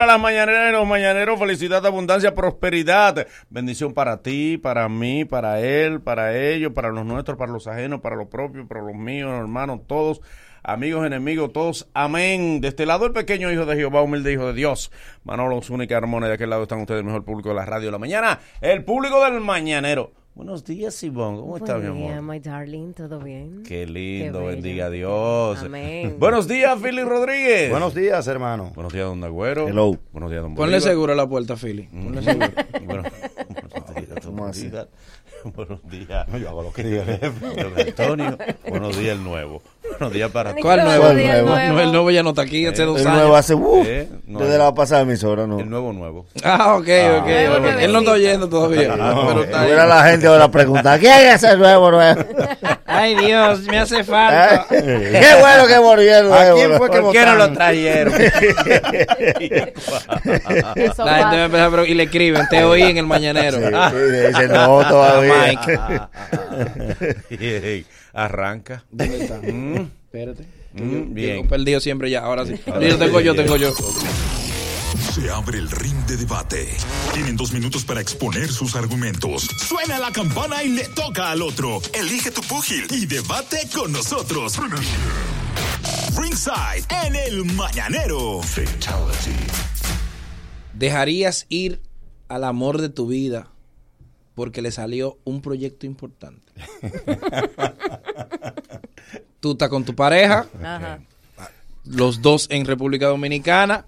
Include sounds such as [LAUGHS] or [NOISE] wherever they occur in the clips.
A las mañaneras y los mañaneros, felicidad, abundancia, prosperidad. Bendición para ti, para mí, para él, para ellos, para los nuestros, para los ajenos, para los propios, para los míos, hermanos, todos, amigos, enemigos, todos. Amén. De este lado, el pequeño hijo de Jehová, humilde hijo de Dios. Manolo Zúñiga Armona, de aquel lado están ustedes, el mejor público de la radio de la mañana, el público del mañanero. Buenos días, Ivonne. Pues ¿Cómo estás, mi Buen amor? día, my darling, ¿todo bien? Qué lindo, Qué bello. bendiga Dios. Amén. Buenos días, Philly Rodríguez. Buenos días, hermano. Buenos días, don Agüero. Hello. Buenos días, don Ponle Bolívar. Mm. seguro a la puerta, Philly. Ponle seguro. [LAUGHS] Bueno, buenos días, ¿Cómo buenos así? días. [LAUGHS] Buenos días, No, yo hago lo que diga el jefe. don Antonio. Buenos días, el nuevo. Buenos días para Eh, todos. ¿Cuál nuevo? ¿Cuál nuevo? No, el nuevo ya no está aquí hace dos El años. nuevo hace. Uh, Eh, no, desde no. la pasada emisora, no. El nuevo nuevo. Ah, ok, ok. nuevo ok. Él no está oyendo todavía. pues [LAUGHS] No, pero eh, está ahí. mira la gente ahora preguntar: ¿Quién es el nuevo nuevo? Ay, Dios, me hace [LAUGHS] Eh, falta. Qué bueno que eh, murió el nuevo. ¿Por qué no lo [LAUGHS] trajeron? Eso La gente pasa. me empieza a preguntar y le escriben, te oí en el mañanero. Sí, sí, le [LAUGHS] [LAUGHS] dicen, no, Ah, todavía. [LAUGHS] Mike. [LAUGHS] Bien, Arranca. ¿Dónde está? Mm, Espérate. mm, Bien. bien. perdido siempre ya, ahora sí. Yo tengo yo, tengo yo. Se abre el ring de debate. Tienen dos minutos para exponer sus argumentos. Suena la campana y le toca al otro. Elige tu púgil y debate con nosotros. Ringside en el mañanero. ¿Dejarías ir al amor de tu vida porque le salió un proyecto importante? Tú estás con tu pareja, Ajá. los dos en República Dominicana.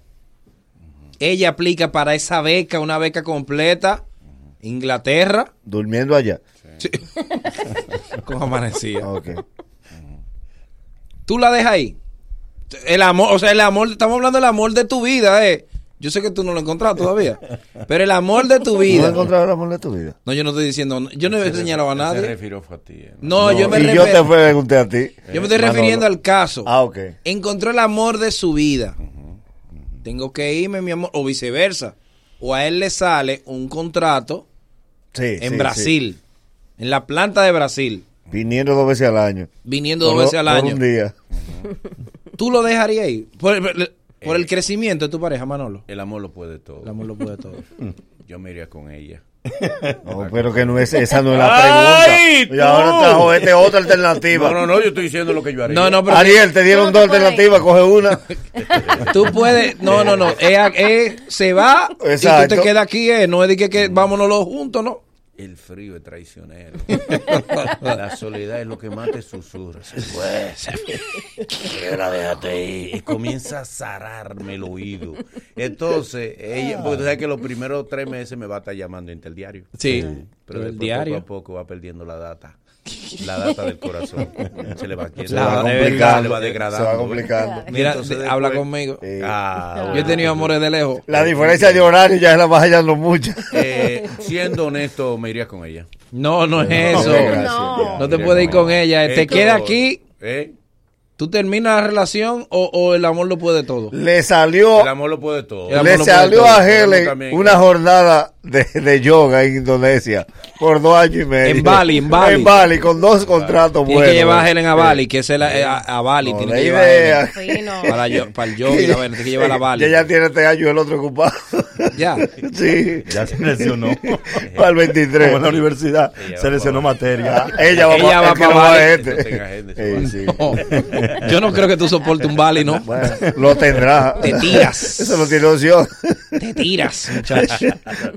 Ella aplica para esa beca, una beca completa, Inglaterra, [LAUGHS] Durmiendo allá. [LAUGHS] con amanecida. Ok. Tú la dejas ahí. El amor, o sea, el amor, estamos hablando del amor de tu vida, eh. Yo sé que tú no lo encontraste todavía, pero el amor de tu ¿No has vida. encontrado el amor de tu vida? No, yo no estoy diciendo, yo no he señalado a Se nadie. refirió fue a ti. ¿eh? No, yo me, y refer- yo te pregunté a ti. yo me estoy refiriendo al caso. Ah, ok. Encontró el amor de su vida. Tengo que irme, mi amor, o viceversa. O a él le sale un contrato Sí. en sí, Brasil, en la planta de Brasil, sí. Viniendo dos veces al año. viniendo dos Por- veces al por año. un día. [LAUGHS] ¿Tú lo dejarías ir? Por, por- por el crecimiento de tu pareja, Manolo. Eh. El amor lo puede todo. El amor lo [LAUGHS] puede todo. Yo me iría con ella. [LAUGHS] No, pero que no es, esa no es la pregunta. ¡Ay, y ahora tú! trajo este otra alternativa. No, no, no, yo estoy diciendo lo que yo haría. No, no, pero Ariel, te dieron No, no dos te puedes. alternativas, coge una. [LAUGHS] tú puedes... No, no, no. Eh, eh, se va y tú Exacto. te quedas aquí. eh. No es de que, que Mm. vámonos los juntos, ¿no? El frío es traicionero. [LAUGHS] la soledad es lo que más te susurra. Se pues, fue, se fue. Quiebra, déjate ir. Y comienza a zararme el oído. Entonces, ella, porque tú sabes que los primeros tres meses me va a estar llamando interdiario. Sí. Pero Pero el después, diario. poco a poco va perdiendo la data. La data del corazón. Se le va, Se va complicando, Se le va complicando. degradando. Se va complicando. Mira, Entonces, de- habla después- conmigo. Eh, Ah, Yo he tenido amores de lejos. la diferencia de horario ya la vas hallando mucho. [LAUGHS] eh, siendo honesto, me iría con ella. No, no es eso. gracias, No. ya. No te Mira, puedes ir como- con ella. eh. Te Esto- queda aquí. ¿Eh? ¿Tú terminas la relación o, o el amor lo puede todo? Le salió, El amor lo puede todo. El amor le lo puede salió todo, a el amor Helen también. una jornada de, de yoga en Indonesia por dos años y medio. En Bali, en Bali. En Bali, con dos contratos Tienes buenos. eh. que llevar a Helen a Bali, que es el- a, a Bali. No, tiene la que llevar a Helen. idea. Fino. [LAUGHS] Para, yo, para el yoga y la vaina, tiene que llevar a Bali. Ya, ya tiene este año el otro ocupado. [LAUGHS] Ya. [LAUGHS] sí. Ya se [LAUGHS] lesionó. Para el 23. Como en la universidad, Ella va se lesionó materia. Ah, Ella va, Ella pa- va el que pa no va Bali. a No tenga gente, [LAUGHS] se Eh, va. sí. No. Yo no creo que tú soportes un Bali, ¿no? [LAUGHS] Bueno, lo tendrá. Te tiras. [LAUGHS] Eso no tiene opción. Te tiras, muchacho. [LAUGHS]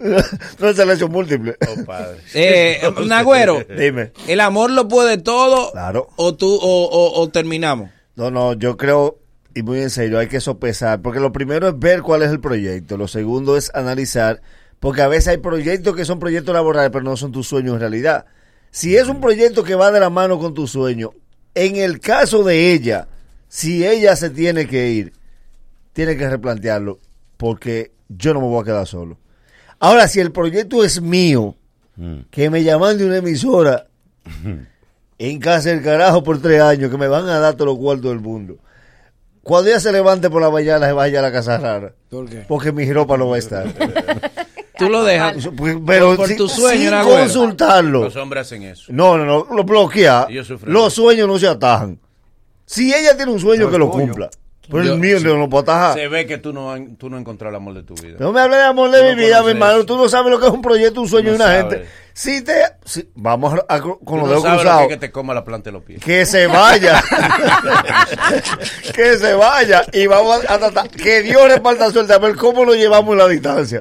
No es selección múltiple. Oh, [LAUGHS] padre. Eh, Nagüero, Dime. ¿el amor lo puede todo? Claro. ¿O tú, o, o- o terminamos? No, no, yo creo, y muy en serio, hay que sopesar, porque lo primero es ver cuál es el proyecto, lo segundo es analizar, porque a veces hay proyectos que son proyectos laborales, pero no son tus sueños en realidad. Si es un proyecto que va de la mano con tu sueño, en el caso de ella, si ella se tiene que ir, tiene que replantearlo, porque yo no me voy a quedar solo. Ahora, si el proyecto es mío, Mm. que me llaman de [LAUGHS] una emisora en casa del carajo por tres años, que me van a dar todos los cuartos del mundo. Cuando ella se levante por la mañana, se vaya a la casa rara. ¿Por qué? Ah, Porque mi ropa no va a estar. [LAUGHS] Pues, Tú lo dejas. Pero por sin- tu sueño, sin Nagüero. consultarlo. Los hombres hacen eso. No, no, no, lo bloquea. Ellos sufren. Los sueños no se atajan. Si ella tiene un sueño, que lo cumpla. Pero el mío, no lo puedo atajar. Se ve que tú no, han- tú no has encontrado el amor de tu vida. No me hables de amor de No mi vida, mi conoces hermano. eso. Tú no sabes lo que es un proyecto, un sueño No de una sabes. gente. Si te. si- vamos a- a- Tú con los no dedos sabes lo que cruzados. es que te coma la planta de los pies. Que se vaya. que se vaya. Y vamos a, a tratar. Que Dios reparta suerte. A ver cómo lo llevamos en la distancia.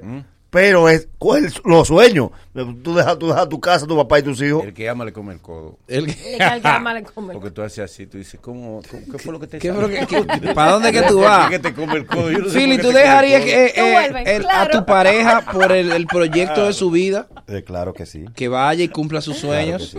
Pero es ¿cuál es los sueños. Tú dejas tú dejas tu casa, tu papá y tus hijos. El que ama le come el codo. El- Le carga mal en [LAUGHS] comer. Porque tú haces así, tú dices, ¿cómo, cómo- qué fue lo que te ¿Qué hizo? fue lo que- qué- ¿Para dónde que tú ¿Por [LAUGHS] vas? qué te come el codo? Yo no sé Philly, por qué ¿tú te come el dejarías codo. que, eh, Tú eh, vuelves, el- a claro. tu pareja por el, el proyecto de su vida? Eh, claro que sí. Que vaya y cumpla sus sueños.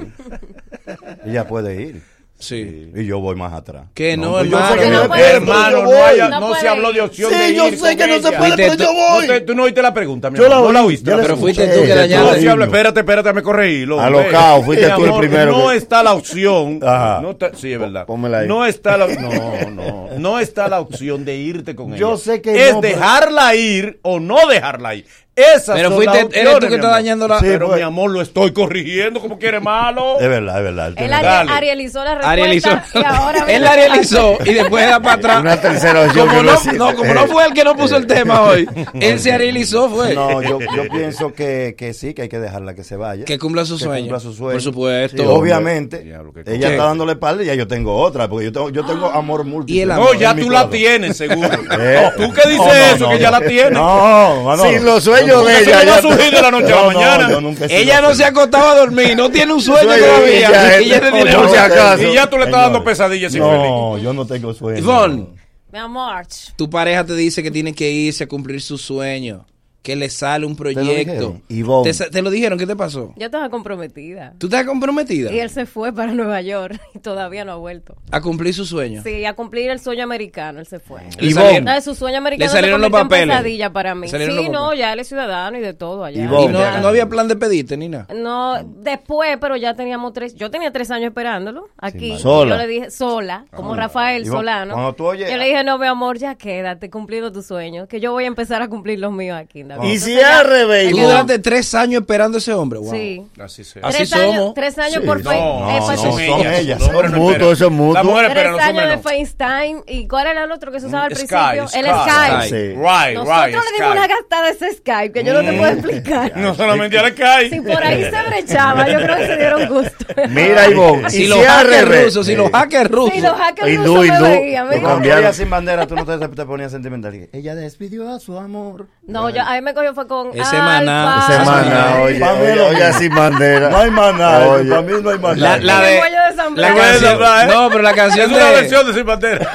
Ella puede ir. Sí. Y yo voy más atrás. Que no, hombre, yo hermano. sé No que pues no puede es- ser, Hermano, pero yo no, voy. haya- no No se puede habló ir. de opción Sí, de ir yo sé con que no se ella. puede, pero Fuiste yo tú- No voy. te- tú no oíste la pregunta, mi Yo la amor. No la oí, oíste. yo la la Pero pregunta. fuiste escuché. tú que Yo No, dañaste. si habla- espérate, espérate, me corregí. lo- Alocao, fuiste Mi tú el primero No que- está la opción. Ajá. No está- sí, es verdad. pónmela ahí. No está la [LAUGHS] no, no, no está la opción de irte con ella. Yo sé que es no, pero- dejarla ir o no dejarla ir. Esas Pero son fuiste- las eres tú opciones, que mi estás amor. dañando la- Sí, pero pues- mi amor lo estoy corrigiendo como quiere malo. Es verdad, es verdad. él Él tiene razón. Dale. arie- arielizó la respuesta Arielizó. y [LAUGHS] ahora Él viene- arielizó y después da para atrás. Una tercera opción Como que no no, existe. no, como no fue el que no puso el tema hoy. Él se arielizó, fue. Eh. No, yo, yo pienso que, que sí, que hay que dejarla que se vaya. Que cumpla su sueño. cumpla su Por sueño. supuesto. Sí, obviamente, Diablo, qué cosa. ella ¿Qué? está dándole espalda y ya yo tengo otra, porque yo tengo, yo tengo amor Ah. múltiple. Y el No, amor Oh, ya en mi tú la corazón. tienes, seguro. Eh, ¿Tú qué dices no, no, eso? no, que ya no. la tienes. No, Manolo. Sí, los sueños Yo de Eso no ella, va a ya- surgir de la noche a la No, no, mañana. yo nunca he sido Ella no así. se ha acostado a dormir, no tiene un sueño Sueño, todavía. ya, Y ella eh, tiene- por si acaso. Y ya tú le estás Señores, dando pesadillas infeliz. No, yo no tengo sueño. Ivonne, Mi amor. ch- tu pareja te dice que tiene que irse a cumplir su sueño, que le sale un lo proyecto. dijeron? Ivonne. Te, sa- te lo dijeron, ¿qué te pasó? Yo estaba comprometida. ¿Tú estás comprometida Y él se fue para Nueva York [LAUGHS] y todavía no ha vuelto. a cumplir su sueño? Sí, a cumplir el sueño americano, él se fue. Le Ivonne. salieron- No, su sueño americano Le salieron se los convirtió en papeles. pesadilla para mí. Le Sí, salieron los no, papeles. ya él es ciudadano y de todo allá. Y Y vos. no, no había plan de pedirte ni nada. No, después, pero ya teníamos tres, yo tenía tres años esperándolo aquí. madre. Ah. Sola. Yo le dije, sola, como Rafael Y vos- Solano. cuando tú oyes- yo le dije, no, mi amor, ya quédate cumpliendo tus sueños, que yo voy a empezar a cumplir los míos aquí. David". Y Entonces si ya- es rebelde. Tú duraste tres años esperando a ese hombre. Wow. Sí. Así sea. Así tres somos. Años, tres años por No, Facebook. no, Eh, no, pues, son son ellas. ellas. Los hombres Son no mutuos, esperan. eso es mutuo. Las mujeres Tres esperan, los años hombres de no. FaceTime. ¿Y cuál era el otro que se usaba al Sky, principio? Sky. El Sky. Sí. Right, Nosotros right, le dimos Sky. Mm. una gastada a ese Skype que yo no te puedo explicar. No solamente a la calle. Si por ahí se brechaba, yo creo que se [LAUGHS] dieron gusto. Mira, Ivonne. Si y los si es hackers rebelde. rusos, si los hackers rusos. Sí, los hackers Hindú, rusos me hindú. veían, Lo mira. Cuando cambiaron. ella sin bandera, tú no te, te ponías sentimental. Ella despidió a su amor. No, yo, a mí me cogió fue con Ese maná, Alfa. ese Semana, Ay, oye, pa' mí oye, lo- oye, sin bandera. No hay maná. Oye. Para mí no hay maná. La, la de, El guayo de San la Blas. canción, ¿Verdad, eh? no, pero la Es canción una de versión de Sin Bandera.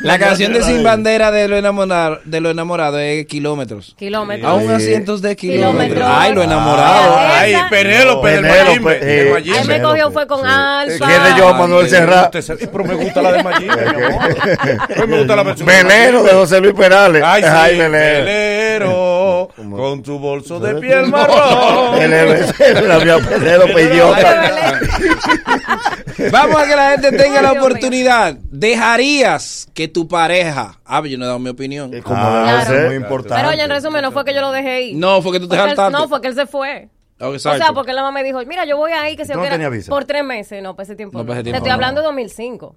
la canción de Sin Bandera de lo enamorado, de lo enamorado es kilómetros. Kilómetros. Aún a cientos de kilómetros. Kilómetros. Ay, lo enamorado. pues, Ah, Ay, esa- Penélope del Penélope, Mayimbe. [LAUGHS] eh, del A mí Mayimbe. me cogió fue con ¿Qué Alfa. de yo, Manuel Serra? Usted sabe, Pero me gusta la de Mayimbe, mi amor. Pero Pues me gusta la versión. de Velero de José Luis Perales. Ay, sí, Ay, velero. velero, con tu bolso de piel marrón. El velero, la mía velero, pues, idiota. Vamos a que la gente tenga la Ay, Dios mío. oportunidad. ¿Dejarías que tu pareja... Ah, pero yo no he dado mi opinión. Eh, como Ah, debe eso ser. es muy importante. Pero oye, en resumen, no fue que yo lo dejé ir. No, fue que tú te Porque él- saltaste. No, fue que él se fue. Ah, O exacto. sea, porque la mamá me dijo, mira, yo voy ahí, que se ¿Tú no tenías visa? por tres meses. No, para ese tiempo. No, no. para ese Te tiempo estoy no. hablando de 2005.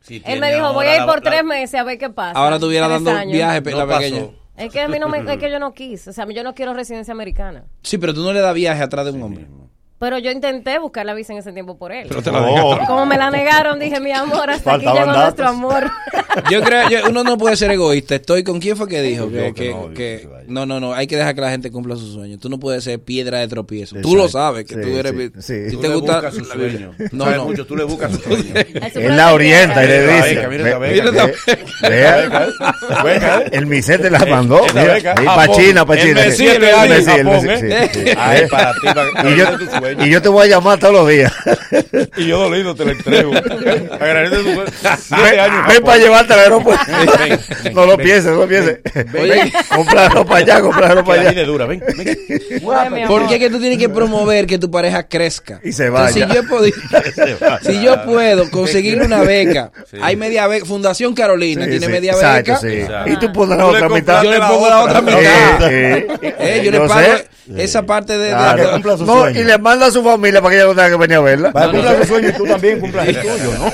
Sí, Él tiene me dijo, ahora voy a ir la- por la- tres meses a ver qué pasa. Ahora tuviera Tres dando un años. viaje pe- No la pasó. pequeña. Es que a mí no me, [LAUGHS] es que yo no quise. O sea, yo no quiero residencia americana. Sí, pero tú no le das viaje atrás de un hombre. Pero yo intenté buscar la visa en ese tiempo por él. Oh, Como me la negaron, dije, mi amor, hasta aquí Faltaban llegó datos. nuestro amor. [LAUGHS] Yo creo, yo- uno no puede ser egoísta. Estoy con quién fue que dijo Yo que, que que- no, yo que- que se vaya. no, no, no, hay que dejar que la gente cumpla sus sueños. Tú no puedes ser piedra de tropiezo. Tú lo sabes que Sí, tú eres. sí, sí. si Tú te le gusta buscas su la Biblia. sueño. [LAUGHS] No, Sabes no. mucho, tú le buscas su sueño. Él la orienta y le Mira esta dice. beca, mira esta ve- beca. ve- Vea, Venga, el misete la mandó. esta mira. beca. Y Japón. para China, para El China. Messi, Sí, el Messi, el Messi, el Japón, Messi, ¿eh? sí, sí. Ay, para ti, para Y para tu yo, sueño. y yo te voy a llamar todos los días. Y yo dolido te lo entrego. Agradece tu sueño. Ven, Siete años. ven para llevarte al aeropuerto. Ven, ven, No lo ven. pienses, no lo pienses. Oye. Ven, comprarlo para allá, Que comprarlo para la allá. vida es dura, ven. ven. ¿Por qué que tú tienes que promover que tu pareja crezca? Y se vaya. Entonces, si yo he [LAUGHS] podido- si yo puedo conseguirle una beca, hay media beca, Fundación Carolina Sí, tiene sí, media exacto, beca. sí. Exacto. Y tú pones la Tú le otra mitad. compraste Yo le pongo la otra mitad. Eh, eh, Eh, yo le yo pago sé. esa parte de, de- Claro. que cumpla su No, sueño. y le mandarla a su familia para que ella no tenga que venir a verla. Para No, que no, cumpla no. su sueño y tú también cumplas el tuyo, ¿no?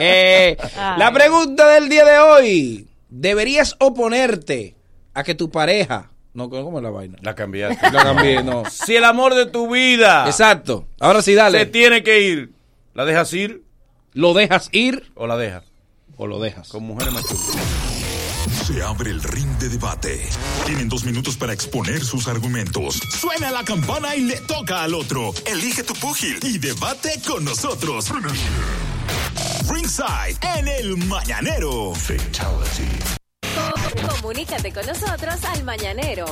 Eh, La pregunta del día de hoy. ¿Deberías oponerte a que tu pareja... No, ¿cómo es la vaina? La cambiaste. La cambié, no. Si el amor de tu vida Exacto. Ahora sí, se dale. tiene que ir, ¿la dejas ir ¿Lo dejas ir o la dejas? o lo dejas? Con mujeres más chulas. Se abre el ring de debate. Tienen dos minutos para exponer sus argumentos. Suena la campana y le toca al otro. Elige tu púgil y debate con nosotros. Ringside en el mañanero. Comunícate con nosotros al Mañanero.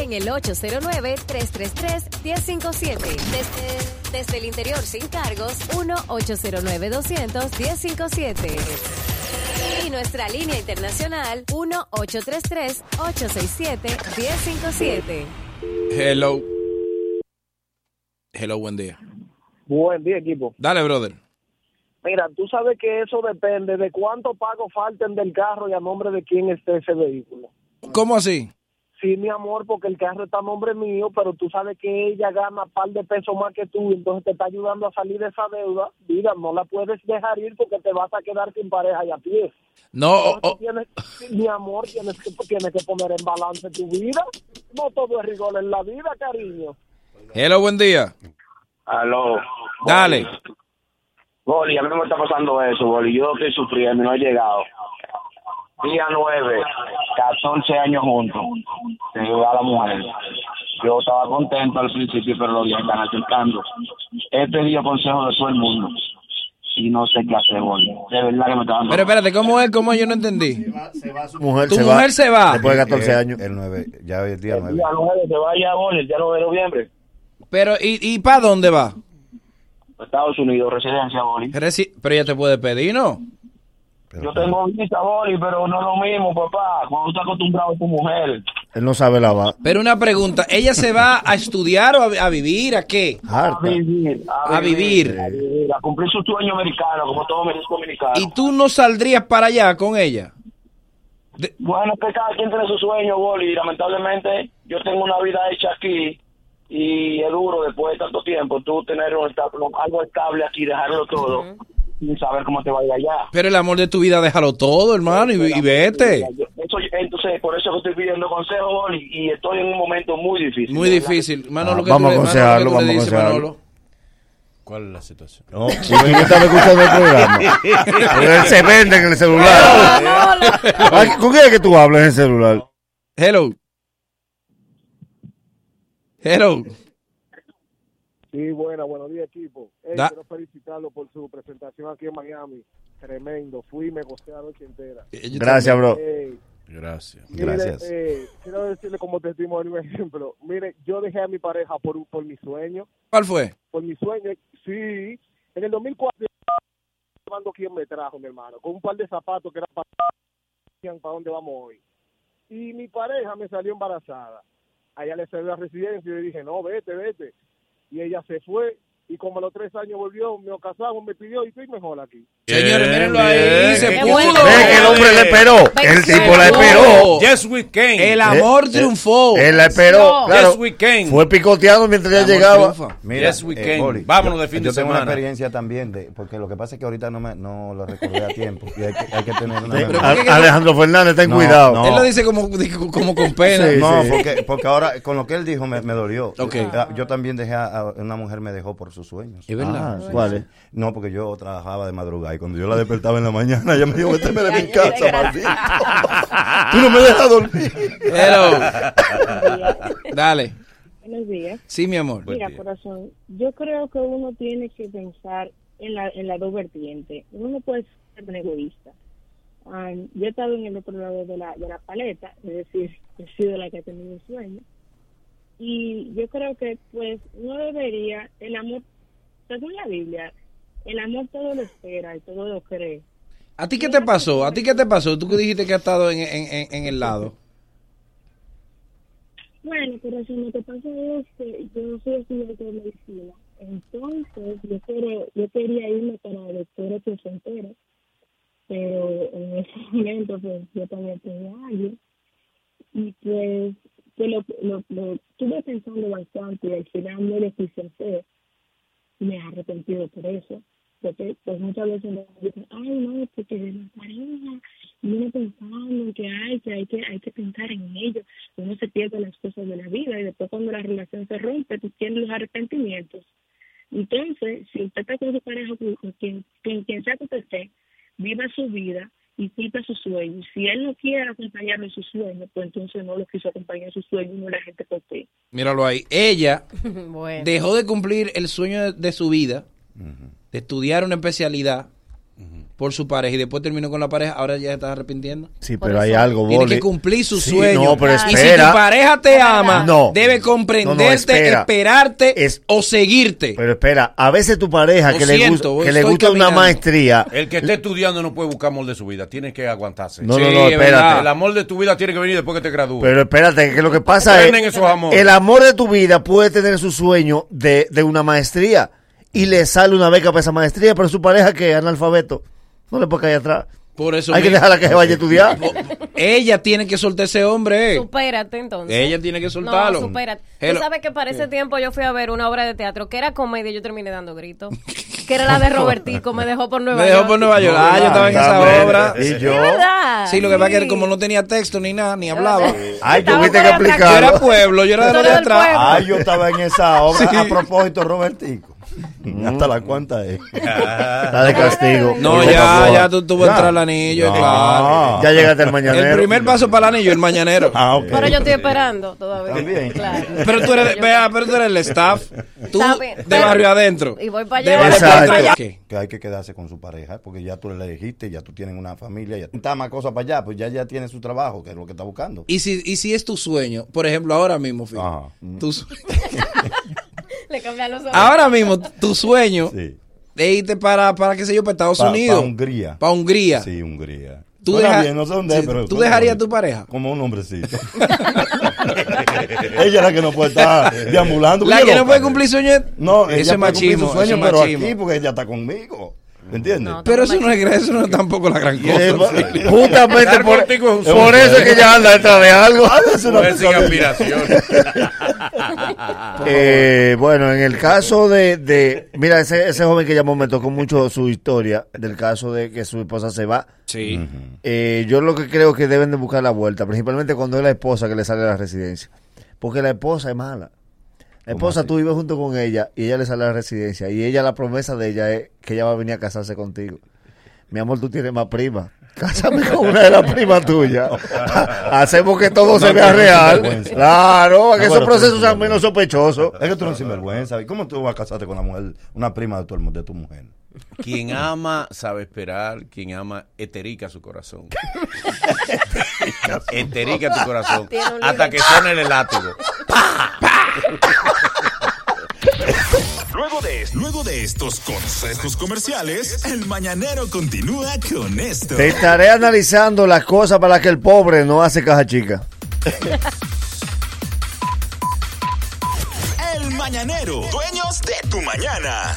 En el 809-333-1057. Desde, desde el interior sin cargos, 1-809-200-1057. Y nuestra línea internacional, 1-833-867-1057. Hello. Hello, buen día. Buen día, equipo. Dale, brother. Mira, tú sabes que eso depende de cuánto pago falten del carro y a nombre de quién esté ese vehículo. ¿Cómo así? Sí, mi amor, porque el carro está a nombre mío, pero tú sabes que ella gana par de pesos más que tú, entonces te está ayudando a salir de esa deuda. Mira, no la puedes dejar ir porque te vas a quedar sin pareja y a pie. No, o- Entonces o- tienes- mi amor, tienes que, tienes que poner en balance tu vida. No todo es rigor en la vida, cariño. hello, buen día. Aló. Dale. Boli, a mí me está pasando eso, Boli. Yo estoy sufriendo y no he llegado. Día 9, 14 años juntos. Se a la mujer. Yo estaba contento al principio, pero los días están acercando. He pedido consejo de todo el mundo. Y no sé qué hacer, Boli. De verdad que me está dando. Pero espérate, ¿cómo es? ¿Cómo es? Yo no entendí. Su mujer, Tu mujer se va. Después de 14 El- años. Eh, El 9, ya hoy es día 9. Día 9, se vaya, Boli, el día 9 de noviembre. Pero, ¿y, y para dónde va? Estados Unidos, residencia, Boli. Reci- Pero ella te puede pedir, ¿no? Yo tengo visa, Boli, pero no es lo mismo, papá. Cuando tú estás acostumbrado a tu mujer. Él no sabe lavar. Pero una pregunta, ¿ella se va a estudiar o a, vi- a vivir? ¿A qué? A Harta. vivir, A vivir. a vivir, a cumplir su sueño americano, como todo médico americano. ¿Y tú no saldrías para allá con ella? Bueno, que cada quien tiene su sueño, Boli. y Lamentablemente, yo tengo una vida hecha aquí y es duro después de tanto tiempo tú tener un esta- algo estable aquí, dejarlo todo y saber cómo te va a ir allá. Pero el amor de tu vida, déjalo todo, hermano, y, y vete. Yo- eso- entonces, por eso que estoy pidiendo consejo, Boli, y estoy en un momento muy difícil. Muy difícil. Manolo, Ah, ¿qué tú le- vamos a Manolo, ¿qué aconsejarlo, tú le vamos a dices, aconsejarlo. Manolo? ¿Cuál es la situación? No, si tú no estás escuchando el programa. Pero él se vende en el celular. Ay, ¿Con quién es que tú hablas en el celular? Hello. Hello. Sí, buena, buenos días, equipo. Ey, Da- Quiero felicitarlo por su presentación aquí en Miami. Tremendo. Fui y me gocé la noche entera. Gracias, bro. Ey, Gracias. mire, Gracias. eh, quiero decirle como testimonio, [LAUGHS] un ejemplo. Mire, yo dejé a mi pareja por, un- por mi sueño. ¿Cuál fue? Por mi sueño, sí. En el 2004, yo llevando quien me trajo, mi hermano, con un par de zapatos que eran para, para dónde vamos hoy. Y mi pareja me salió embarazada. Allá le salió la residencia y yo dije, no, vete, vete. Y ella se fue. Y como a los tres años volvió, me casamos, me pidió y estoy mejor aquí. Señores, Bien, mírenlo ahí. bien. Se Qué pudo. bueno. Ve que el hombre le esperó. El tipo la esperó. Yes, we can. El amor Eh, triunfó. Él la esperó. No. Claro. Yes, we can. Fue picoteado mientras El ya amor llegaba. triunfa. Mira, Yes, we can. Boli, Vámonos yo- de fin yo de tengo semana. una experiencia también, de, porque lo que pasa es que ahorita no, me, no lo recordé a tiempo. Y hay que, hay que tener una. Sí, memoria. a- Alejandro Fernández, ten No, cuidado. no. Él lo dice como, como con pena. Sí. No, porque, porque ahora con lo que él dijo me, me dolió. Ok. Eh, Yo también dejé a, a una mujer me dejó por sus sueños. Es verdad. Ah, ¿Cuál es? No, porque yo trabajaba de madrugada y cuando yo la despertaba en la mañana, ella me dijo, vete de mi casa, maldito. [LAUGHS] Tú no me dejas dormir. Hello. Dale. Buenos días. Sí, mi amor. Buen Mira, día. corazón, yo creo que uno tiene que pensar en la, en la dos vertientes. Uno no puede ser tan egoísta. Ah, yo he estado en el otro lado de la, de la paleta, es decir, [LAUGHS] he sido la que ha tenido el sueño. Y yo creo que, pues, no debería, el amor, según la Biblia, el amor todo lo espera y todo lo cree. ¿A ti qué te pasó? ¿A ti qué te pasó? Tú que dijiste que has estado en, en- en- en el lado. Bueno, pero si lo que pasa es que yo soy estudiante de medicina, entonces yo, quiero, yo quería irme para doctores placentera, [LAUGHS] pero en ese momento pues yo también tenía algo y pues que lo, lo, lo estuve pensando bastante y al final no lo quise hacer. Me he arrepentido por eso. Porque pues muchas veces me dicen, ay no, porque de la pareja, y uno pensando que hay, que hay que hay que pensar en ello, uno se pierde las cosas de la vida y después cuando la relación se rompe, tú tienes los arrepentimientos. Entonces, si usted está con su pareja, con con quien, con quien sea que usted esté, viva su vida y cumpla sus sueños. Si él no quiere acompañarle en sus sueños, pues entonces no lo quiso acompañar en sus sueños y no la gente por ti. Míralo ahí. Ella Bueno. dejó de cumplir el sueño de, de su vida, de estudiar una especialidad por su pareja y después terminó con la pareja, ahora ya se está arrepintiendo. Sí, Por pero eso hay algo, Boli. Tiene que cumplir su Sí, sueño. No, pero y si espera. tu pareja te ama, No. debe No, no, comprenderte, espera. esperarte Es- o seguirte. Pero espera, a veces tu pareja Lo que le siento, gusta, que le estoy gusta una caminando. maestría. El que esté estudiando no puede buscar amor de su vida, tiene que aguantarse. No, Sí, no, no, es verdad. espérate. El amor de tu vida tiene que venir después que te gradúes. Pero espérate, que lo que pasa es. Aprenden esos amores. El amor de tu vida puede tener su sueño de, de una maestría y le sale una beca para esa maestría, pero su pareja que es analfabeto no le puede caer atrás. Por eso Hay que mismo. dejarla que se vaya a estudiar. Po- Ella tiene que soltar ese hombre. eh. Supérate entonces. Ella tiene que soltarlo. No, supérate. Hello. Tú sabes que para ese tiempo yo fui a ver una obra de teatro que era comedia y yo terminé dando gritos. [LAUGHS] Que era la de Robertico, me dejó por Nueva Me dejó York. por Nueva York. Ah, yo estaba en esa Exactamente. obra. Y yo. Es verdad. Sí, lo que pasa es que Sí. como no tenía texto ni nada, ni hablaba. Ay, Estaba tuviste por que atrás. aplicar. Yo Claro. era pueblo, yo era de Todo los de el atrás. pueblo. Ay, yo estaba en esa obra. [LAUGHS] Sí. A propósito, Robertico. Mm. Hasta la cuanta [LAUGHS] es. Está de castigo. No, Por ya, favor. ya tú, tú vas a entrar al anillo, No. claro. Ya llegaste al mañanero. El primer paso para el anillo, el mañanero. Ah, ok. Pero yo estoy esperando todavía. También. Claro. Pero tú eres, Yo- vea, pero tú eres el staff. Tú Está bien. de barrio adentro. Y voy para De allá. barrio Exacto. para atrás. ¿Qué? que hay que quedarse con su pareja, porque ya tú le elegiste, ya tú tienes una familia, ya está más cosas para allá, pues ya ya tiene su trabajo, que es lo que está buscando. Y si, y si es tu sueño, por ejemplo, ahora mismo, Phil, Ajá. tu su- Le cambian los ojos. ahora mismo, tu sueño Sí. de irte para, para, qué sé yo, para Estados Pa- Unidos. pa' Hungría. Para Hungría. Sí, Hungría. Tú Ahora deja- bien, no sé dónde, sí, pero ¿tú dejarías a tu pareja? Como un [LAUGHS] hombrecito. [LAUGHS] ella es la que no puede estar deambulando. La Ella que no loca. puede cumplir sueños. No, ese ella es puede cumplir machismo. su sueño, ese es pero machismo. aquí porque ella está conmigo. ¿Me entiendes? No, Pero eso no es eso no es tampoco la gran cosa. Justamente Dar contigo es un sueño. eso es que ella anda detrás [LAUGHS] de algo. No es sin aspiración. Eh, bueno, en el caso de, de- mira, ese, ese joven que llamó me tocó mucho su historia del caso de que su esposa se va. Sí. Eh, yo lo que creo que deben de buscar la vuelta, principalmente cuando es la esposa que le sale a la residencia, porque la esposa es mala. La esposa, tú vives junto con ella y ella le sale a la residencia y ella, la promesa de ella es que ella va a venir a casarse contigo. Mi amor, tú tienes más prima. Cásame con una de las primas tuyas. Hacemos que todo se No, vea tú eres real. sinvergüenza. Claro, que Ah, esos bueno, tú eres procesos sean sinvergüenza. menos sospechosos. Es que tú no eres sinvergüenza. ¿Y cómo tú vas a casarte con la mujer, una prima de tu, hermo- de tu mujer? Quien ama sabe esperar, quien ama eterica su [LAUGHS] corazón. eterica tu corazón. Tiene un Hasta libro. que suene el látigo. [LAUGHS] Luego de, es- luego de estos consejos comerciales, el mañanero continúa con esto. Te estaré analizando las cosas para las que el pobre no hace caja chica. El mañanero, dueños de tu mañana.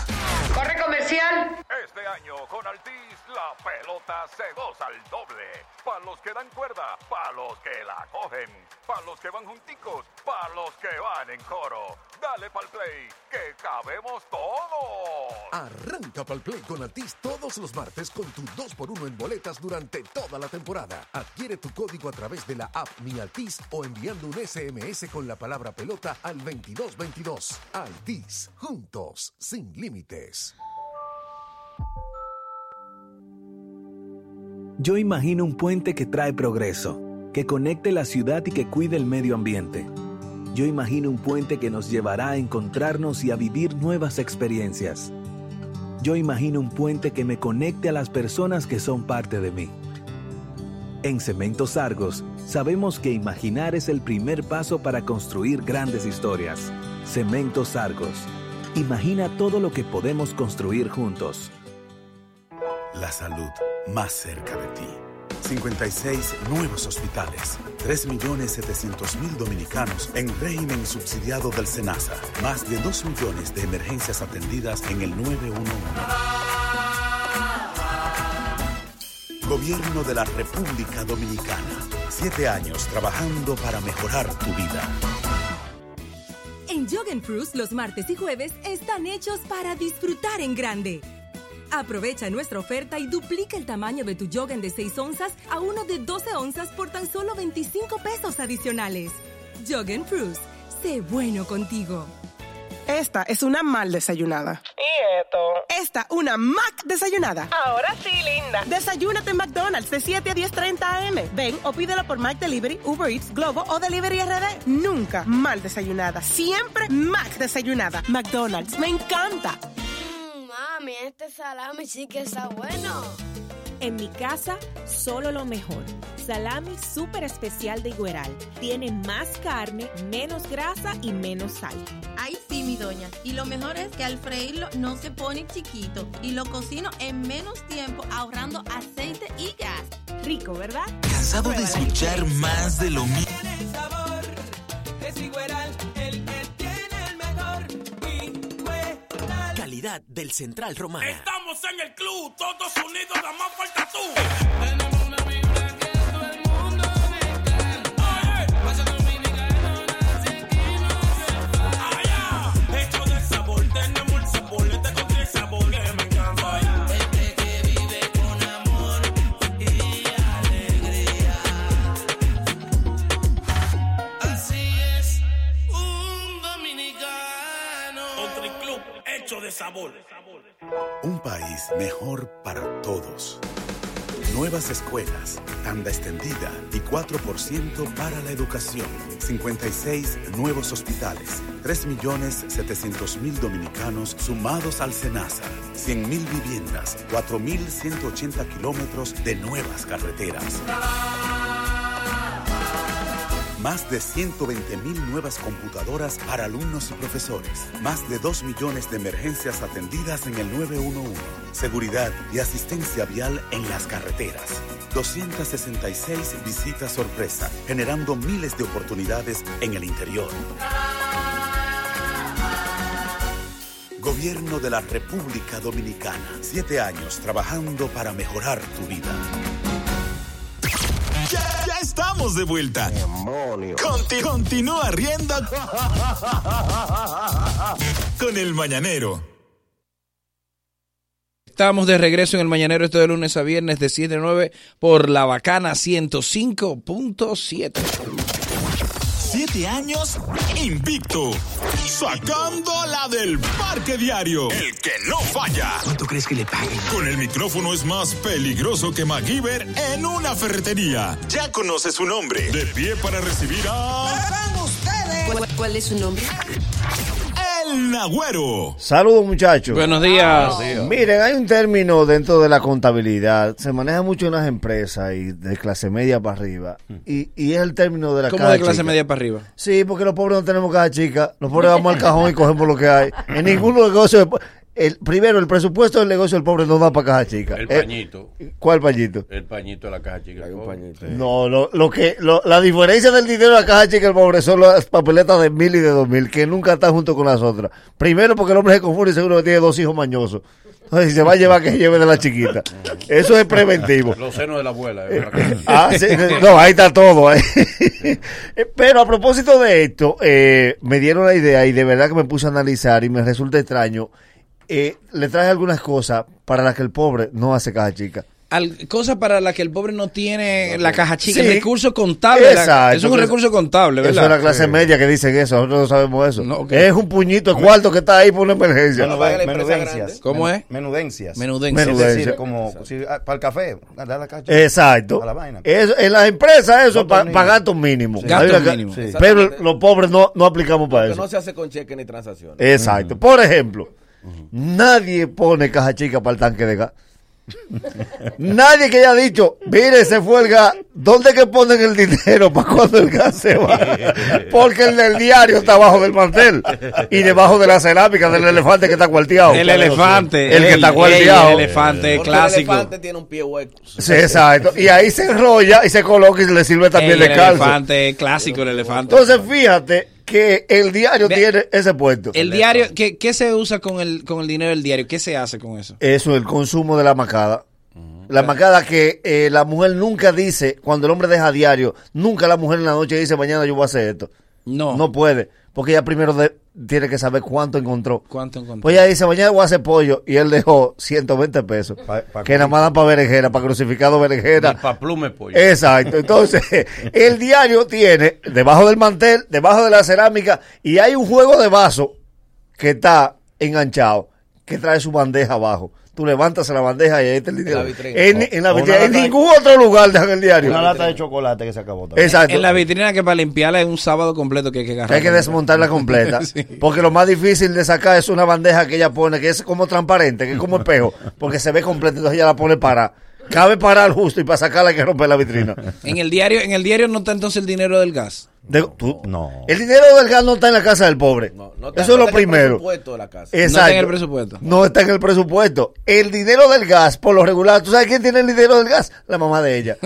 Este año con Altis la pelota se goza al doble. Para los que dan cuerda, para los que la cogen, para los que van junticos, para los que van en coro. Dale pa'l play, que cabemos todos. Arranca Palplay con Altis todos los martes con tu 2x1 en boletas durante toda la temporada. Adquiere tu código a través de la app Mi Altis o enviando un SMS con la palabra pelota al 2222. Altis, juntos, sin límites. Yo imagino un puente que trae progreso, que conecte la ciudad y que cuide el medio ambiente. Yo imagino un puente que nos llevará a encontrarnos y a vivir nuevas experiencias. Yo imagino un puente que me conecte a las personas que son parte de mí. En Cementos Argos, sabemos que imaginar es el primer paso para construir grandes historias. Cementos Argos. Imagina todo lo que podemos construir juntos. La salud más cerca de ti. 56 nuevos hospitales, 3.700.000 dominicanos en régimen subsidiado del SENASA, más de 2 millones de emergencias atendidas en el 911. Gobierno de la República Dominicana. Siete años trabajando para mejorar tu vida. En Jogen Fruits los martes y jueves están hechos para disfrutar en grande. Aprovecha nuestra oferta y duplica el tamaño de tu Jogen de 6 onzas a uno de 12 onzas por tan solo 25 pesos adicionales. Jogen Fruits, sé bueno contigo. Esta es una mal desayunada. Y esto. Esta, una Mac desayunada. Ahora sí, linda. Desayúnate en McDonald's de 7 a 10.30 am. Ven o pídelo por Mac Delivery, Uber Eats, Globo o Delivery RD. Nunca mal desayunada. Siempre Mac desayunada. McDonald's, me encanta. Mm, mami, este salami sí que está bueno. En mi casa, solo lo mejor. Salami súper especial de Igueral. Tiene más carne, menos grasa y menos sal. Ay, sí, mi doña. Y lo mejor es que al freírlo no se pone chiquito y lo cocino en menos tiempo, ahorrando aceite y gas. Rico, ¿verdad? ¿Cansado de escuchar más de lo mismo? sabor, es Igueral el que tiene el mejor. Calidad del Central Romana. Estamos en el club, todos unidos, la más falta tú. Tenemos una vibra que todo el mundo me encanta. Pasa dominicano, Allá, hecho del sabor, tenemos el sabor, este contiene el sabor que me encanta. Gente que vive con amor y alegría. Así es un dominicano. Country Club, hecho de sabor. Un país mejor para todos. Nuevas escuelas, tanda extendida y 4% para la educación. 56 nuevos hospitales, 3.700.000 dominicanos sumados al SENASA, 100.000 viviendas, 4.180 kilómetros de nuevas carreteras. Más de 120.000 nuevas computadoras para alumnos y profesores. Más de 2 millones de emergencias atendidas en el 911. Seguridad y asistencia vial en las carreteras. 266 visitas sorpresa, generando miles de oportunidades en el interior. Gobierno de la República Dominicana. Siete años trabajando para mejorar tu vida. Ya, ya estamos de vuelta. Conti- continúa riendo con el mañanero. Estamos de regreso en el Mañanero, esto de lunes a viernes de 7 a 9 por La Bacana 105.7. Siete años invicto. Sacándola del parque diario. El que no falla. ¿Cuánto crees que le paguen? Con el micrófono es más peligroso que MacGyver en una ferretería. Ya conoce su nombre. De pie para recibir a. ¿Cuál, cuál es su nombre? El Nagüero. Saludos muchachos. Ah, Buenos días. Miren, hay un término dentro de la contabilidad, se maneja mucho en las empresas y de clase media para arriba. Y, y es el término de la ¿Cómo cada de clase chica. media para arriba? Sí, porque los pobres no tenemos cada chica, los pobres vamos al cajón y cogemos lo que hay. [LAUGHS] En ningún negocio, de po- el, primero, el presupuesto del negocio del pobre no da para caja chica. El Eh, pañito. ¿Cuál pañito? El pañito de la caja chica. Oh. Hay un pañito. No, lo, lo que, lo- la diferencia del dinero de la caja chica y el pobre son las papeletas de mil y de dos mil, que nunca están junto con las otras. Primero porque el hombre se confunde y seguro que tiene dos hijos mañosos. Entonces, si se va a llevar que se lleve de la chiquita. Eso es preventivo. [LAUGHS] Los senos de la abuela. eh, de la caja chica. Ah, sí, no, ahí [LAUGHS] está todo. ¿eh? Pero a propósito de esto, eh, me dieron la idea y de verdad que me puse a analizar y me resulta extraño. Eh, le traje algunas cosas para las que el pobre no hace caja chica. Al- cosa para la que el pobre no tiene la caja chica, Sí. el recurso contable. la- Exacto. eso es un recurso contable, ¿verdad? Eso es la clase Sí. media que dicen eso, nosotros no sabemos eso. ok. Es un puñito de cuarto que está ahí por una emergencia. Menudencias. ¿Cómo Men- es? Menudencias. Menudencias. Es decir, Menudencias. como si, ah, para el café, da la cacha. Exacto. A la vaina. Eso, en las empresas eso es pa- para mínimos. gastos mínimos. Sí. Hay Gastos una ca- mínimos. Sí. Pero los pobres no, no aplicamos para Que eso. no se hace con cheque ni transacciones. Exacto. Por ejemplo, nadie pone caja chica para el tanque de gas. nadie que haya dicho, mire, se fue el gas, ¿dónde que ponen el dinero para cuando el gas se va? Porque el del diario está abajo del mantel y debajo de la cerámica del elefante que está cuarteado. El elefante. El que está Ey, cuarteado. ey, El elefante Porque clásico. El elefante tiene un pie hueco. Sí, exacto. Y ahí se enrolla y se coloca y se le sirve Ey, también el de calzo. elefante clásico, el elefante. Entonces, fíjate que el diario Ve- tiene ese puesto. el diario, ¿qué, qué se usa con el, con el dinero del diario? ¿Qué se hace con eso? Eso, el consumo de la macada. La macada que eh, la mujer nunca dice, cuando el hombre deja diario, nunca la mujer en la noche dice, mañana yo voy a hacer esto. No. No puede, porque ella primero de- tiene que saber cuánto encontró. ¿Cuánto encontró? Pues ella dice, mañana voy a hacer pollo, y él dejó 120 pesos, que nada más dan para berenjena, para crucificado berenjena. Para plume pues. pollo. Exacto. Entonces, [LAUGHS] el diario tiene debajo del mantel, debajo de la cerámica, y hay un juego de vaso que está enganchado, que trae su bandeja abajo. Tú levantas la bandeja y ahí está el dinero. la vitrina. En, en la O una vitrina. En lata de- ningún otro lugar dejan el diario. Una lata de chocolate que se acabó. también. Exacto. En la vitrina que para limpiarla es un sábado completo que hay que agarrar. Hay que desmontarla [LAUGHS] completa. [LAUGHS] Sí. Porque lo más difícil de sacar es una bandeja que ella pone, que es como transparente, que es como espejo, porque se ve completa, entonces ella la pone para. Cabe parar justo y para sacarla hay que romper la vitrina. En el diario, en el diario no está entonces el dinero del gas. De- tú- El dinero del gas no está en la casa del pobre. está- Eso no es está lo en el primero. presupuesto de la casa. Exacto. No está en el presupuesto. No está en el presupuesto. El dinero del gas, por lo regular, ¿tú sabes quién tiene el dinero del gas? La mamá de [LAUGHS] ella.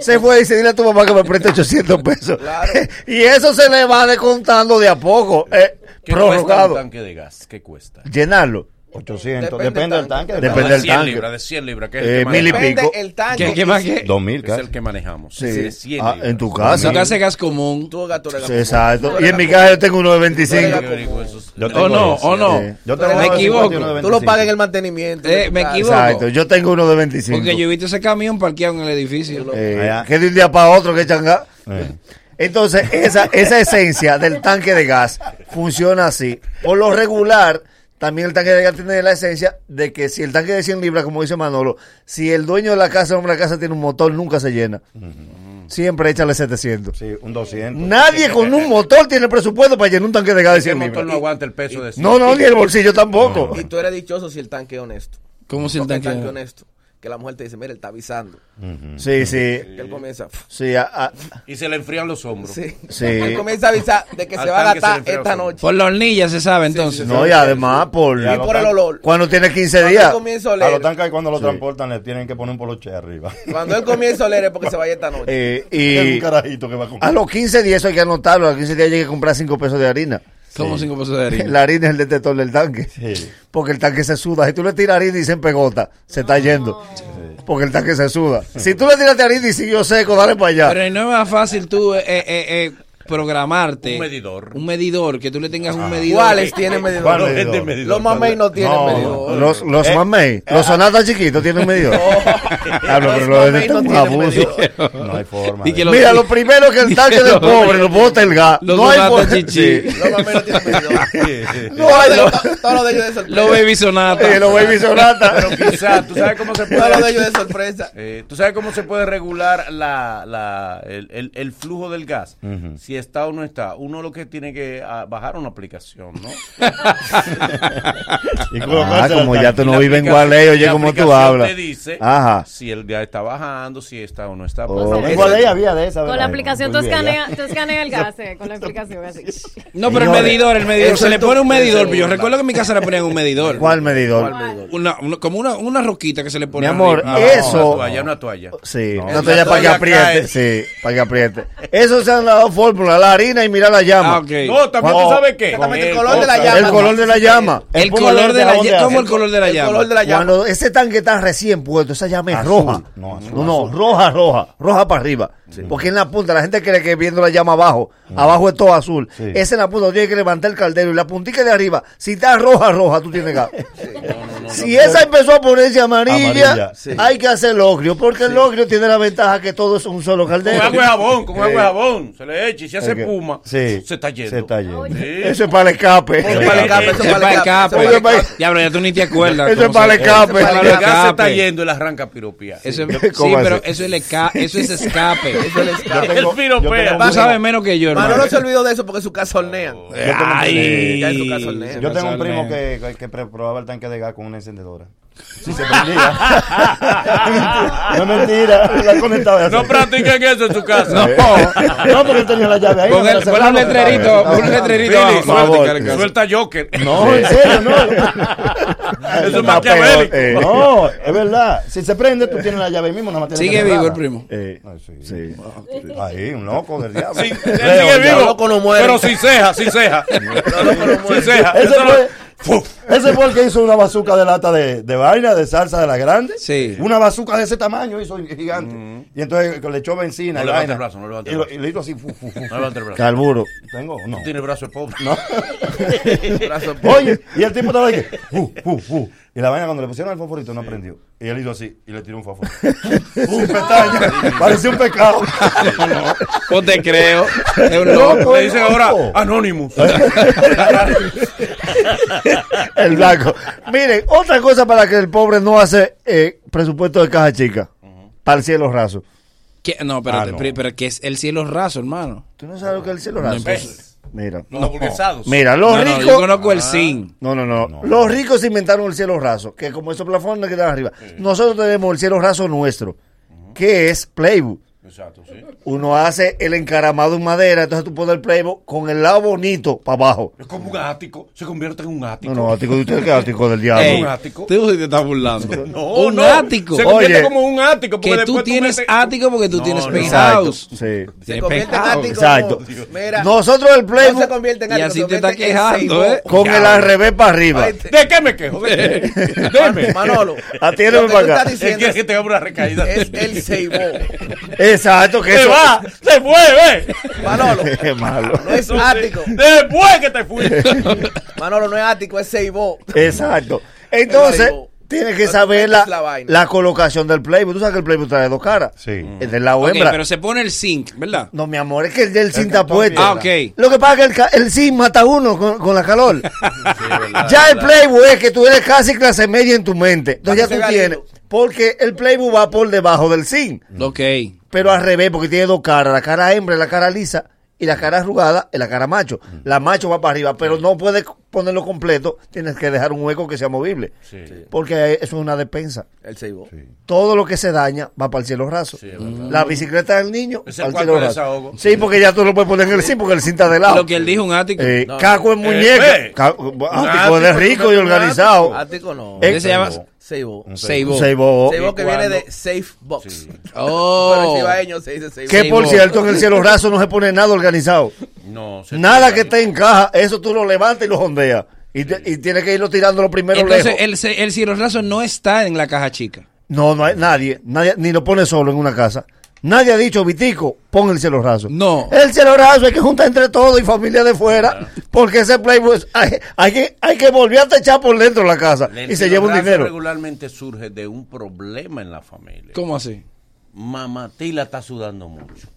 Se fue y dice, dile a tu mamá que me preste 800 pesos. [LAUGHS] y eso se le va descontando de a poco. eh, ¿Qué cuesta un prorrogado. tanque de gas? ¿Qué cuesta? Llenarlo. 800, depende del tanque. Depende del de 100 tanque. libras, de 100 libras. que es Eh, el que mil y manejamos. pico. el tanque. ¿Qué- qué más que- Dos mil, que Es casi. el que manejamos. Sí. De 100 Ah, libras. en tu casa. Tu casa es gas común. Sí, Exacto. Y en mi casa yo tengo uno de 25. Yo O no, o no. Sí. Yo me tengo uno de equivoco. 51 de Tú lo pagas en el mantenimiento. Eh, me equivoco. Exacto. Yo tengo uno de 25. Porque yo he visto ese camión parqueado en el edificio. Eh, que de un día para otro que changa. Entonces, esa, esa esencia del tanque de gas funciona así. Por lo regular, también el tanque de gas tiene la esencia de que si el tanque de 100 libras, como dice Manolo, si el dueño de la casa, el hombre de la casa, tiene un motor, nunca se llena. Siempre échale 700. Sí, un 200. Nadie con un motor tiene presupuesto para llenar un tanque de gas de Ese 100 motor libras. no aguanta el peso de 100. No, no, ni el bolsillo tampoco. Y tú eres dichoso si el tanque es honesto. ¿Cómo si el Porque tanque es- honesto? Que la mujer te dice, mira, él está avisando. Sí, sí. Que él comienza. pf, Sí, a- a- Y se le enfrían los hombros. Sí. [LAUGHS] Sí. Él comienza a avisar de que Al se va a tanque se le gastar enfría esta el noche. Por la hornilla se sabe entonces. No, y además por, Y por el olor. Cuando tiene 15 Cuando días. él comienza a A los oler, tanques cuando lo transportan le tienen que poner un poloche arriba. cuando él comienza a oler es porque se vaya esta noche. Eh, Es y un carajito que va con a los 15 días eso hay que anotarlo. A los 15 días hay que comprar 5 pesos de harina. Como cinco pesos de harina. [LAUGHS] La harina es el detector del tanque. Sí. Porque el tanque se suda. Si tú le tiras harina y se empegota, se está yendo. Porque el tanque se suda. Si tú le tiras harina y siguió seco, dale para allá. Pero no es más fácil tú eh, eh, eh, programarte. Un medidor. Un medidor, que tú le tengas un medidor. Eh, ¿Cuáles tienen medidor? ¿Cuál No, medidor? es de medidor. Los mamey no tienen No. medidor. los los eh, mamey, ah. los sonatas chiquitos [LAUGHS] tienen medio. Hablo, pero lo Los de mamey esto es no un tienen abuso. No hay forma. Y de- que los- Mira, lo primero que [LAUGHS] el tanque del pobre lo bota el gas. Los No hay sonatas forma- chichi. Sí. Los mamey no tienen medidor. No hay To- Todos los de ellos de sorpresa. Los baby sonata. Eh, los baby sonatas. Pero quizás, ¿tú sabes cómo se Todos los de ellos puede... de sorpresa. [LAUGHS] eh, ¿Tú sabes cómo se puede regular la, la- el, el- el flujo del gas? Si está o no está. Uno lo que tiene que ah, bajar una aplicación, [LAUGHS] ¿no? y Ah, colocársela como al ya tanque. tú La no vives en aplica- Gualey, oye la como tú aplicación hablas. te dice Ajá. si el gas está bajando, si está o no está. Oh. pasando. En Gualey había de esa, Con la ¿verdad? aplicación tú Volví allá. escaneas escanea el gas, eh, [LAUGHS] con la aplicación así. No, pero el Señores, medidor, el medidor. eso Se le es tu- pone un medidor. pero Yo eso- recuerdo que en mi casa le ponían un medidor. ¿Cuál medidor? Una, una- como una, una roquita que se le pone. Mi amor, arriba. Una eso. toalla, una toalla. Sí, No, no la te ya para que toalla apriete. Sí, para que apriete. Eso se han dado fórmula, la harina y mira la llama. Ah, ok. No, también tú Oh. sabes qué. Exactamente, el Eh, color de la cosa- llama. El color de la llama. El Espuma color de la jabón llama. ¿Cómo agua. el color de la El llama? color de la llama. Cuando ese tanque está recién puesto, esa llama es Azul. roja. No, azul, no, no, azul. roja, roja, roja para arriba. Porque en la punta, la gente cree que viendo la llama abajo, abajo es todo azul. Sí. Ese en la punta tiene que levantar el caldero y la puntica de arriba, si está roja, roja, tú tienes gas. si esa empezó a ponerse amarilla, Amarilla, sí. hay que hacer locrio, porque el locrio tiene la ventaja que todo es un solo Con caldero. agua y jabón, con Eh, agua y jabón. Se le echa y se hace Ok. puma. Sí. Se está yendo. Se está yendo. Sí. Eso es para el escape. Eso es para el escape, eso Eso es para el escape, escape. eso es para el escape. Ya, pero ya tú ni te acuerdas. Eso es cómo para se- el escape. Eso es para el El gas se está escape. yendo y la arranca piropía. Eso es- [LAUGHS] sí, ¿Cómo pero así? eso es, el esca- eso es [LAUGHS] escape. Yo tengo- El piropea. yo tengo Tú mucho- sabes menos que yo, hermano. Manolo se olvidó de eso porque su casa hornea. Ay. Ya en su casa hornea. Yo tengo un primo que, que- que pre- probaba el tanque de gas con una encendedora. Sí, se prendía. no mentira, la conectaba. No practiquen eso en su [LAUGHS] casa. [LAUGHS] No, no, porque tenía la llave ahí. Pon, no el- me la pon cerraba. un letrerito, pon un letrerito. Billy, abajo, no, suelta- te cargas. Suelta Joker. No, en serio, no. Eso Está es maquiavélico. peor, [LAUGHS] eh. No, es verdad. Si se prende, tú tienes la llave ahí mismo, nada más tienes Sigue que vivo el cerrarla. primo. Eh, Ay, sí. sí. Ahí, un loco del diablo. Sí, él Creo, sigue ya. vivo, loco no muere. pero sin ceja, sin ceja. Sin ceja. Eso Eso fue- lo- Fuf. Ese fue el que hizo una bazuca de lata de, de vaina, de salsa de la grande. Sí. Una bazuca de ese tamaño hizo gigante. Y entonces le echó Mm. No benzina. y levante vaina. el brazo, no levante Y el lo- brazo. Y le hizo así. fu, fu, fu. No levante el brazo. Carburo. Tengo, no. Tiene brazo de pobre. No. [LAUGHS] Brazo Oye, y el tipo estaba ahí. fu, fu, fu. Y la vaina cuando le pusieron el fosforito no prendió. Y él hizo así y le tiró [LAUGHS] un fósforo. un pestaño. Parecía un pecado. No te creo. Es un Loco, loco. Le dicen ahora [LAUGHS] Anonymous. [LAUGHS] El blanco. Miren, otra cosa para que el pobre no hace eh, presupuesto de caja chica. Para el cielo raso. ¿Qué? No, pero, Ah, no. pero, pero que es el cielo raso, hermano. ¿Tú no sabes lo que es el cielo No raso? empieces. Mira. Los hamburguesados. Mira, los No, no, yo ricos. conozco Ah. el zinc. No, no, no, Los ricos se inventaron el cielo raso, que como esos plafones que están arriba. Nosotros tenemos el cielo raso nuestro, que es Playbook. Exacto, sí. Uno hace el encaramado en madera, entonces tú pones el Playbook con el lado bonito para abajo. Es como un ático. Se convierte en un ático. No, no, ático de usted, que [LAUGHS] ático del diablo. Ey, Tú sí te estás burlando. [LAUGHS] No, un no, ático. Se convierte como un ático. porque que tú después tienes metes- ático porque tú No, tienes no. penthouse. Sí. Tienes convierte en penthouse. ático. Exacto. Mira. Nosotros el Playbook. No se convierte en Y algo, así se te estás convierte en quejando, ceibo. ¿eh? Con el al revés para arriba. Ay, ¿De qué me quejo? ¿De qué? [LAUGHS] Deme. [LAUGHS] Manolo, lo Atiéndeme que para tú acá. Él estás diciendo quiere que tenga una recaída. es el [LAUGHS] ceibo. Exacto, que ¡Se eso- va! ¡Se fue, ve! Manolo, [LAUGHS] Qué malo. no es ático. ¡Después que te fuiste! [LAUGHS] Manolo, no es ático, es ceibo. Exacto. Entonces, Playboy. tienes que No te saber la, metas la vaina. la colocación del Playbook. Tú sabes que el Playbook trae dos caras. Sí. El del lado Ok, hembra. pero se pone el zinc, ¿verdad? No, mi amor, es que el del zinc está está puesto. bien. Ah, ok. Lo que pasa es que el, ca- el zinc mata a uno con, con la calor. ya el Playbook es que tú eres casi clase media en tu mente. Entonces ya Para tú que se vea tienes. Porque el Playbook va por debajo del zinc. Ok. Pero al revés, porque tiene dos caras. La cara hembra y la cara lisa. Y la cara arrugada es la cara macho. La macho va para arriba, pero no puedes ponerlo completo. Tienes que dejar un hueco que sea movible. Porque eso es una despensa. El ceibo. Todo lo que se daña va para el cielo raso. la bicicleta del niño Es para el el cielo cuarto de raso. desahogo. Sí, porque ya tú lo puedes poner en el zinc porque el zinc está de lado. Lo que él dijo, un ático. Eh, No. Caco en Eh, muñeca. ve. Caco- Un ático de ático, rico tú y metes un organizado. Ah, pues, Ático no. Eh, ¿Qué se llama? Ceibo. Seibo. Seibo. Ceibo que ¿Cuándo? viene de safe box. [LAUGHS] [LAUGHS] Pero el Oh. cibaeño se dice ceibo. Que por cierto, en el [LAUGHS] cielo raso no se pone nada organizado. No, se Nada tira. que te encaja, eso tú lo levantas y lo ondeas. Y, te- y tienes que irlo tirando lo primero Entonces, lejos. el, ce- el cielo raso no está en la caja chica. No, no hay nadie, nadie, ni lo pone solo en una casa. Nadie ha dicho, Vitico, pon el cielo raso. No. El cielo raso hay que juntar entre todos y familia de fuera, porque ese playboy es- hay, hay que, hay que volver a techar por dentro la casa El y se lleva un embarazo dinero. regularmente surge de un problema en la familia. ¿Cómo así? Mamá Tila está sudando mucho.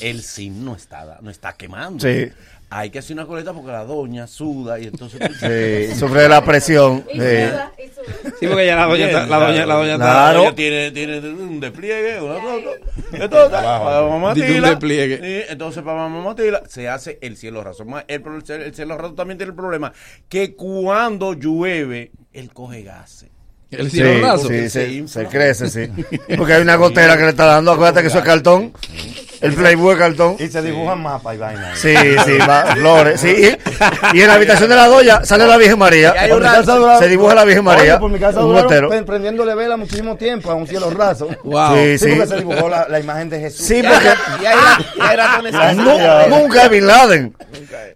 El sim no está, no está quemando. Sí. Hay que hacer una coleta porque la doña suda y entonces... Sí, sobre la presión. sí. Y suda, y suda. Sí, porque ya la doña está. La doña, la doña está- Claro. Ella tiene, tiene un despliegue, una cosa. Entonces, para mamá Dice un Tila, despliegue. sí, entonces, para mamá Tila, se hace el cielo raso. Ma- El, pro- el cielo raso también tiene el problema que cuando llueve, él coge gases. El Sí, cielo raso. sí, Se se, infla. se crece, [LAUGHS] sí. Porque hay una gotera que le está dando, acuérdate que eso es cartón. El playboy es cartón. [LAUGHS] Y se dibujan mapas y vaina. Sí, sí, va, flores. Sí. Y, y en la habitación de la doña sale la Virgen María. Y hay un Por mi casa raso. duraron- Se dibuja la Virgen María. Oye, por mi casa un duraron gotero. pre- prendiéndole vela muchísimo tiempo a un [LAUGHS] cielo raso. Wow. Sí, Sí, sí. porque se dibujó la, la imagen de Jesús. Sí, Y porque hay, y hay, y hay [LAUGHS] ratones así. nu- nunca Bin Laden.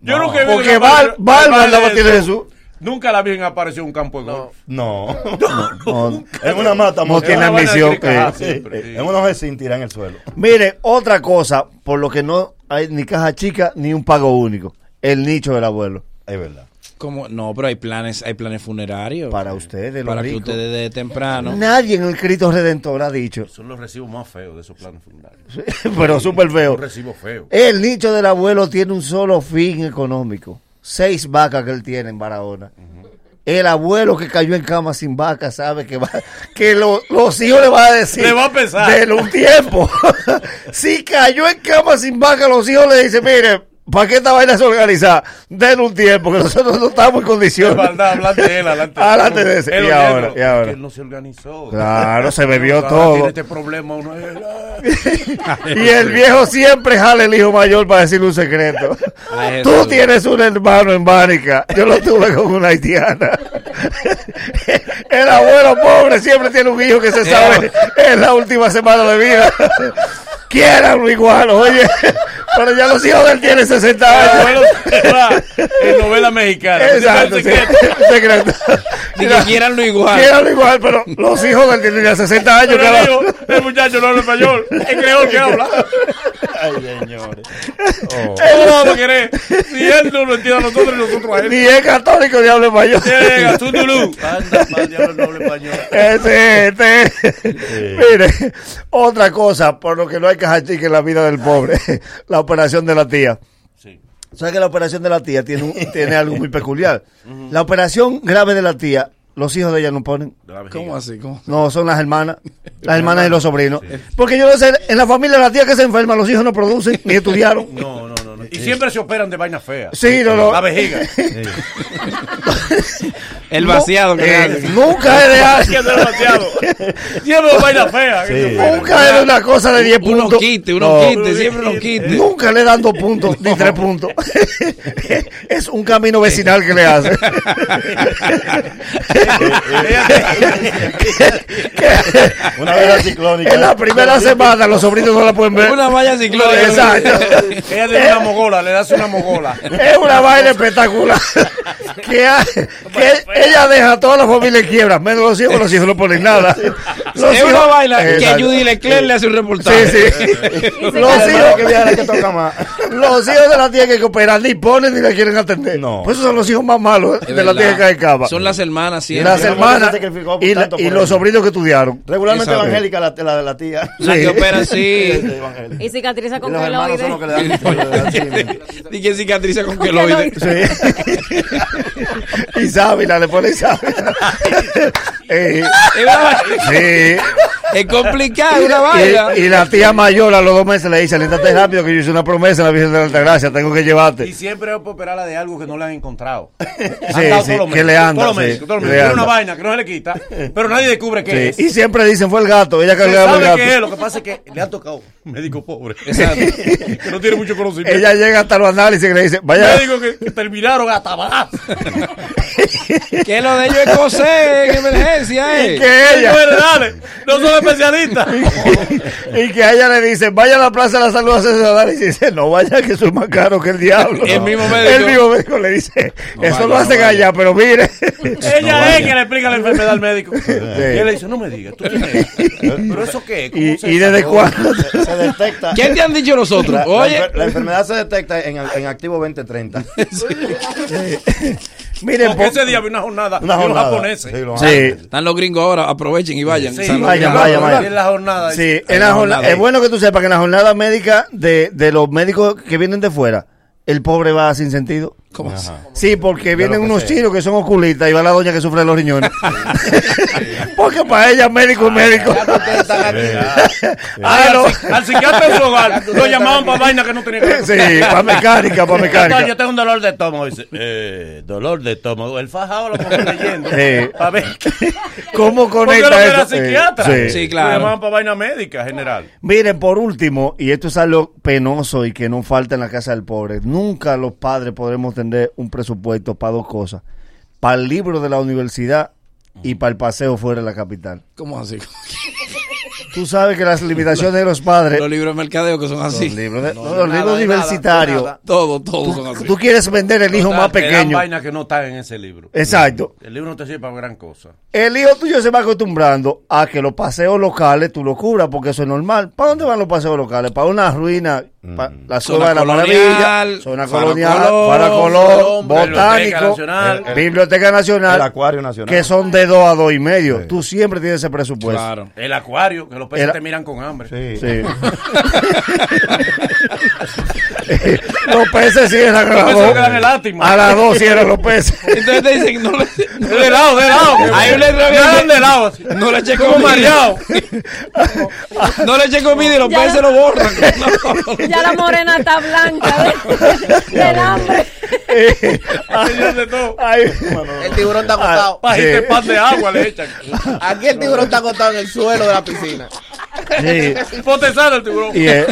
Yo nunca he visto Porque que Val- aparezca- Val mandaba aparezca tiene eso. Jesús. Nunca la Virgen apareció en un campo de golf. No, [LAUGHS] no, es una mata, No amor. tiene Es una vaina admisión, de cricaja, eh. siempre. Sí. Es una hoja sin tirar en el suelo. ah, Mire, otra cosa por lo que no hay ni caja chica ni un pago único. El nicho del abuelo. Es verdad. Como, no, pero hay planes, hay planes funerarios. Para ustedes, los Para que ricos. ustedes de temprano. Nadie en el Cristo Redentor ha dicho. Son los recibos más feos de esos planes funerarios. [LAUGHS] Pero súper feo. Eh, Un recibo feo. El nicho del abuelo tiene un solo fin económico. Seis vacas que él tiene en Barahona. El abuelo que cayó en cama sin vaca sabe que va, que lo- los hijos le van a decir. Le va a pesar. De un [LAUGHS] tiempo. si cayó en cama sin vaca, los hijos le dicen, mire, ¿para qué esta vaina se organiza? Den un tiempo, que nosotros no estamos en De condiciones. verdad, adelante de él, adelante. Adelante de ese. Él Y oyendo, ahora, y ahora. que Él no se organizó. [LAUGHS] Claro, se bebió Ahora todo. Tiene este problema uno. [LAUGHS] Y el viejo siempre jale el hijo mayor para decirle un secreto. [LAUGHS] Ah, eso Tú es. tienes un hermano en Bánica. Yo lo tuve con una haitiana. El abuelo pobre siempre tiene un hijo que se sabe en la última semana de vida. Quieran igual, oye. Pero ya los hijos de él tienen Ah, 60 años. en novela mexicana. Exacto, sí. [LAUGHS] Secreto. Ni que quieran lo igual. Quieran lo igual, pero los hijos de él tienen ya 60 años. Pero cada- digo, el muchacho no habla español, es creol que habla. Ay, señores. Oh. ¿Cómo [LAUGHS] vamos a querer? Si él no lo entiende a nosotros y nosotros a él. Ni es católico ni habla español. [LAUGHS] Llega, tú, Tulú. Ese, este. Mire, otra cosa por lo que no hay que hashtag en la vida del pobre, [LAUGHS] la operación de la tía. ¿Sabes que la operación de la tía tiene, un- tiene algo muy peculiar? La operación grave de la tía, los hijos de ella no ponen. ¿Cómo así? ¿Cómo? No, son las hermanas. [LAUGHS] Las hermanas y los sobrinos. Porque yo no sé, en la familia de la tía que se enferma, los hijos no producen, ni estudiaron. No, no, no, no. Y siempre se operan de vaina fea. Sí, no, no. La [LAUGHS] vejiga. El vaciado que Eh, hace. Nunca [LAUGHS] es de Siempre [LAUGHS] es vaciado. [LAUGHS] Siempre es [LAUGHS] vaina fea. Nunca era una cosa de 10 puntos. Unos quites, unos quites, siempre unos quites. Nunca le [LAUGHS] dan dos puntos ni tres puntos. [LAUGHS] es un camino vecinal que le hace. [LAUGHS] Una vela ciclónica. en la primera semana los sobrinos no la pueden ver. Una valla ciclónica. Exacto. Eh, Ella tiene una mogola, le das una mogola. Es una [LAUGHS] vaina espectacular. que, ha- que ella deja a toda la familia en quiebra, menos los hijos, los hijos no ponen nada. Los es una vaina que Exacto. Judy Leclerc le hace un reportaje. Sí, sí. [LAUGHS] Los Los hijos hijos- que [LAUGHS] Los hijos de la tía que cooperan ni ponen ni la quieren atender. No. Pues esos son los hijos más malos Es de la tía verdad. que cae en cava. Son las hermanas siempre. Las hermanas se sacrificó y, la- tanto y por los él. sobrinos que estudiaron. Regularmente Exacto. evangélica la, la, [LAUGHS] la tía. Las que operan, [LAUGHS] sí. Y cicatriza con los hermanos son los que le dan [LAUGHS] queloide. Y que cicatriza con queloide. [LAUGHS] Y sábila, le ponen sábila. [LAUGHS] Eh, Es una vaina- sí. Es complicado, una vaina. Y, y la tía mayor a los dos meses le dice, aléntate rápido que yo hice una promesa a la Virgen de la Altagracia, tengo que llevarte. Y siempre es para operarla de algo que no le han encontrado. [LAUGHS] sí, que le anda, Todo lo sí, médico, todo lo médico. que le Tiene una anda. vaina que no se le quita, pero nadie descubre qué es. Sí, Y siempre dicen, fue el gato, ella Se cargaba el sabe gato. qué es, lo que pasa es que le ha tocado un médico [LAUGHS] pobre. que no tiene mucho conocimiento. Ella llega hasta los análisis y le dice, vaya. Médico que, que terminaron a [LAUGHS] tabalas. Que lo de ellos es coser en emergencia, eh. [LAUGHS] Y que ella- No, dale, no son especialistas. [LAUGHS] y que a ella le dicen, vaya a la Plaza de la Salud a hacer ese análisis. Y dice, no vaya, que eso es más caro que el diablo. El mismo médico. El mismo médico le dice, eso vaya, lo hacen no vaya. allá, pero [LAUGHS] mire. Ella es que le explica la enfermedad al médico. Y él le Sí. dice, no me digas, tú [LAUGHS] tienes. Pero eso qué es? ¿Cómo ¿Y, se y desde desarrolla? cuándo? [LAUGHS] Se, se detecta. ¿Qué te han dicho nosotros? La, la Oye, enfer- la enfermedad se detecta en, en activo [LAUGHS] 2030. [LAUGHS] Miren, Porque po- ese día había una jornada Una de unos jornada. japoneses. Sí, los Sí. están los gringos ahora, aprovechen y vayan. Sí, O sea, los vayan, gringos- vayan, vayan. En la jornada. Sí, en en la jornada. la jornada. Es bueno que tú sepas que en la jornada médica de, de los médicos que vienen de fuera, el pobre va sin sentido. ¿Cómo así? Sí, porque vienen que unos sea. chinos que son oculistas y va la doña que sufre de [LAUGHS] los riñones. [LAUGHS] porque para ella médico es médico. [LAUGHS] Ah, no. Al, psi- al psiquiatra en su [LAUGHS] hogar lo llamaban para vaina que no tenía que ver. Sí, para [LAUGHS] mecánica, para Doctor, mecánica. yo tengo un dolor de estómago. Dice, eh, dolor de estómago. El fajado lo estoy leyendo. Sí. A ver. [LAUGHS] ¿Cómo Porque no conecta era eso? psiquiatra. Sí. Sí, Lo claro. llamaban para vaina médica, general. Miren, por último, y esto es algo penoso y que no falta en la casa del pobre, nunca los padres podremos tener un presupuesto para dos cosas, para el libro de la universidad y para el paseo fuera de la capital. ¿Cómo así? Tú sabes que las limitaciones de los padres, Los libros de mercadeo que son así. los libros, de- los nada, libros de nada, universitarios, de nada. Todos, todos son así. tú quieres vender el hijo más Te dan pequeño. vainas que no están en ese libro. Exacto. El libro no te sirve para gran cosa. El hijo tuyo se va acostumbrando a que los paseos locales tú los cubras porque eso es normal. ¿Para dónde van los paseos locales? Para una ruina, pa- la Zona cueva de la colonial, maravilla, zona Faro colonial, Colón, para Colón, Colón, Biblioteca botánico, Nacional. el- biblioteca El nacional, acuario nacional. que son de dos a dos y medio. Tú siempre tienes ese presupuesto. Claro. El acuario, que los peces El- te miran con hambre. Sí. Sí. [LAUGHS] los peces cierran a Los las peces quedan en dos. lástima. A las dos cierran los peces. Entonces te dicen, no le. De lado, de lado. Hay un letrero que Quedan dice, de lado. así. No le eché Como comida. mareado. No le eché comida y los Ya. peces lo borran. Ya la morena [LAUGHS] está blanca de- del hambre. Tenían de todo. Ay, El tiburón está acostado. Pajita Sí. de pan de agua le echan. Aquí el tiburón está acostado en el suelo de la piscina. Sí. [LAUGHS] Ponte sano el tiburón. Y [LAUGHS] el,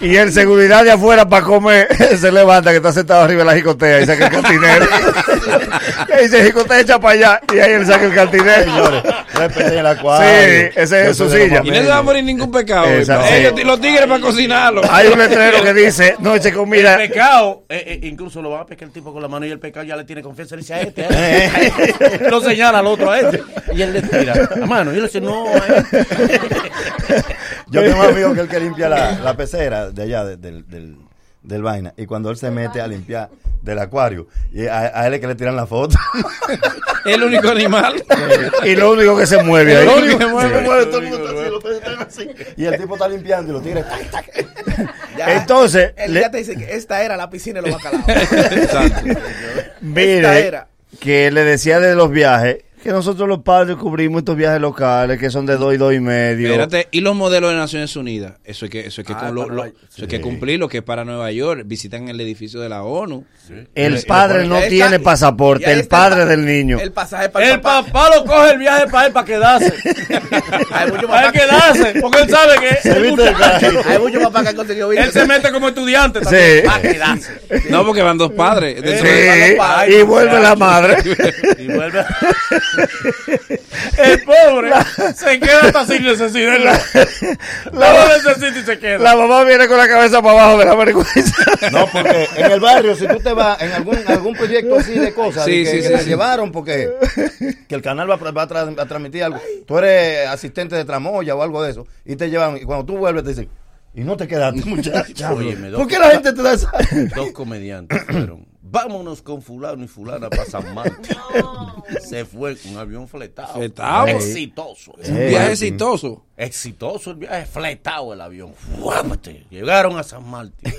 y el seguridad de afuera para comer [LAUGHS] se levanta que está sentado arriba de la jicotea y saca [LAUGHS] el cantinero. y dice, jicotea echa para allá. Y ahí él saca el cantinero. Respeten la cual. Sí, ese es su silla. Y no se va a morir ningún pecado. hoy, Exacto. pa. Ellos, los tigres para cocinarlo. Hay un letrero que dice, noche comida. El pecado, eh, eh, incluso lo va a pescar el tipo con la mano y el pecado ya le tiene confianza. Le dice a este, a [LAUGHS] este. lo señala al otro, a este. Y él le tira la mano. Y él le dice, no, a este. [LAUGHS] Yo tengo un amigo que él que limpia la, la pecera de allá, de- del, del, del vaina. Y cuando él se mete a limpiar del acuario, y a, a él es que le tiran la foto. El único [LAUGHS] animal. Y lo único que se mueve ahí. Lo único que mueve, mueve, todo el mundo está así, los peces están así. Y el tipo está limpiando y los tigres. tac, tac. Ya, Entonces, él le- ya te dice que esta era la piscina de los bacalaos. [LAUGHS] Esta Mire, era. que le decía de los viajes, que nosotros los padres cubrimos estos viajes locales, que son de dos y dos y medio. Espérate, y los modelos de Naciones Unidas, eso es que eso es que, Ah, con lo- para lo- Nueva- eso es que cumplir lo que es para Nueva York, visitan el edificio de la ONU. Eh, El padre no tiene pasaporte, el padre del niño. El pasaje para el, El papá lo coge el viaje para él, para [LAUGHS] quedarse. para él quedarse. Porque él sabe que. Se viste de muchacho- Hay muchos papás que han conseguido vida. [LAUGHS] Él se mete como estudiante también. Sí. Para quedarse. Ah, No, porque van dos padres. Sí, Entonces- Ay, y vuelve la muchacho. madre. [LAUGHS] [LAUGHS] Y vuelve. El pobre se queda hasta sin necesidad. la- La, no lo necesita y se queda. La mamá viene con la cabeza para abajo de la vergüenza. [LAUGHS] No, porque en el barrio, si tú te vas en algún, algún proyecto así de cosas, Sí, de que, sí, que sí, te sí. llevaron porque que el canal va, a- va a, tra- a transmitir algo. Tú eres asistente de tramoya o algo de eso, y te llevan, y cuando tú vuelves te dicen, y no te [LAUGHS] quedaste, muchacho. Óyeme, ¿Por doc- qué la gente te da esa? Dos comediantes fueron. Vámonos con fulano y fulana para San Martín. Se fue con un avión fletado. Fletado. Exitoso. Es un viaje exitoso. Exitoso el viaje, fletado el avión. Fuámate. Llegaron a San Martín.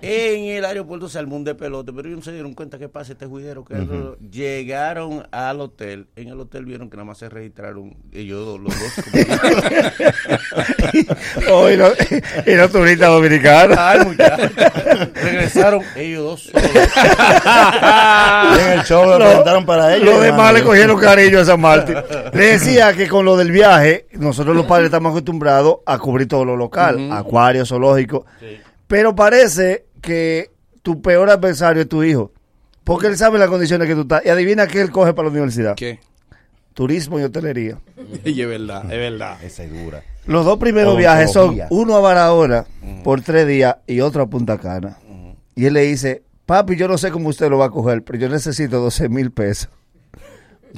En el aeropuerto se armó un de pelote, pero ellos no se dieron cuenta que pasa este juidero. Que Ujú. Llegaron al hotel. En el hotel vieron que nada más se registraron ellos los [LAUGHS] dos. comediantes. Oh, y, los, y los turistas dominicanos. Ay, muchachos. Regresaron ellos dos solos. Y en el show lo presentaron para ellos. Los demás hermano. le cogieron cariño a San Martín. Le decía que con lo del viaje, nosotros los padres estamos acostumbrados a cubrir todo lo local, Ujú. acuario, zoológico. Pero parece que tu peor adversario es tu hijo. Porque él sabe las condiciones que tú estás. Y adivina qué él coge para la universidad. ¿Qué? Turismo y hotelería. [LAUGHS] Y es verdad, es verdad. Esa es dura. Oh, Los dos Oh, primeros Odontología. viajes son uno a Barahona por tres días y otro a Punta Cana. Y él le dice, papi, yo no sé cómo usted lo va a coger, pero yo necesito 12 mil pesos.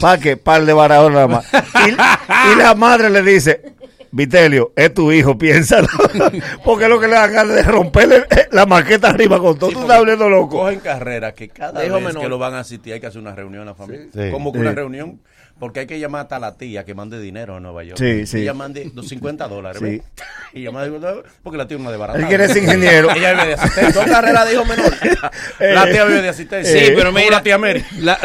¿Para qué? Para el de Barahona nada más. Y, y la madre le dice, Vitelio, es tu hijo, piénsalo. [LAUGHS] Porque es lo que le da ganas de romperle la maqueta arriba con todo. Sí, porque Tú estás hablando loco. Cogen carreras que cada Hijo vez menor. que lo van a asistir hay que hacer una reunión en la familia. Sí. Como que una Sí. reunión, porque hay que llamar hasta la tía que mande dinero a Nueva York. Sí, sí. Ella mande los 50 dólares. Sí. ¿ves? [LAUGHS] Y llama porque la tía es una de barata. Él quiere ser ingeniero. [LAUGHS] Eh, Ella vive de asistencia. Dos carreras de hijo [LAUGHS] menor. La tía vive de asistencia. Sí, pero Eh, Como mira- La tía Mary. La,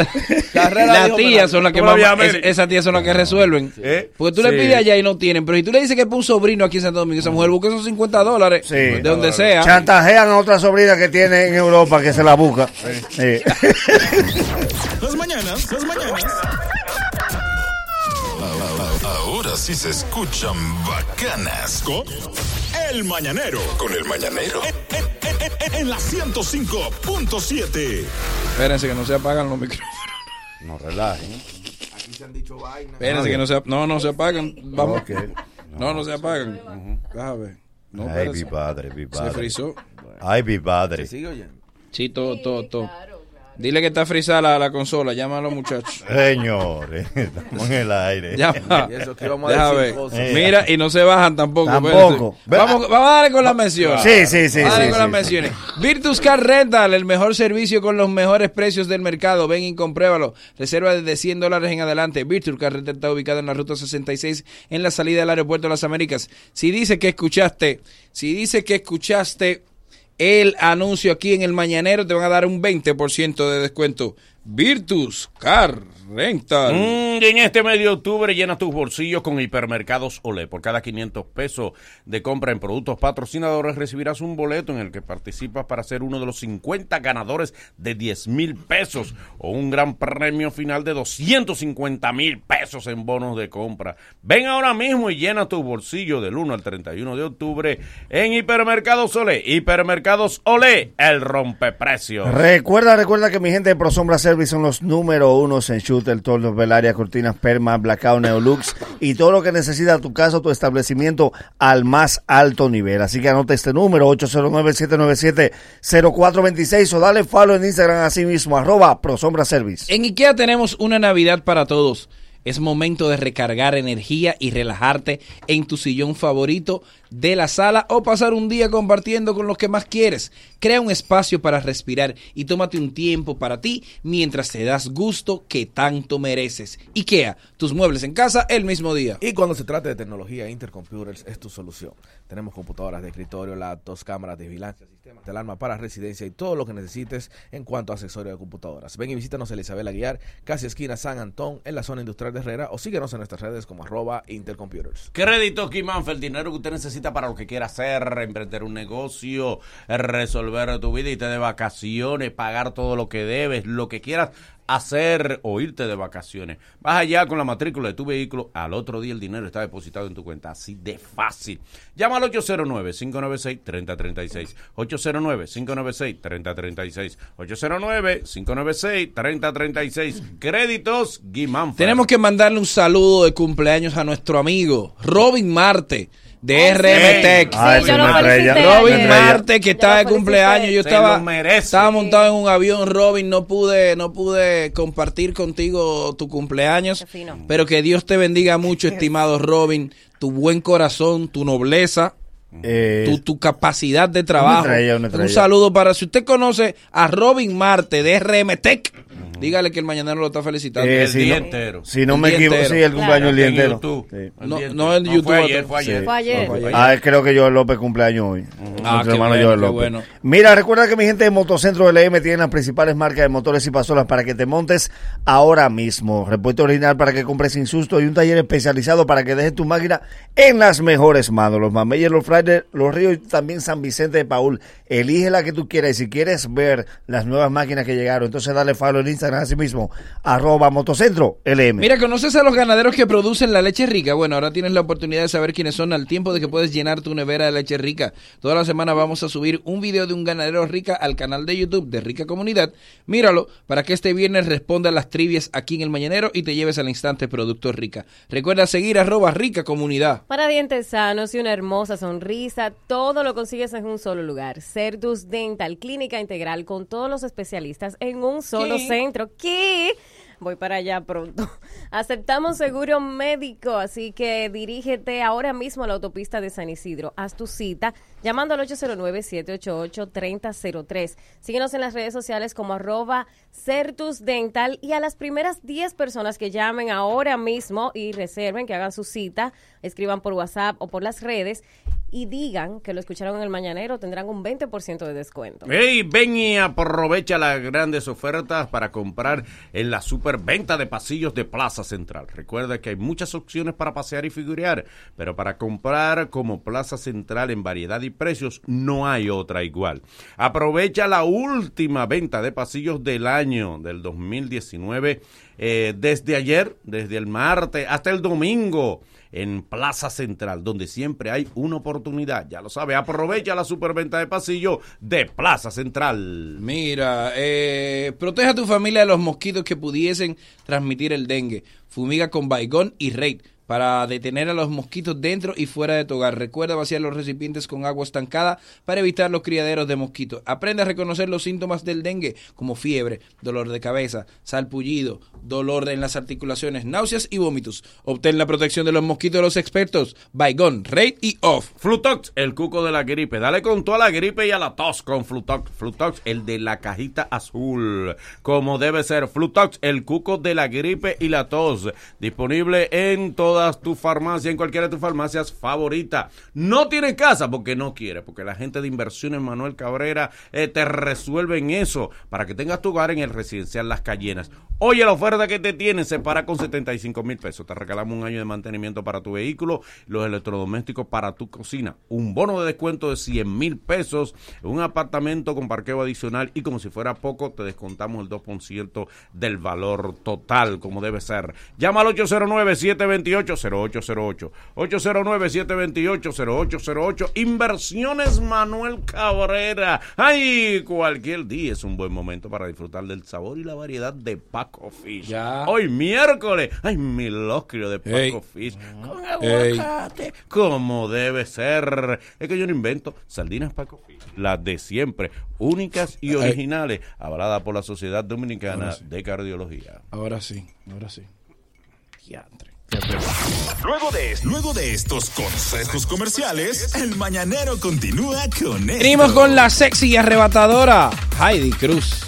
Carrera las de homenaje. tías son las que Como la más, vía es- Mary. esas tías son las que resuelven. ¿Eh? Porque tú Sí. le pides allá y no tienen, pero si tú le dices que es para un sobrino aquí en Santo Domingo, esa mujer busca esos 50 dólares de donde sea. Chantajean a otra sobrina que tiene en Europa que se la busca. Sí. [LAUGHS] Las mañanas, las mañanas. Ahora sí se escuchan bacanas. Con el mañanero. Eh, Con el mañanero. En, en- eh, en- en la 105.7. Espérense que no se apagan los micrófonos. No relajen. Espérense que no se ap- No, no se apagan. Vamos. Ok. No, no se apagan. Déjame. No, Ay, espérense. mi padre, mi padre. Se frizó. Ay, mi padre. Sí, todo, todo, todo. Dile que está frisada la, la consola. Llama a los muchachos. [LAUGHS] Señores, estamos en el [LAUGHS] aire. Llama. Y eso que íbamos a Deja decir ver. cosas. Mira, y no se bajan tampoco. Eh, Tampoco. ah, espérense. Vamos, vamos a darle con las menciones. Sí, sí, sí, Vamos a darle con sí, sí, las sí. menciones. Virtus Car Rental, el mejor servicio con los mejores precios del mercado. Ven y compruébalo. Reserva desde 100 dólares en adelante. Virtus Car Rental está ubicada en la ruta 66 en la salida del aeropuerto de las Américas. Si dice que escuchaste, si dice que escuchaste el anuncio aquí en el Mañanero, te van a dar un 20% de descuento. Virtus Car Rental. Mm, y en este mes de octubre llena tus bolsillos con hipermercados Olé. Por cada 500 pesos de compra en productos patrocinadores recibirás un boleto en el que participas para ser uno de los 50 ganadores de 10 mil pesos o un gran premio final de 250 mil pesos en bonos de compra. Ven ahora mismo y llena tus bolsillos del 1 al 31 de octubre en hipermercados Olé. Hipermercados Olé, el rompeprecios. Recuerda, recuerda que mi gente de ProSombra Service son los número uno en shooter, tornos, velaria, cortinas, perma, blackout, neolux y todo lo que necesita tu casa o tu establecimiento al más alto nivel. Así que anota este número, 809-797-0426 o dale follow en Instagram así mismo, arroba ProSombra Service. En IKEA tenemos una Navidad para todos. Es momento de recargar energía y relajarte en tu sillón favorito de la sala o pasar un día compartiendo con los que más quieres. Crea un espacio para respirar y tómate un tiempo para ti mientras te das gusto que tanto mereces. IKEA, tus muebles en casa el mismo día. Y cuando se trata de tecnología, Intercomputers es tu solución. Tenemos computadoras de escritorio, laptops, cámaras de vigilancia, sistemas de alarma para residencia y todo lo que necesites en cuanto a accesorios de computadoras. Ven y visítanos en la Isabel Aguiar, casi esquina San Antón, en la zona industrial de Herrera, o síguenos en nuestras redes como arroba Intercomputers. Créditos Guimánfer, el dinero que usted necesita para lo que quiera hacer, emprender un negocio, resolver tu vida, irte de vacaciones, pagar todo lo que debes, lo que quieras hacer o irte de vacaciones. Vas allá con la matrícula de tu vehículo, al otro día el dinero está depositado en tu cuenta, así de fácil. Llama al 809-596-3036, 809-596-3036, 809-596-3036, Créditos Guimánfer. Tenemos que mandarle un saludo de cumpleaños a nuestro amigo Robin Marte de RMTech. sí. Ay, Sí, yo sí, lo me felicité estrella, Robin me estrella. Marte que está de cumpleaños. Yo Se estaba, lo estaba montado en un avión, Robin. No pude, no pude compartir contigo tu cumpleaños. fino. Pero que Dios te bendiga [LAUGHS] mucho, estimado Robin. Tu buen corazón, tu nobleza. tu, tu capacidad de trabajo. estrella, Eh, una estrella. Un saludo para si usted conoce a Robin Marte de RMTech, dígale que el mañanero lo está felicitando. Eh, El si día no- entero. si no El me día equivoco, entero. sí, el cumpleaños el día En entero. YouTube. Sí. El No, día entero. no en YouTube. Fue ayer, fue Sí. ayer. Fue ayer. No, fue Ah, creo que Joel López cumpleaños hoy. Ah, Nuestro qué hermano bueno, Joel qué López. bueno. Mira, recuerda que mi gente de Motocentro LM tiene las principales marcas de motores y pasolas para que te montes ahora mismo. Repuesto original para que compres sin susto y un taller especializado para que dejes tu máquina en las mejores manos. Los Mameyes, los Fridays, los Ríos y también San Vicente de Paul. Elige la que tú quieras y si quieres ver las nuevas máquinas que llegaron, entonces dale follow en Instagram así mismo, arroba Motocentro LM. Mira, ¿conoces a los ganaderos que producen la leche rica? Bueno, ahora tienes la oportunidad de saber quiénes son al tiempo de que puedes llenar tu nevera de leche rica. Toda la semana vamos a subir un video de un ganadero rica al canal de YouTube de Rica Comunidad. Míralo para que este viernes responda a las trivias aquí en El Mañanero y te lleves al instante Productos Rica. Recuerda seguir arroba Rica Comunidad. Para dientes sanos y una hermosa sonrisa, todo lo consigues en un solo lugar. Certus Dental, clínica integral con todos los especialistas en un solo ¿Qué? centro. ¿Qué? Voy para allá pronto. [LAUGHS] Aceptamos seguro médico, así que dirígete ahora mismo a la autopista de San Isidro. Haz tu cita llamando al 809-788-3003. Síguenos en las redes sociales como arroba Certus Dental y a las primeras 10 personas que llamen ahora mismo y reserven, que hagan su cita, escriban por WhatsApp o por las redes y digan que lo escucharon en el mañanero, tendrán un 20% de descuento. Hey, ven y aprovecha las grandes ofertas para comprar en la superventa de pasillos de Plaza Central. Recuerda que hay muchas opciones para pasear y figurear, pero para comprar como Plaza Central en variedad y precios no hay otra igual. Aprovecha la última venta de pasillos del año del 2019 eh, desde ayer, desde el martes hasta el domingo en Plaza Central, donde siempre hay una oportunidad. Ya lo sabe, aprovecha la superventa de pasillo de Plaza Central. Mira, eh, protege a tu familia de los mosquitos que pudiesen transmitir el dengue. Fumiga con baigón y raid para detener a los mosquitos dentro y fuera de tu hogar. Recuerda vaciar los recipientes con agua estancada para evitar los criaderos de mosquitos. Aprende a reconocer los síntomas del dengue como fiebre, dolor de cabeza, salpullido, dolor en las articulaciones, náuseas y vómitos. Obtén la protección de los mosquitos de los expertos. Baigón, raid y off. Flutox, el cuco de la gripe. Dale con toda la gripe y a la tos con Flutox. Flutox, el de la cajita azul. Como debe ser. Flutox, el cuco de la gripe y la tos. Disponible en todas todas tus farmacias, en cualquiera de tus farmacias favoritas. No tiene casa porque no quiere, porque la gente de inversiones Manuel Cabrera eh, te resuelven eso para que tengas tu hogar en el residencial Las Cayenas. Oye, la oferta que te tienen se para con 75 mil pesos. Te regalamos un año de mantenimiento para tu vehículo, los electrodomésticos para tu cocina, un bono de descuento de 100 mil pesos, un apartamento con parqueo adicional y como si fuera poco, te descontamos el 2% del valor total, como debe ser. Llama al 809-728-0808. 809-728-0808. Inversiones Manuel Cabrera. ¡Ay! Cualquier día es un buen momento para disfrutar del sabor y la variedad de Paco Fish. Hoy miércoles. ¡Ay, milocrio de Paco Ey. Fish! ¿Mm? Con Ey. aguacate. Como debe ser. Es que yo no invento. Sardinas Paco Fish. Las de siempre. Únicas y Ey. originales. Avaladas por la Sociedad Dominicana Ahora sí. de Cardiología. Ahora sí, ahora sí. Luego de, luego de estos consejos comerciales, el mañanero continúa con esto. Venimos con la sexy y arrebatadora Heidi Cruz.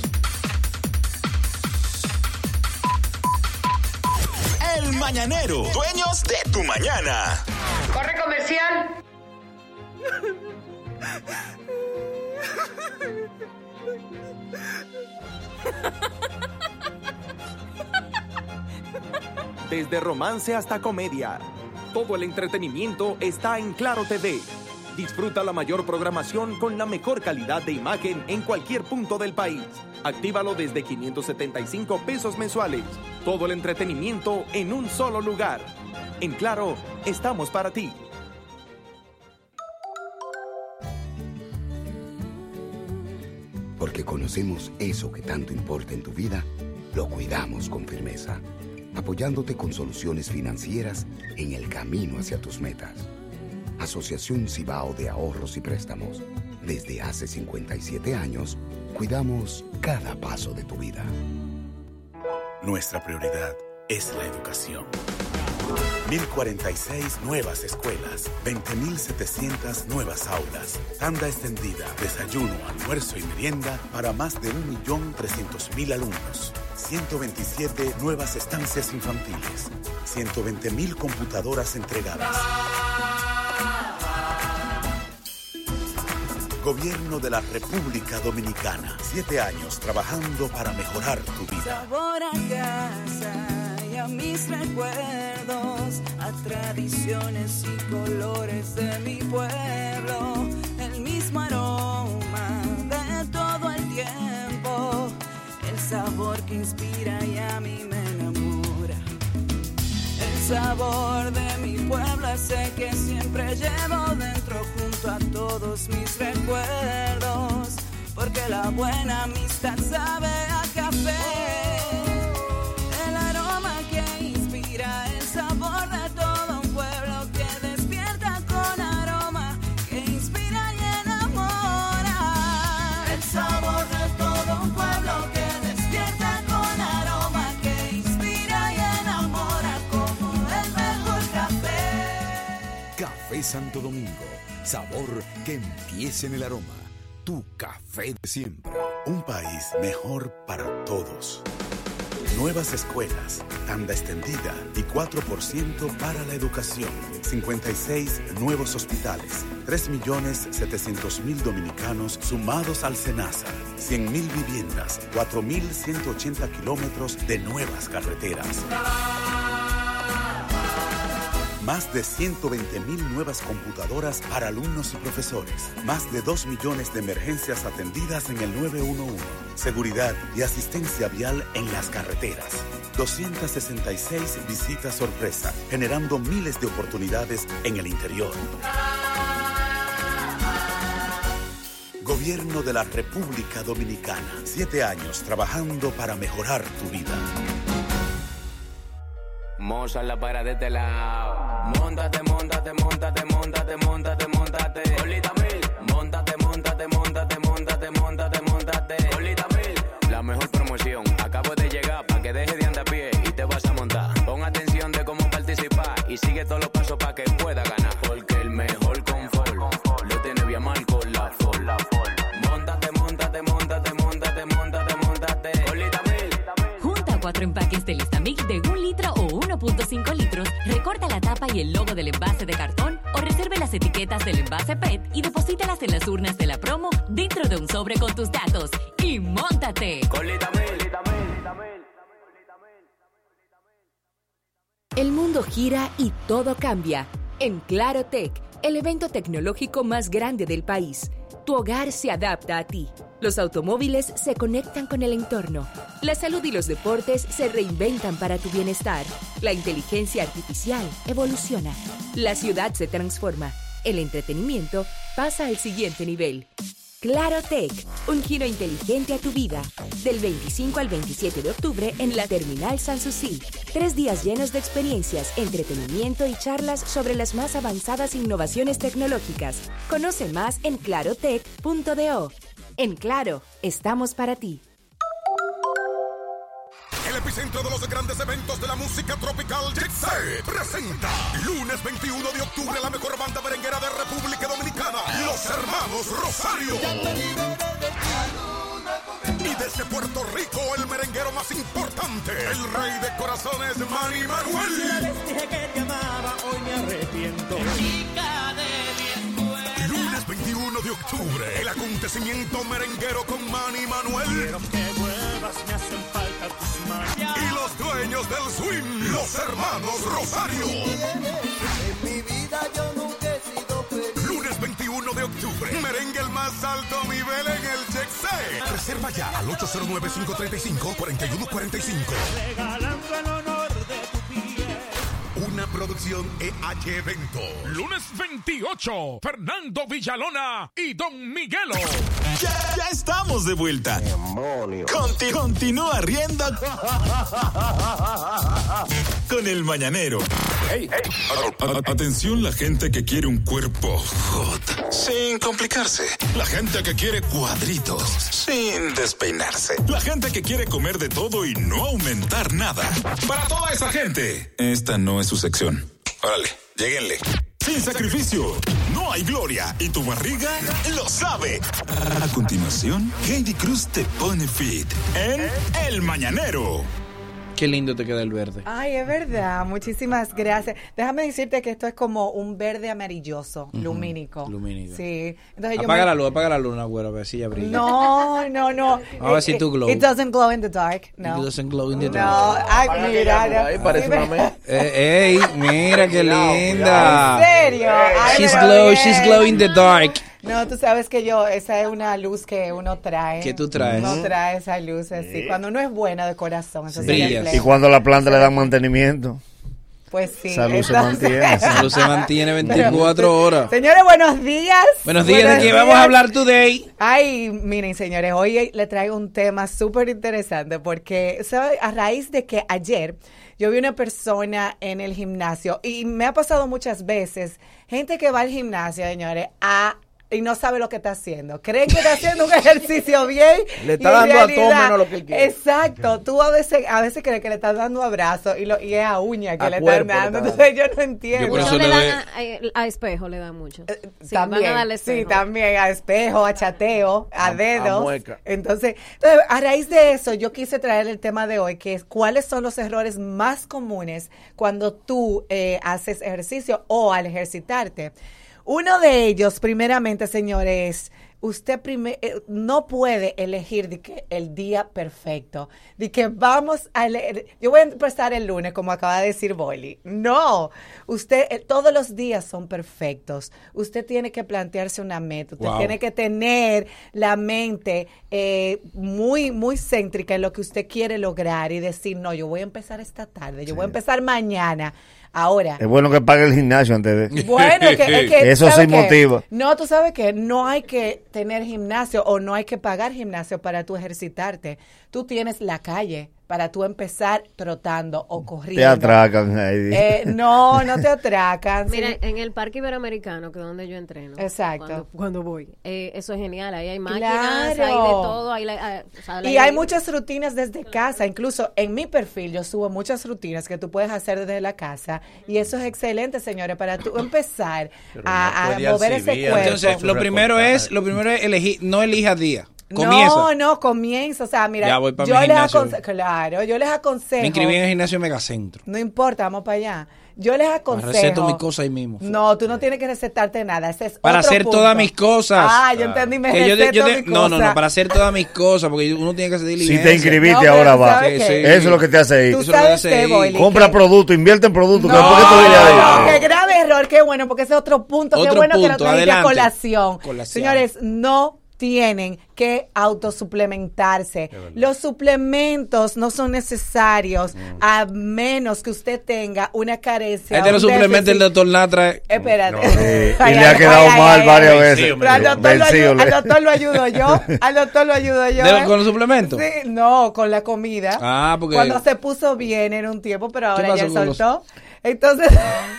El mañanero, dueños de tu mañana. Corre comercial. oh. Desde romance hasta comedia. Todo el entretenimiento está en Claro TV. Disfruta la mayor programación con la mejor calidad de imagen en cualquier punto del país. Actívalo desde 575 pesos mensuales. Todo el entretenimiento en un solo lugar. En Claro, estamos para ti. Porque conocemos eso que tanto importa en tu vida, lo cuidamos con firmeza, apoyándote con soluciones financieras en el camino hacia tus metas. Asociación Cibao de Ahorros y Préstamos. Desde hace 57 años, cuidamos cada paso de tu vida. Nuestra prioridad es la educación. 1046 nuevas escuelas, 20.700 nuevas aulas, tanda extendida, desayuno, almuerzo y merienda para más de 1.300.000 alumnos, 127 nuevas estancias infantiles, 120.000 computadoras entregadas. Gobierno de la República Dominicana, siete años trabajando para mejorar tu vida. Sabor a casa y a mis recuerdos, a tradiciones y colores de mi pueblo, el mismo aroma de todo el tiempo, el sabor que inspira y a mí me enamora. El sabor de mi pueblo sé que siempre llevo dentro junto a todos mis recuerdos, porque la buena amistad sabe a café. El aroma que inspira, el sabor de todo un pueblo que despierta con aroma, que inspira y enamora. El sabor de todo un pueblo que despierta con aroma, que inspira y enamora como el mejor café. Café Santo Domingo, sabor que empieza en el aroma. Tu café de siempre. Un país mejor para todos. Nuevas escuelas, tanda extendida y 4% para la educación. 56 nuevos hospitales, 3.700.000 dominicanos sumados al SENASA, 100.000 viviendas, 4.180 kilómetros de nuevas carreteras. Más de 120.000 nuevas computadoras para alumnos y profesores. Más de 2 millones de emergencias atendidas en el 911. Seguridad y asistencia vial en las carreteras. 266 visitas sorpresa, generando miles de oportunidades en el interior. Gobierno de la República Dominicana. Siete años trabajando para mejorar tu vida. Moza la para de este lado. Montate, montate, montate, montate, montate, montate. Colita mil. Montate, montate, montate, montate, montate, montate. Colita mil. La mejor promoción. Acabo de llegar para que deje de andar a pie y te vas a montar. Pon atención de cómo participar y sigue todos los pasos para que pueda ganar. Porque el mejor confort lo tiene bien Marco la Ford. Montate, montate, montate, montate, montate, montate. Colita mil. Junta cuatro empaques de Listamic de un litro o 1.5 litros, recorta la y el logo del envase de cartón o reserve las etiquetas del envase PET y deposítalas en las urnas de la promo dentro de un sobre con tus datos. ¡Y montate! El mundo gira y todo cambia. En Claro Tech, el evento tecnológico más grande del país. Tu hogar se adapta a ti. Los automóviles se conectan con el entorno. La salud y los deportes se reinventan para tu bienestar. La inteligencia artificial evoluciona. La ciudad se transforma. El entretenimiento pasa al siguiente nivel. Claro Tech, un giro inteligente a tu vida. Del 25 al 27 de octubre en la Terminal Sanssouci. Tres días llenos de experiencias, entretenimiento y charlas sobre las más avanzadas innovaciones tecnológicas. Conoce más en clarotech.do. En Claro, estamos para ti. El epicentro de los grandes eventos de la música tropical Jet Set presenta lunes 21 de octubre la mejor banda merenguera de República Dominicana, Los Hermanos Rosario. Y desde Puerto Rico, el merenguero más importante, el rey de corazones, Manny Manuel. Lunes 21 de octubre, el acontecimiento merenguero con Manny Manuel. Y los dueños del swing, los hermanos Rosario. Lunes 21 de octubre, merengue el más alto nivel en el Jet Set. Reserva ya al 809-535-4145. Regalando el honor de tu Una producción EH Evento. Lunes 28, Fernando Villalona y Don Miguelo. Ya, ya estamos de vuelta. Conti- continúa riendo con el mañanero. A- a- Atención la gente que quiere un cuerpo hot, sin complicarse. La gente que quiere cuadritos, sin despeinarse. La gente que quiere comer de todo y no aumentar nada. Para toda esa gente, esta no es su sección. Órale, lleguenle. Sin sacrificio, no hay gloria y tu barriga lo sabe. A continuación, Heidi Cruz te pone fit en El Mañanero. Qué lindo te queda el verde. Ay, es verdad. Muchísimas gracias. Déjame decirte que esto es como un verde amarilloso, Ujú, lumínico. lumínico. Sí. Entonces yo Apaga me- la luz, apaga la luna, güero, a ver si ya brilla. No, [LAUGHS] no, no. A ver si It- tú glow. It doesn't glow in the dark. No. It doesn't glow in the no. dark. Ay, Apaga que mira. ya glow. no. Ahí parece Sí, una ve- mesa. Eh, ey, mira qué linda. ¿En serio? Ay, She's pero glow, bien. she's glow in the dark. No, tú sabes que yo, esa es una luz que uno trae. Que tú traes. Uno trae esa luz así. Cuando uno es buena de corazón, eso sí refleja. Y cuando a la planta le dan mantenimiento. Pues sí. Esa luz se entonces- mantiene. [LAUGHS] Esa luz se mantiene 24 horas. Señores, buenos días. Buenos días, ¿de qué vamos a hablar today? Ay, miren, señores, hoy le traigo un tema súper interesante porque ¿sabe? a raíz de que ayer yo vi una persona en el gimnasio y me ha pasado muchas veces, gente que va al gimnasio, señores, a y no sabe lo que está haciendo. Creen que está haciendo un [LAUGHS] ejercicio bien. Le está y en dando a todo menos lo que él quiere. Exacto. Tú a veces, a veces crees que le estás dando abrazo y, lo, y es a uña que A le están cuerpo le dando. está dando. Entonces [LAUGHS] yo no entiendo. Mucho le dan a, a espejo, le dan mucho. Sí, van a Eh, También, darle sí, espejo. también a espejo, a chateo, a, dedos. mueca. Entonces, entonces, a raíz de eso, yo quise traer el tema de hoy, que es cuáles son los errores más comunes cuando tú eh, haces ejercicio o al ejercitarte. Uno de ellos, primeramente, señores, usted prime- eh, no puede elegir de que el día perfecto, de que vamos a leer, yo voy a empezar el lunes, como acaba de decir Boily. No, usted, eh, todos los días son perfectos. Usted tiene que plantearse una meta, usted Wow. tiene que tener la mente eh, muy, muy céntrica en lo que usted quiere lograr y decir, no, yo voy a empezar esta tarde, yo voy a empezar mañana. Ahora, Es bueno que pague el gimnasio antes de. bueno, que, es que, Eso sí ¿sabe qué? motiva. No, tú sabes que no hay que tener gimnasio o no hay que pagar gimnasio para tú ejercitarte. Tú tienes la calle para tú empezar trotando o corriendo. Te atracan, Heidi. Eh, no, no te atracan. Mira, sí. en el Parque Iberoamericano, que es donde yo entreno. Exacto. Cuando, cuando voy. eh, eso es genial. Ahí hay máquinas, Claro. hay de todo. Hay la- ah, o sea, la- Y hay muchas rutinas desde casa, incluso en mi perfil yo subo muchas rutinas que tú puedes hacer desde la casa y eso es excelente, señores, para tú empezar a, a Ah, mover ese cuerpo. Entonces, lo primero es, lo primero es elegir, no elija día. Comienza. No, no, comienza. O sea, mira, Ya voy pa yo mi les gimnasio. aconsejo, claro, yo les aconsejo. Me inscribí en el gimnasio Megacentro. No importa, vamos para allá. Yo les Me aconsejo. Receto mi cosa ahí mismo. No, tú no tienes que recetarte nada. Ese es Para otro hacer punto. todas mis cosas. Ah, yo entendí. Me Que yo te- receto yo te- mis no, no, no, cosas. para hacer todas mis cosas, porque uno tiene que hacer Si diligencia. te inscribiste, ahora va. Eso es lo que te hace ir. Tú sabes qué, Boily, Compra producto, invierte en producto. que después que tú vienes No, ahí. qué grave error, qué bueno, porque ese es otro punto, qué Otro bueno que lo punto, trajiste a adelante. colación. Colación. Señores, no tienen que autosuplementarse. Los suplementos no son necesarios a menos que usted tenga una carencia. Este lo un déficit. suplementa el doctor [LAUGHS] Latra. Espérate. Eh, Ay, y le ha ay, quedado ay, mal ay, varias ay. veces. Pero al doctor, lo Vencido, ayudo, le- al doctor lo [LAUGHS] ayudo yo. Al doctor lo ayudo yo. ¿De- ¿eh? con los suplementos? Sí, no, con la comida. Ah, porque- Cuando se puso bien en un tiempo, pero ahora pasó ya él con los- soltó. Entonces. [LAUGHS]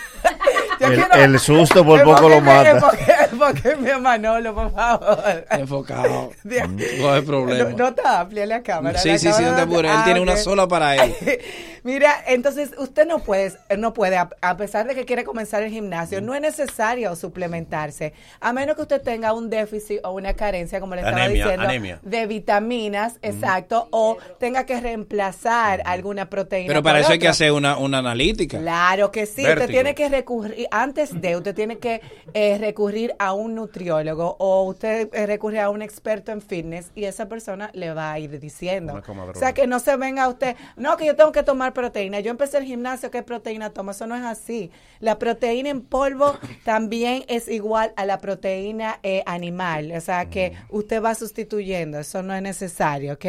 yo El- quiero- el susto por poco lo Enfóqueme- mata. enfóqueme- Enfóqueme a Manolo, por favor. Enfocado. Dios. [LAUGHS] No hay No, problema. no te amplía la cámara. Sí, la sí, sí, cámara no te apures. Él Ah, tiene una ok. sola para [LAUGHS] él. Mira, entonces usted no puede, no puede, a, a pesar de que quiere comenzar el Mm. gimnasio, no es necesario suplementarse, a menos que usted tenga un déficit o una carencia, como le estaba Anemia, diciendo, anemia. de Mm. vitaminas, exacto, o tenga que reemplazar alguna proteína. Pero para por eso hay que otra. hacer una, una analítica. [LAUGHS] Claro que sí, usted Vértigo. tiene que recurrir, antes de, usted tiene que eh, recurrir a un nutriólogo o usted eh, recurre a un experto en fitness y esa persona le va a ir diciendo. Una comadrona. O sea, que no se venga usted, no, que yo tengo que tomar proteína. Yo empecé el gimnasio, ¿qué proteína tomo? Eso no es así. La proteína en polvo también es igual a la proteína eh, animal, o sea, que usted va sustituyendo, eso no es necesario, ¿ok?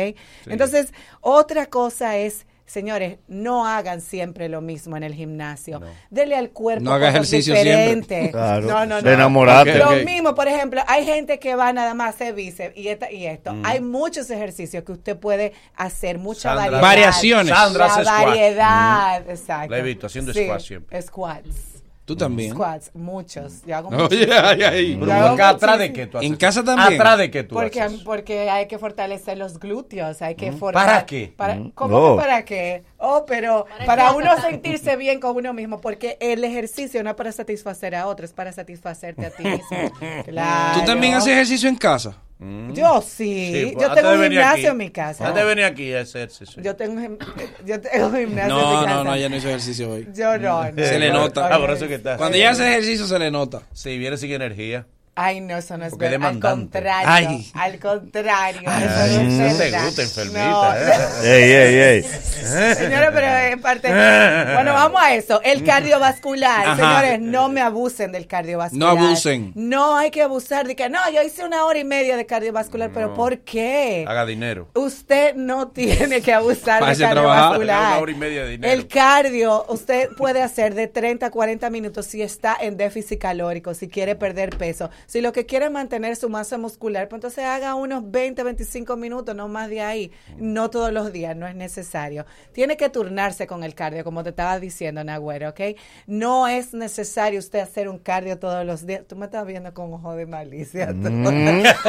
Entonces, otra cosa es... Señores, no hagan siempre lo mismo en el gimnasio. Dele al cuerpo No haga cosas ejercicio diferentes. [LAUGHS] siempre. Claro. No, no, no. De enamorarte. Lo Ok, ok. mismo, por ejemplo, hay gente que va nada más a hacer bíceps y, esta- y esto. Mm. Hay muchos ejercicios que usted puede hacer, mucha Sandra- variedad. Variaciones. Sandra la hace Mm. squat. variedad, exacto. La he visto haciendo Sí, squat siempre. Squats. Tú también. Squats, muchos. Yo hago Oye, muchos. ay, ay. Yo Pero hago acá atrás de muchísimos. qué tú haces. En casa también. Atrás de qué tú porque, haces. Porque hay que fortalecer los glúteos, hay que Mm. fortalecer. ¿Para qué? Mm. ¿Cómo No. que para qué? Oh, pero para, uno sentirse bien con uno mismo, porque el ejercicio no es para satisfacer a otros, es para satisfacerte a ti mismo. [LAUGHS] [LAUGHS] Claro. ¿Tú también [LAUGHS] haces ejercicio en casa? Yo sí. Sí, pues, yo antes tengo de un venir gimnasio aquí. en mi casa. Antes de venir aquí a hacer ejercicio. Yo tengo, un gim- yo tengo un gimnasio en mi No, casa. no, no, ya no hizo ejercicio hoy. Yo no, no. Se le Yo- nota. Ah, por eso que está- Cuando ya hace ejercicio se le nota. Sí, viene sin energía. Ay, no, eso no es Porque es verdad. Al demandante. contrario. Ay. Al contrario. Ay, eso no es no te verdad. gusta, enfermita, No. [LAUGHS] ¿eh? Ey, ey, ey. Señores, pero en parte. Bueno, vamos a eso. El cardiovascular. Ajá. Señores, no me abusen del cardiovascular. No abusen. No hay que abusar de que no, yo hice una hora y media de cardiovascular, pero ¿por qué? Haga dinero. Usted no tiene que abusar de Váyase a trabajar. Una cardiovascular. hora y media de dinero. El cardio, usted puede hacer de 30 a 40 minutos si está en déficit calórico, si quiere perder peso. Si lo que quiere es mantener su masa muscular, pues entonces haga unos 20, 25 minutos, no más de ahí. No todos los días, no es necesario. Tiene que turnarse con el cardio, como te estaba diciendo, Nagüero, ¿ok? No es necesario usted hacer un cardio todos los días. Tú me estás viendo con ojo de malicia. tú. [LAUGHS]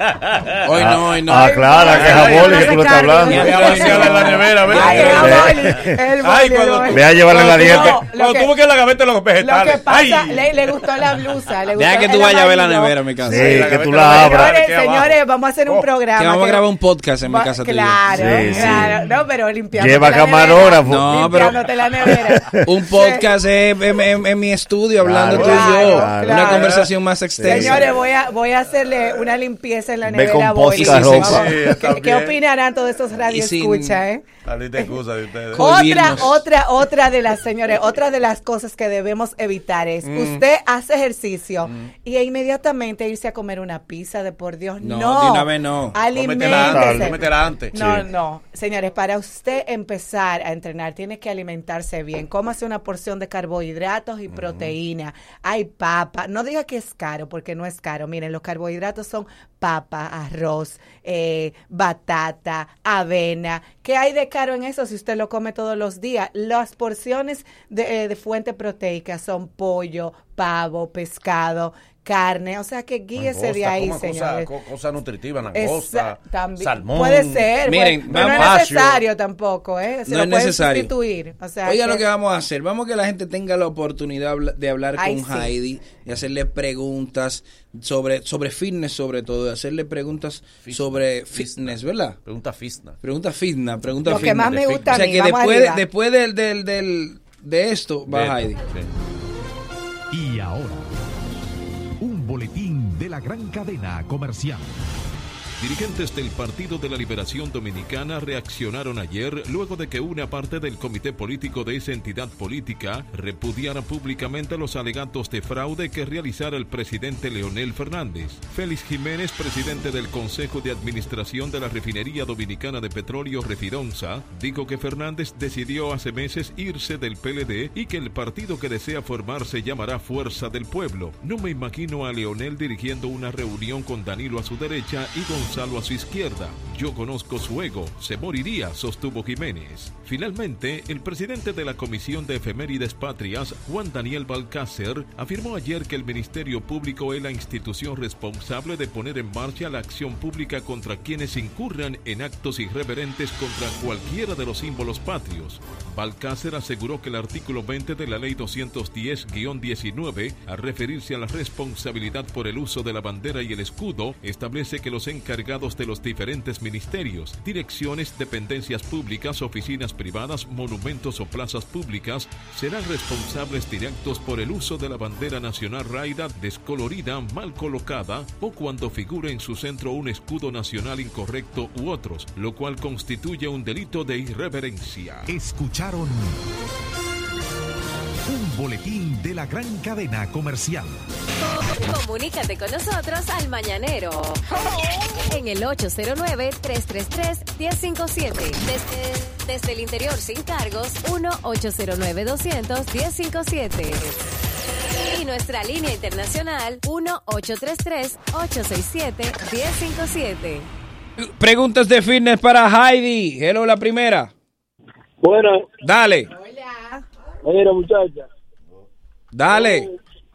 Mm. Hoy no, hoy no. Ah, aclara, que es a Ay, Boli no que se tú le estás cargue. hablando. Ya, ya, ya, ya, la nevera, ve. Ay, es a Boli, el Ay, Boli, el cuando Boli. Ve a llevarle la No, dieta. lo Cuando que- tuvo que la gaveta de los Lo vegetales. que pasa, Ay. le, le gustó la blusa. Le Deja gustó que el tú vayas a ver la amarillo. nevera en mi casa. Sí, que tú la Señores, abras. señores, vamos a hacer Oh, un programa. Que vamos a que- grabar un podcast en mi Va- casa tuya. Claro, Sí, sí. claro. No, pero limpiando. Lleva camarógrafo. No, pero Limpiándote la nevera. un podcast es en, en- en mi estudio hablando Claro, tú y yo. claro, Una claro. conversación más extensa. Señores, voy a, voy a hacerle una limpieza en la Ve nevera. con voy. poca Sí, sí, ropa. sí. Vamos. Sí, ¿Qué, también. qué opinarán todos esos radioescucha, eh? Salí de excusa de ustedes. Otra, otra, otra de las señores, otra de las cosas que debemos evitar es Mm. usted hace ejercicio y e inmediatamente irse a comer una pizza de por Dios. No, No, de una vez no. Aliméntese. Cómetela antes. No, Sí. no. Señores, para usted empezar a entrenar, tiene que alimentarse bien. Cómase una porción de carbohidratos y proteína. Hay papa. No diga que es caro, porque no es caro. Miren, los carbohidratos son papa, arroz, eh, batata, avena. ¿Qué hay de caro en eso si usted lo come todos los días? Las porciones de, eh, de fuente proteica son pollo, pavo, pescado, carne. O sea que guíese de Langosta, ahí, coma cosa- señores. co- cosa nutritiva, Esa- langosta, también. salmón. Puede ser. Miren, puede- pero no vamos- es necesario tampoco, ¿eh? Se No lo es pueden necesario. sustituir. O sea, Oiga lo que vamos a hacer. Vamos a que la gente tenga la oportunidad habla- de hablar Ay, con sí. Heidi, de hacerle preguntas, sobre, sobre fitness sobre todo, de hacerle preguntas sobre fitness, ¿verdad? Pregunta fitness. Pregunta fitness, pregunta Lo que más me gusta a O sea mí, que vamos después, arriba. después del, del, del- de esto va Bien, Heidi. Y ahora, un boletín de la gran cadena comercial. Dirigentes del Partido de la Liberación Dominicana reaccionaron ayer luego de que una parte del comité político de esa entidad política repudiara públicamente los alegatos de fraude que realizara el presidente Leonel Fernández. Félix Jiménez, presidente del Consejo de Administración de la Refinería Dominicana de Petróleo Refidonza, dijo que Fernández decidió hace meses irse del PLD y que el partido que desea formar se llamará Fuerza del Pueblo. No me imagino a Leonel dirigiendo una reunión con Danilo a su derecha y Gonzalo a su izquierda. Yo conozco su ego, se moriría, sostuvo Jiménez. Finalmente, el presidente de la Comisión de Efemérides Patrias, Juan Daniel Balcácer, afirmó ayer que el Ministerio Público es la institución responsable de poner en marcha la acción pública contra quienes incurran en actos irreverentes contra cualquiera de los símbolos patrios. Balcácer aseguró que el artículo 20 de la ley 210-19, al referirse a la responsabilidad por el uso de la bandera y el escudo, establece que los encargados de los diferentes ministerios, direcciones, dependencias públicas, oficinas privadas, monumentos o plazas públicas serán responsables directos por el uso de la bandera nacional raida descolorida, mal colocada o cuando figure en su centro un escudo nacional incorrecto u otros, lo cual constituye un delito de irreverencia. Escucharon un boletín de la gran cadena comercial. Comunícate con nosotros al [LAUGHS] Mañanero. En el 809-333-1057. Desde, desde el interior sin cargos, 1-809-200-1057. Y nuestra línea internacional, 1-833-867-1057. Preguntas de fitness para Heidi. Hello, la primera. Bueno. Dale, Mira, muchacha. dale.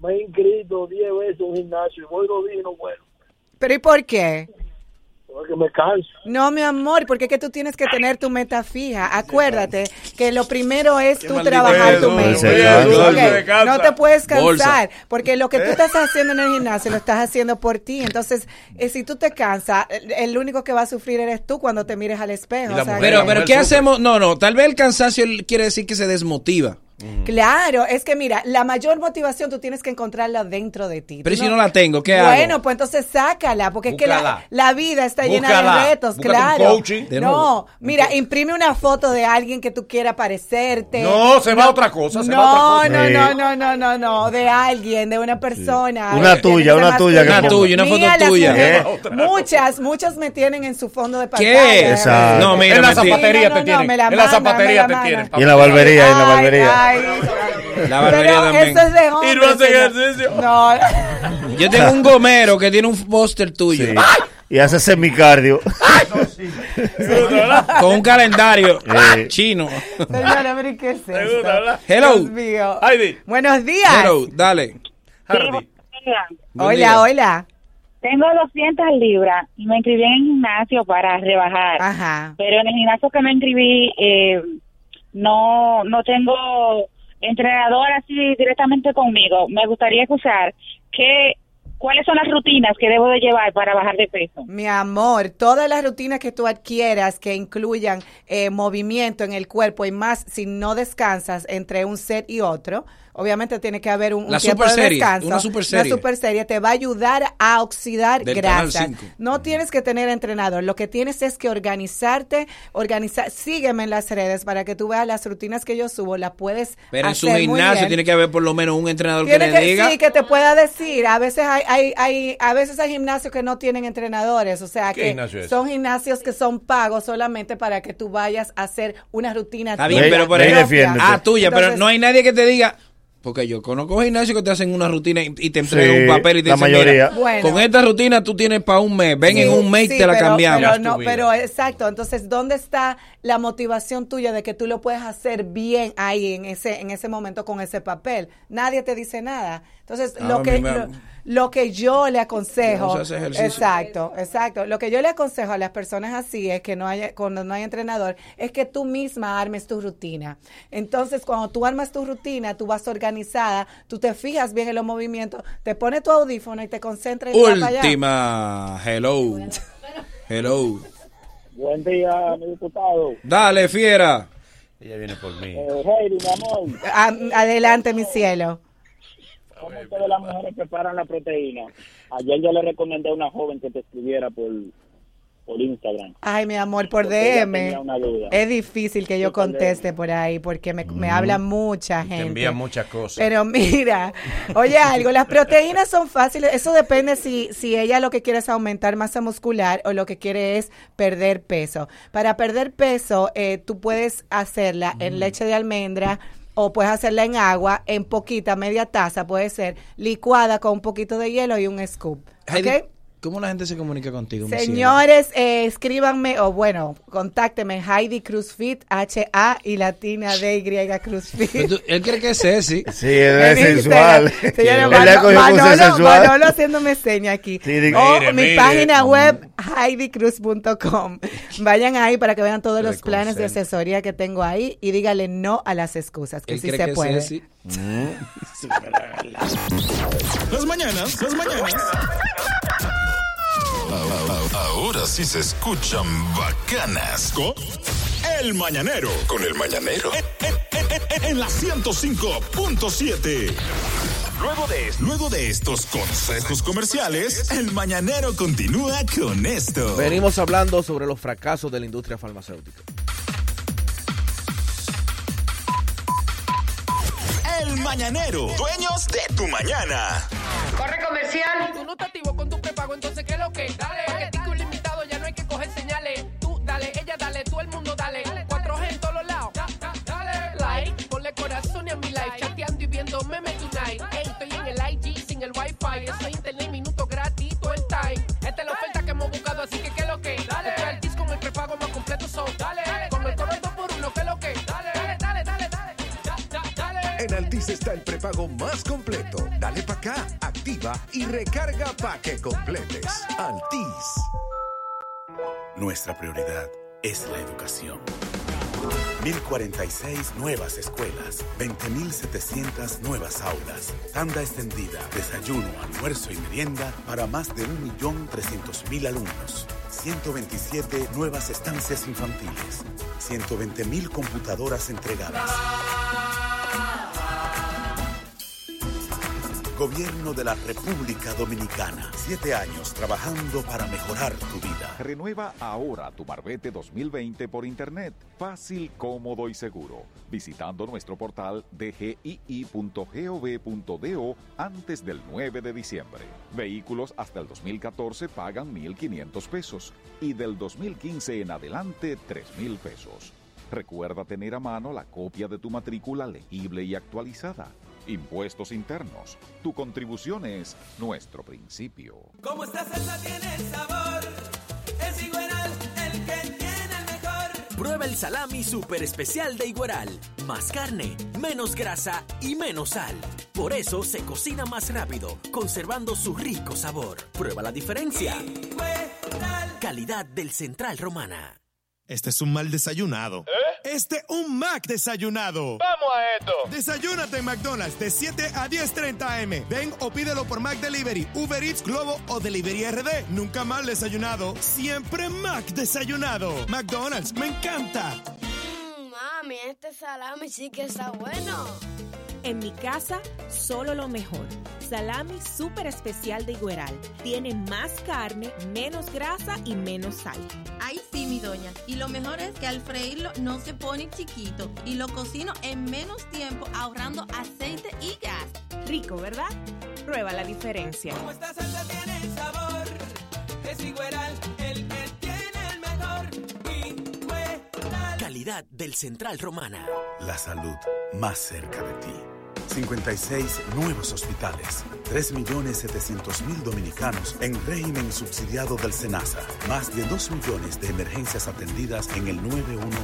Me he inscrito 10 veces en un gimnasio y voy dos días y no vuelvo. Pero ¿y por qué? Porque me canso. No, mi amor, porque es que tú tienes que tener tu meta fija. Acuérdate que lo primero es tú trabajar tu meta. Se cansa. Ok, No te puedes cansar, Bolsa. porque lo que Eh. tú estás haciendo en el gimnasio lo estás haciendo por ti. Entonces, eh, si tú te cansas, el, el único que va a sufrir eres tú cuando te mires al espejo. o sea, Pero, que- pero ¿qué hacemos? No, no, tal vez el cansancio quiere decir que se desmotiva. Claro, es que mira, la mayor motivación tú tienes que encontrarla dentro de ti. Pero Tú si no la tengo, ¿qué bueno, hago? pues entonces sácala, porque es que Búscala. la, la vida está llena Búscala. de retos, Búscate un claro. coaching. De No, nuevo. mira, imprime una foto de alguien que tú quieras parecerte. No, se va a otra cosa, se no, va a otra cosa. No, Sí. no, no, no, no, no, de alguien, de una persona. Una Eh, tiene tuya, que ser una más tuya que tuya. Una ponga. tuya, una foto Mía, las tuya. mujeres, ¿Eh? Muchas, muchas me tienen en su fondo de pantalla. ¿Qué? Exacto. No, mira, En la mentira. zapatería No, no, te no, tienen, me la en la mandan, me zapatería la te mandan. Y en la barbería, en la barbería. Ay, La barbería pero también. eso es de hombre, Y no hace señor. No. [LAUGHS] Yo tengo un gomero que tiene un póster tuyo. Y hace semicardio. [LAUGHS] Con un calendario Eh. chino. Señora, mire, ¿qué es esto? Hello. Dios mío. Buenos días. Pero, dale. Buen Hola, día. hola. Tengo 200 libras y me inscribí en el gimnasio para rebajar. Pero en el gimnasio que me inscribí eh, no no tengo entrenador así directamente conmigo. Me gustaría escuchar qué cuáles son las rutinas que debo de llevar para bajar de peso. Mi amor, todas las rutinas que tú adquieras que incluyan eh, movimiento en el cuerpo y más si no descansas entre un set y otro, obviamente tiene que haber un, un La tiempo super de serie, descanso. una super serie. super serie te va a ayudar a oxidar Del Canal grasas. 5. No tienes que tener entrenador, lo que tienes es que organizarte, organizar, sígueme en las redes para que tú veas las rutinas que yo subo, las puedes Pero en su hacer muy gimnasio bien. tiene que haber por lo menos un entrenador que Tiene le que, diga. sí, que te pueda decir. A veces hay, hay, hay, a veces hay gimnasios que no tienen entrenadores, o sea ¿Qué que gimnasio es? son gimnasios que son pagos solamente para que tú vayas a hacer una rutina. Está bien, tuya pero por propia. ejemplo. Ah, tuya, pero Entonces, no hay nadie que te diga. Porque yo conozco gimnasios que te hacen una rutina y, y te entregan Sí, un papel y te la dicen, mayoría. mira, Bueno. con esta rutina tú tienes para un mes, ven sí, en un mes y sí, te la pero- cambiamos. Pero, no, pero exacto. Entonces, ¿dónde está la motivación tuya de que tú lo puedes hacer bien ahí en ese en ese momento con ese papel? Nadie te dice nada. Entonces, Ah, lo mi que ma- lo, Lo que yo le aconsejo. No se hace ejercicio. Exacto, exacto. Lo que yo le aconsejo a las personas así es que no haya, cuando no hay entrenador, es que tú misma armes tu rutina. Entonces, cuando tú armas tu rutina, tú vas organizada, tú te fijas bien en los movimientos, te pones tu audífono y te concentras y te vas para allá. Última. Hello. Hello. Buen día, mi diputado. Dale, fiera. Ella viene por mí. Eh, Heidi, mi amor, A- adelante, mi cielo. ¿cómo ustedes las mujeres preparan la proteína? Ayer yo le recomendé a una joven que te escribiera por, por Instagram. Ay, mi amor, por Porque ella DM. tenía una duda. Es difícil que yo conteste por ahí porque me, me habla mucha gente. envía muchas cosas. Pero mira, oye algo, las proteínas son fáciles. Eso depende si, si ella lo que quiere es aumentar masa muscular o lo que quiere es perder peso. Para perder peso, eh, tú puedes hacerla en leche de almendra. O puedes hacerla en agua, en poquita, media taza, puede ser licuada con un poquito de hielo y un scoop. Heidi, ¿ok? ¿Cómo la gente se comunica contigo? mi cielo? Señores, eh, escríbanme o bueno, contáctenme Heidi Cruzfit, H-A y latina D-Y Pero Cruzfit. tú- él cree que es Ceci. Sí, él [LAUGHS] es sensual. Señores, Él la Manolo, cogió por ser Manolo, sensual. Manolo haciéndome seña aquí. Sí, o mire, mi mire. página web heidicruz.com. Vayan ahí para que vean todos los planes de Reconcentra. asesoría que tengo ahí y dígale no a las excusas, que Él sí cree se que es puede. Ceci. Mm. Las mañanas, las mañanas. A- a- Ahora sí se escuchan bacanas. Con el mañanero. Con el mañanero. En, en- en la 105.7. Luego de, luego de estos consejos comerciales, el mañanero continúa con esto. Venimos hablando sobre los fracasos de la industria farmacéutica. El mañanero, dueños de tu mañana. Corre comercial. Tú no estás activo con tu prepago, entonces ¿qué es lo que? Dale, paquetico ilimitado, ya no hay que coger señales. Tú dale, ella dale, todo el mundo dale. 4G en todos los lados. dale. Like, ponle corazón a mi life. Chateando y viendo meme tonight. Ey, estoy en el IG sin el wifi. Eso es internet, minuto gratis, todo el time. Esta es la oferta que hemos buscado, así que ¿qué es lo que? Dale. Estoy al disco con el prepago más completo, son. Dale, con el todo 2 por uno, ¿qué es lo que? Dale, dale, dale, dale, dale. Da- da- dale. En Altis está el prepago más completo. Dale pa' acá, activa y recarga pa' que completes. Altis. Nuestra prioridad es la educación. 1046 nuevas escuelas, 20.700 nuevas aulas, tanda extendida, desayuno, almuerzo y merienda para más de 1.300.000 alumnos, 127 nuevas estancias infantiles, 120.000 computadoras entregadas. Gobierno de la República Dominicana, siete años trabajando para mejorar tu vida. Renueva ahora tu Marbete 2020 por Internet. Fácil, cómodo y seguro. Visitando nuestro portal dgii.gov.do antes del 9 de diciembre. Vehículos hasta el 2014 pagan 1.500 pesos y del 2015 en adelante 3.000 pesos. Recuerda tener a mano la copia de tu matrícula legible y actualizada. Impuestos internos. Tu contribución es nuestro principio. Como esta salsa tiene sabor, es igual el que tiene el mejor. Prueba el salami super especial de Igueral. Más carne, menos grasa y menos sal. Por eso se cocina más rápido, conservando su rico sabor. Prueba la diferencia. Calidad del Central Romana. Este es un mal desayunado. ¿Eh? Este un Mac desayunado. ¡Vamos a esto! Desayúnate en McDonald's de 7 a 10.30 M. Ven o pídelo por Mac Delivery, Uber Eats, Globo o Delivery RD. Nunca mal desayunado, siempre Mac desayunado. McDonald's, me encanta. Mami, este salami sí que está bueno. En mi casa, solo lo mejor. Salami super especial de Igueral. Tiene más carne, menos grasa y menos sal. Ay, sí, mi doña. Y lo mejor es que al freírlo no se pone chiquito y lo cocino en menos tiempo ahorrando aceite y gas. Rico, ¿verdad? Prueba la diferencia. Como esta salsa tiene sabor, es Igueral el que tiene el mejor. Igueral. Calidad del Central Romana. La salud más cerca de ti. 56 nuevos hospitales. 3.700.000 dominicanos en régimen subsidiado del SENASA. Más de 2 millones de emergencias atendidas en el 911.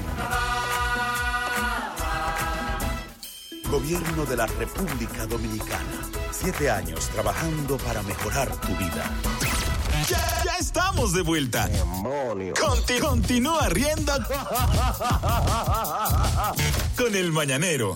Gobierno de la República Dominicana. Siete años trabajando para mejorar tu vida. Ya, ya estamos de vuelta. Conti- [LAUGHS] continúa riendo con el mañanero.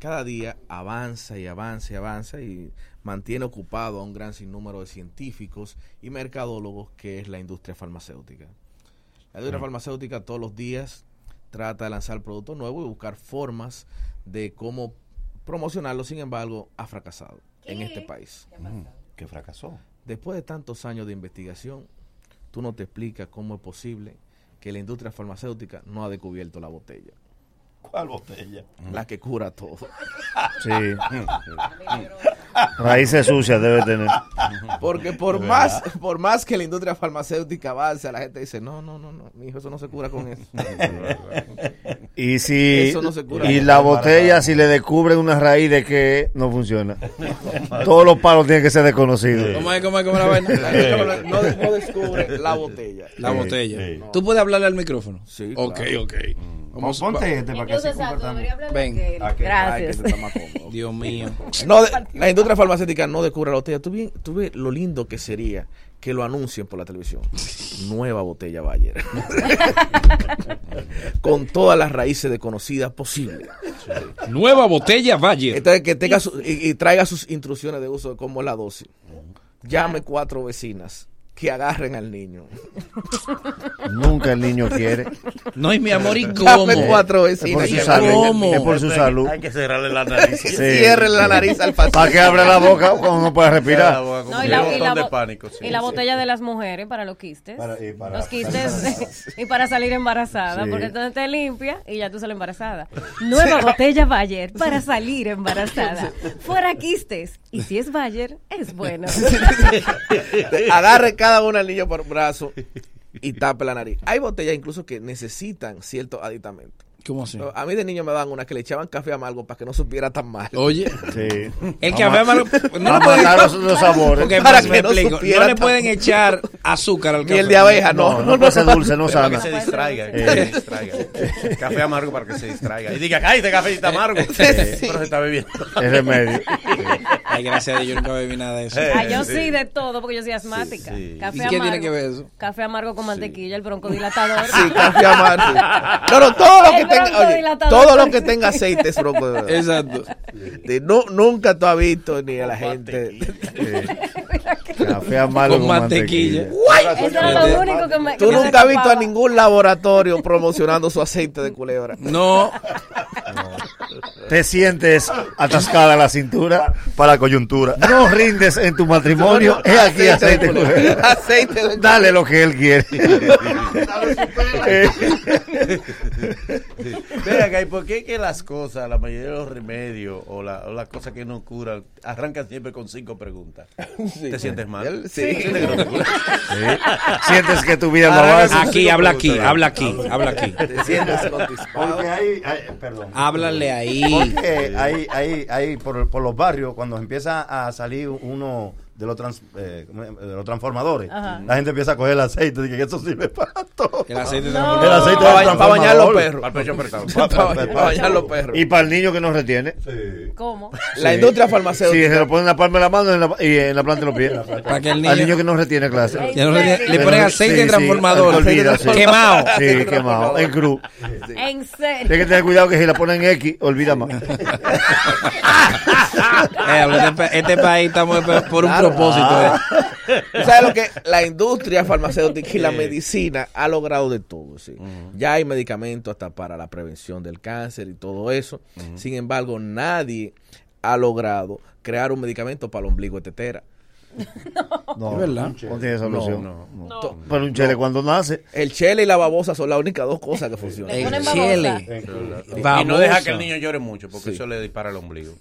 cada día avanza y avanza y avanza y mantiene ocupado a un gran sinnúmero de científicos y mercadólogos, que es la industria farmacéutica. La industria Mm. farmacéutica todos los días trata de lanzar productos nuevos y buscar formas de cómo promocionarlos, sin embargo, ha fracasado en ¿Qué? este país. Que fracasó. Después de tantos años de investigación, tú no te explicas cómo es posible que la industria farmacéutica no ha descubierto la botella. ¿Cuál botella? La que cura todo. Sí. Raíces sucias debe tener. Porque por De más, por más que la industria farmacéutica avance, la gente dice, no, no, no, no, mi hijo, eso no se cura con [LAUGHS] eso. Y si Eso no se cura. y la botella si le descubren una raíz de que no funciona. Todos los palos tienen que ser desconocidos. ¿Cómo es, cómo es, cómo es la vaina? [LAUGHS] No, no descubre la botella. La Sí, botella. sí. ¿Tú puedes hablarle al micrófono? Sí. Ok, claro. ok. Pon- ponte este para que Incluso, así o sea, tú compartamos. deberías hablar Ven. de que- Ah, que- Gracias. ay, que este está más Dios mío. No, de- la industria farmacéutica no descubre la botella. ¿Tú, bien, tú ves lo lindo que sería que lo anuncien por la televisión. Nueva botella Bayer. Con todas las raíces desconocidas posibles. Nueva botella Bayer. Entonces, que tenga su- y, y traiga sus instrucciones de uso de cómo es la dosis. Mm. Llame cuatro vecinas que agarren al niño. Nunca el niño quiere. No, y mi amor, ¿y Llame cómo? cuatro Es vecinas. por su que salud. agarren al niño. Es por su salud. Hay que cerrarle la [LAUGHS] nariz. Que cierre la nariz al paciente. Para que abra la boca cuando no pueda respirar. No, y la, y la bo- y la botella de las mujeres para los quistes. Para- eh, y [LAUGHS] para los salir quistes y para salir embarazada, Sí. porque entonces te limpia y ya tú sales embarazada. [LAUGHS] Nueva botella Bayer para [LAUGHS] salir embarazada. Fuera quistes. Y si es Bayer, es bueno. [LAUGHS] agarre cada una al niño por brazo y tape la nariz. Hay botellas incluso que necesitan ciertos aditamentos. ¿Cómo así? A mí de niño me daban una que le echaban café amargo para que no supiera tan mal. [LAUGHS] Oye. Sí. El que habla [LAUGHS] malo. Para matar los- los sabores. Porque, Para me que no explico, supiera no le tan- pueden echar azúcar al Miel café. de abeja, no. No, no, no puede ser dulce, no Para sana. que se distraiga. Eh. Que se distraiga. Café amargo para que se distraiga. Y diga, ¡ay, este café está amargo! Pero se está bebiendo. Es remedio. Ay, gracias a Dios, yo nunca bebí nada de eso. Eh, Ah, yo sí. de todo, porque yo soy asmática. Café ¿Y qué amargo, tiene que ver eso? Café amargo con mantequilla, el broncodilatador. Sí, café [LAUGHS] amargo. [LAUGHS] No, no, todo lo El que tenga, oye, broncodilatador. todo lo que tenga aceite es bronco. de verdad. Exacto. De- no, nunca tú has visto ni a la gente. Café amargo Con con mantequilla. mantequilla. Eso era lo único que me. que Tú me nunca has visto a escapaba. ningún laboratorio promocionando su aceite de culebra. No. Te sientes atascada la cintura para la coyuntura. No rindes en tu [LAUGHS] matrimonio. Es aquí Aceite de [LAUGHS] aceite. culebra. Aceite de Dale lo que él quiere. [LAUGHS] Eh. Ve acá, ¿y Eh. por qué que las cosas, la mayoría de los remedios o, la- o las cosas que no curan, arrancan siempre con cinco preguntas? ¿Te sientes mal? Sí. ¿Sientes que no te cura? [LAUGHS] Sientes que tu vida no Arrancan avanza. con Aquí, cinco habla aquí, preguntas. habla aquí, habla aquí. Te sientes contispado. Porque ahí, ahí- perdón. Háblale ahí. Porque ahí, ahí, ahí por, por los barrios, cuando empieza a salir uno de los, trans- eh, ¿cómo es? de los transformadores, Ajá. la gente empieza a coger el aceite. Dice que eso sirve para todo. El aceite transformador. El aceite del Para ba- para bañar los transformador. perros. Para el pecho [LAUGHS] apretado. Para- para- para bañar los perros. Y para el niño que no retiene. ¿Cómo? La industria farmacéutica. Sí, se lo ponen en la palma de la mano en la- y en [LAUGHS] la planta de los pies. Para que el niño- Al niño que no retiene clase. Que no retiene- le ponen aceite Sí, sí, transformador. te olvidas, sí. Quemado. Sí, quemado. En cruz. En Tienes que serio. tener cuidado que si la ponen X, [LAUGHS] olvida más. Eh, pero este, pa- este país estamos por- por un propósito. eh. Ah. ¿Tú ¿Sabes lo que? La industria farmacéutica y la medicina ha logrado de todo. ¿sí? Ya hay medicamentos hasta para la prevención del cáncer y todo eso. Sin embargo, nadie ha logrado crear un medicamento para el ombligo de tetera. No, ¿Es verdad? no tiene solución. No, no, To- Pero un chele cuando nace. El chele y la babosa son las únicas dos cosas que funcionan. Le ponen babosa. chele. Y no deja que el niño llore mucho, porque Sí. eso le dispara el [LAUGHS] ombligo.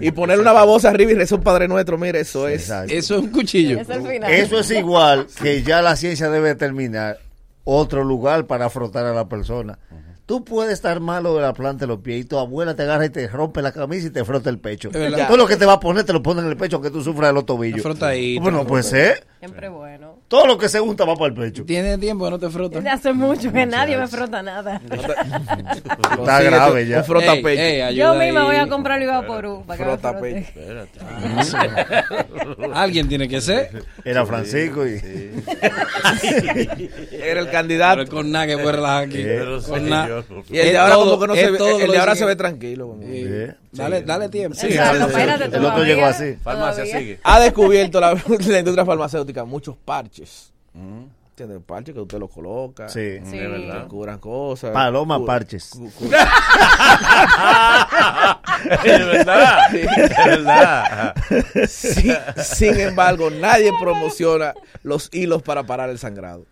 Y poner una babosa arriba y rezar un Padre Nuestro, mire, eso es. Eso es un cuchillo. Es el final. Eso [LAUGHS] es igual que ya la ciencia debe determinar otro lugar para frotar a la persona. Tú puedes estar malo de la planta de los pies y tu abuela te agarra y te rompe la camisa y te frota el pecho. Es verdad. Todo lo que te va a poner te lo pone en el pecho aunque tú sufras de los tobillos. Frota ahí. Bueno, pues eh, Siempre bueno. todo lo que se junta va para el pecho. Tiene tiempo que no te frotas. Hace mucho que nadie me frota nada. Está grave ya. Un frota Ey, pecho. ey, Yo ayuda misma ahí. voy a comprar Ivaporú para que me Frota frote. pecho. [LAUGHS] Alguien tiene que ser. Era Francisco y... Era el candidato. Pero con nada que puede relajar aquí. Pero Con sí, nada. yo- Y el de ahora como que no se ve- el de ahora se ve tranquilo, como- Sí. Sí. Dale, dale tiempo. Sí, Exacto, eh, dale espérate tiempo. El otro todavía, llegó así. Farmacia sigue. Ha descubierto la, [LAUGHS] la industria farmacéutica muchos parches. Mm. Tiene parches que usted los coloca. Sí. Mm, Sí. es verdad. Que curan cosas. Paloma Cu- parches. [LAUGHS] cu- cu- Es verdad, Sí. es verdad. Sí, sin embargo, nadie promociona los hilos para parar el sangrado.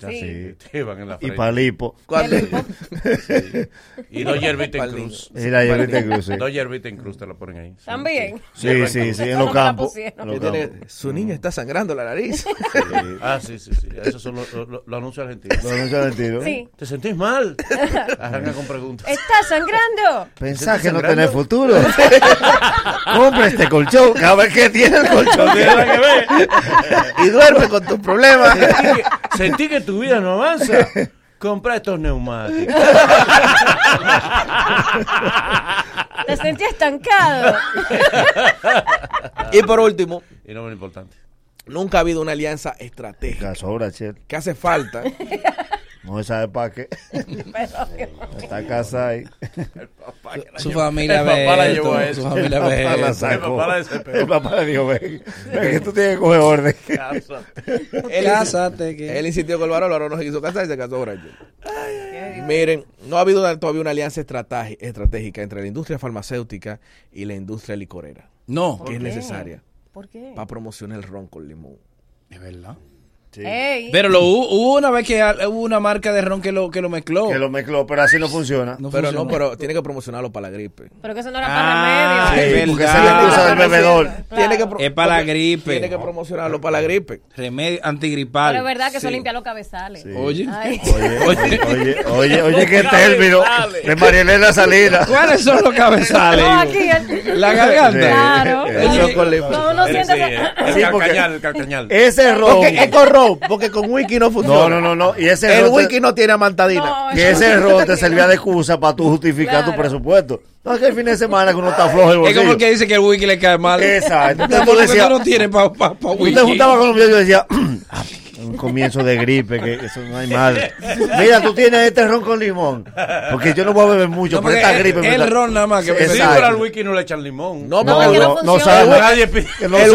Ya sí. Te van en la Y frente. palipo. Cuando- Sí. Y dos hierbitas en Palín. cruz. Y la hierbita en cruz, sí. Dos hierbitas en cruz te la ponen ahí. También. Sí, sí, sí, en los campos. En los Que tiene- campos. su niña está sangrando la nariz. [LAUGHS] Ah, Mm. sí, sí, sí. Esos son los los- los anuncios argentinos. Los anuncios argentinos. Sí. ¿Te sentís [LAUGHS] mal? Arranca con preguntas. [LAUGHS] ¿Estás sangrando? Pensás que no tenés futuro. Compra este colchón. A ver qué tiene el colchón. y duerme con tus problemas. Sentí que, sentí que tu vida no avanza. Compra estos [LAUGHS] neumáticos. Te sentí estancado. y por último, Y no es importante. nunca ha habido una alianza estratégica La sobra, che. que hace falta. [LAUGHS] No se sabe para [LAUGHS] qué. Está casada ahí. Su familia El papá ve la esto, llevó a su eso. familia El papá ve la esto. sacó. El papá la desesperó. El papá le dijo, ven, ven que tú tienes que coger orden. Él, Cásate, que- él insistió con el varón, el varón no se quiso casar y se casó borracho. Miren, no ha habido una- todavía una alianza estratage- estratégica entre la industria farmacéutica y la industria licorera. No. Que es ¿Por qué? necesaria ¿Por qué? para promocionar el ron con limón. Es verdad. Ey. Pero lo hubo, hubo una vez que al- hubo una marca de ron que lo, que lo mezcló. Que lo mezcló, pero así no funciona. No pero funcionó. no, pero tiene que promocionarlo para la gripe. Pero que eso no era para Ah, remedio. es porque verdad. esa es la excusa del bebedor. Tiene que pro- Es para la porque gripe. Tiene que promocionarlo para la gripe. Remedio antigripal. Pero es verdad que eso Sí. limpia los cabezales. Oye. Ay. Oye, [LAUGHS] oye, oye, oye, oye, qué término de Marielena Salinas. ¿Cuáles son los cabezales? No, hijo? aquí. el- La garganta. Claro. El Oye, ron con limón. No, no sientes. eh. El calcañal, el calcañal. Ese ron. Porque es con ron, porque con whisky no funciona. No, no, no, no. Y ese El ron te- whisky no tiene amantadina. No, Que eso- ese ron te servía de excusa para tú justificar tu Claro. presupuesto. No, es que el fin de semana que uno está flojo el Es bolsillo. como el que dice que el wiki le cae mal. Exacto. Entonces, Tú ¿por qué decías- tú no tienes para pa, pa Yo wiki? te juntaba con los míos y yo decía, [CLEARS THROAT] "Ah, un comienzo de gripe, que eso no hay madre. Mira, tú tienes este ron con limón. Porque yo no voy a beber mucho, No, pero porque esta el- gripe. el da- ron nada más que Que sí, Exacto. pero al wiki no le echan limón. No, No, porque que el, no whisky no funciona. sabe. Nadie pide. [LAUGHS] Que no- no el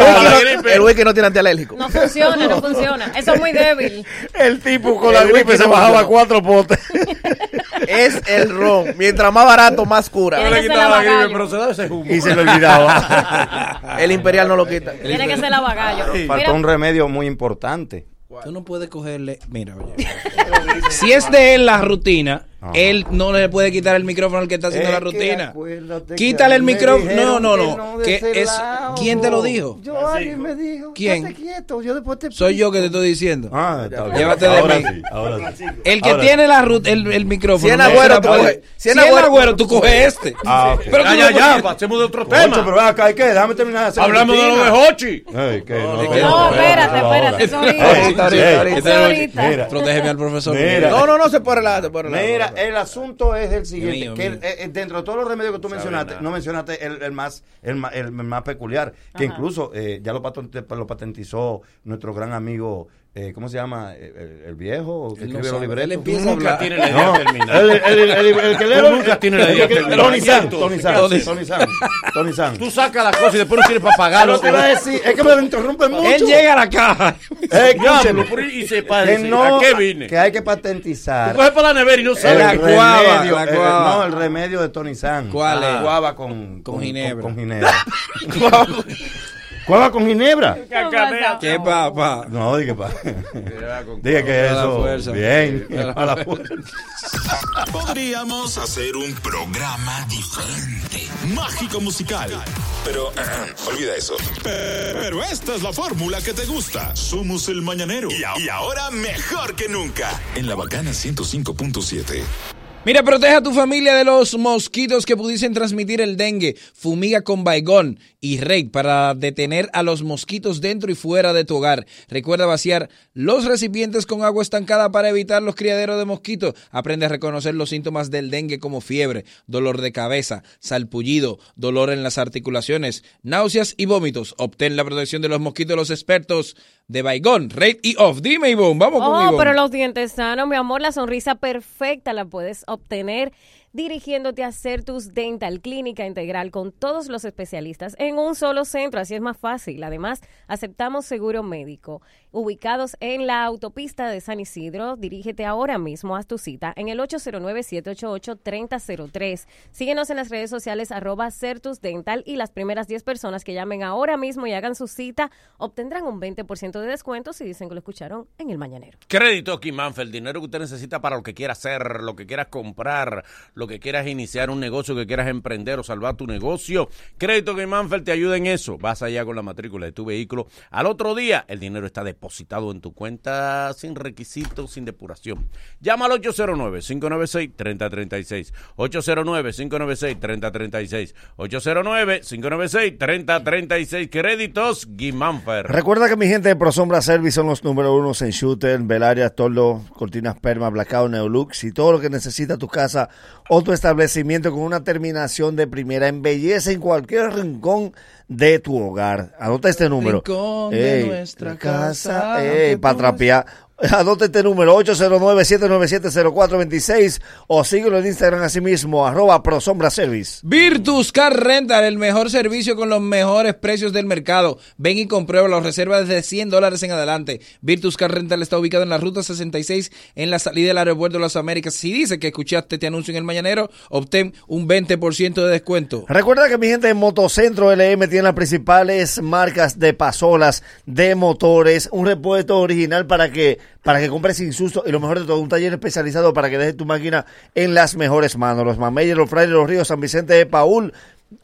sabe. whisky no, tiene antialérgico. No funciona, no funciona. Eso es muy débil. El tipo con la El gripe whisky se no bajaba funciona. cuatro potes. [LAUGHS] Es el ron. Mientras más barato, más Yo cura. le Tiene que ser quitaba la gripe, lavagallo. pero se da ese humo. Y se lo olvidaba. [LAUGHS] El imperial no lo quita. Tiene que ser lavagallo. Faltó un Mira, remedio muy importante. Tú no puedes cogerle. Mira, oye. si es de él la rutina, él no le puede quitar el micrófono al que está haciendo Es la que rutina. acuérdate que Quítale a el mí me micrófono. No, dijeron no, que no. no de que ese es- lado. ¿Quién te lo dijo? Yo alguien me dijo, ¿Quién? "Estate quieto, yo después te Soy yo que te estoy diciendo. Ah, está bien. Llévate de ahora mí. sí, ahora sí. El que Ahora tiene la rut- el, el micrófono. Si es no se Agüero, la tú puede- coges- Si es Agüero, tú coges este. Ah, ok. Pero tú Ya, no ya, puedes- ya, pasemos de otro Concho, tema. pero ven acá, ¿y qué? Déjame terminar de hacer Hablamos de lo de Hochi. No, espérate, espérate. Eso ahorita. Ahorita, ahorita, ahorita. Este es el- Mira. Protégeme al profesor. Mira. No, no, no se puede relajar. se puede Mira, relajar. el asunto es el siguiente, Mío, que mío. el- eh, dentro de todos los remedios que tú mencionaste, nada. no mencionaste el, el más el, ma- el más peculiar, que incluso eh, ya lo, patente- lo patentizó nuestro gran amigo, eh, ¿cómo se llama? El, el- el viejo que Él no escribe los sabe, él libretos. empieza a Nunca hablar. tiene la idea terminada. El, el, el, el- el que lee Tú los- nunca tienes la idea el que- terminada. Tony San, Cierto. Tony San, Tony- Tony San, Tony San. Tú sacas la cosa y después no tienes para pagarlo. Pero te iba a decir, es que me lo interrumpen mucho. Él llega a la caja. [LAUGHS] pues, Eh, Diablo, escúcheme, pero y se que parece. no, ¿A qué vine? que hay que patentizar. Coge para la nevera y Eh, no El sale. La guava, remedio, la el- Eh, guava. no, el remedio de Tony San. ¿Cuál es? Guava con, [LAUGHS] Con [LAUGHS] ginebra. Con, ginebra. Cueva con ginebra. ¿Qué papá? No, diga [LAUGHS] pa. [LAUGHS] Diga que A la eso. fuerza. Bien. A A la la fuerza. Podríamos hacer un programa diferente, mágico musical. Pero [CLEARS THROAT] olvida eso. Pero esta es la fórmula que te gusta. Somos el mañanero. Y, a- y ahora mejor que nunca. En la bacana 105.7. Mira, protege a tu familia de los mosquitos que pudiesen transmitir el dengue. Fumiga con baigón y rake para detener a los mosquitos dentro y fuera de tu hogar. Recuerda vaciar los recipientes con agua estancada para evitar los criaderos de mosquitos. Aprende a reconocer los síntomas del dengue como fiebre, dolor de cabeza, salpullido, dolor en las articulaciones, náuseas y vómitos. Obtén la protección de los mosquitos los expertos de baigón, rake y off. Dime, Ivonne, vamos con Oh, Ivonne. pero los dientes sanos, mi amor, la sonrisa perfecta la puedes obtener dirigiéndote a Certus Dental Clínica Integral con todos los especialistas en un solo centro, así es más fácil. Además, aceptamos seguro médico. Ubicados en la autopista de San Isidro, dirígete ahora mismo a tu cita en el 809-788-3003. Síguenos en las redes sociales arroba Certus Dental y las primeras 10 personas que llamen ahora mismo y hagan su cita obtendrán un 20% de descuento si dicen que lo escucharon en el mañanero. Crédito Quimanfer, el dinero que usted necesita para lo que quiera hacer, lo que quieras comprar, lo que quieras iniciar un negocio, que quieras emprender o salvar tu negocio. Crédito Quimanfer te ayuda en eso. Vas allá con la matrícula de tu vehículo. Al otro día, el dinero está depositado en tu cuenta sin requisitos, sin depuración. Llama al 809-596-3036. 809-596-3036. 809-596-3036. Créditos Guimánfer. Recuerda que mi gente de ProSombra Service son los número uno en shooter, velaria, toldo, cortinas perma, blackout, neolux y todo lo que necesita tu casa o tu establecimiento con una terminación de primera en belleza en cualquier rincón de tu hogar. Anota este número. Rincón de Ey, nuestra casa. casa, Ey, que para tú trapear. Anota este número 809-797-0426 o síguelo en Instagram así mismo, arroba ProSombra Service. Virtus Car Rental, el mejor servicio con los mejores precios del mercado. Ven y comprueba las reservas desde 100 dólares en adelante. Virtus Car Rental está ubicado en la ruta 66 en la salida del aeropuerto de las Américas. Si dice que escuchaste este anuncio en el mañanero, obtén un 20% de descuento. Recuerda que mi gente de Motocentro LM tiene las principales marcas de pasolas, de motores, un repuesto original para que para que compres sin susto y lo mejor de todo, un taller especializado para que dejes tu máquina en las mejores manos. Los Mameyes, los Frailes, los Ríos, San Vicente de Paul.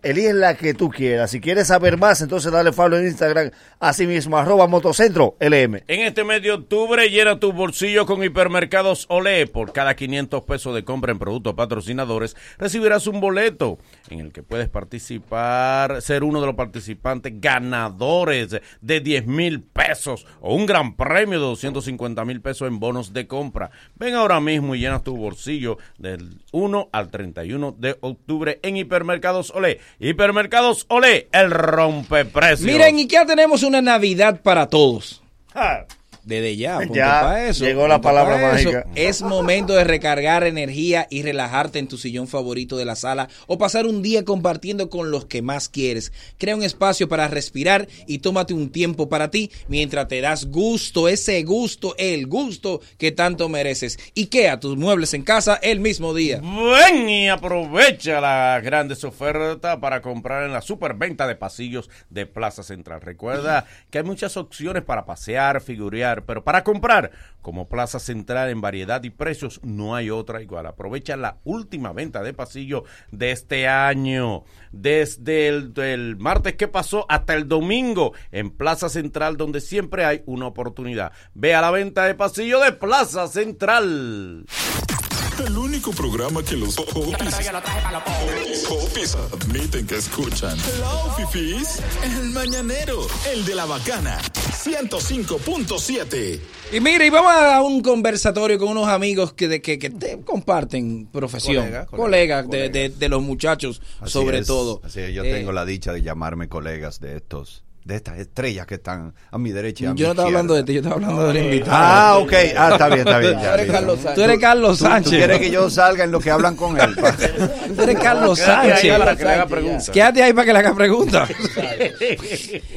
Elige la que tú quieras. Si quieres saber más, entonces dale follow en Instagram. Así mismo, arroba Motocentro LM. En este mes de octubre llena tus bolsillos con hipermercados Olé. Por cada 500 pesos de compra en productos patrocinadores recibirás un boleto en el que puedes participar, ser uno de los participantes ganadores de 10 mil pesos o un gran premio de 250 mil pesos en bonos de compra. Ven ahora mismo y llenas tu bolsillo del 1 al 31 de octubre en hipermercados Olé. Hipermercados Olé, el rompeprecios. Mira, en IKEA tenemos una Navidad para todos. Desde ya, [LAUGHS] apunta Ya pa' eso, llegó la apunta palabra pa' eso. mágica. Es momento de recargar energía y relajarte en tu sillón favorito de la sala o pasar un día compartiendo con los que más quieres. Crea un espacio para respirar y tómate un tiempo para ti mientras te das gusto, ese gusto, el gusto que tanto mereces. Ikea, tus muebles en casa el mismo día. Ven y aprovecha las grandes ofertas para comprar en la superventa de pasillos de Plaza Central. [LAUGHS] Recuerda que hay muchas opciones para pasear, figurear, pero para comprar, como Plaza Central en variedad y precios, no hay otra igual. Aprovecha la última venta de pasillo de este año. Desde el del martes que pasó hasta el domingo en Plaza Central, donde siempre hay una oportunidad. Ve a la venta de pasillo de Plaza Central. El único programa que los popis, popis admiten que escuchan. Hello, Oh, fifis. El mañanero, el de la bacana 105.7. Y mira, y vamos a un conversatorio con unos amigos que, de, que, que te comparten profesión, Colega, colegas colega, de, de- de los muchachos, Así sobre es, todo. Así es, yo Eh, tengo la dicha de llamarme colegas de estos, de estas estrellas que están a mi derecha y a mi Yo no estaba izquierda. hablando de ti, yo estaba hablando del invitado. Ah, ok. Ah, está bien, está bien. [LAUGHS] Tú ya, eres ya. Carlos Sánchez. Tú eres Carlos tú- tú Sánchez. quieres que yo salga en lo que hablan con él? [LAUGHS] Tú eres Carlos Quédate ahí Sánchez. para que le haga preguntas. Quédate ahí para que le haga preguntas.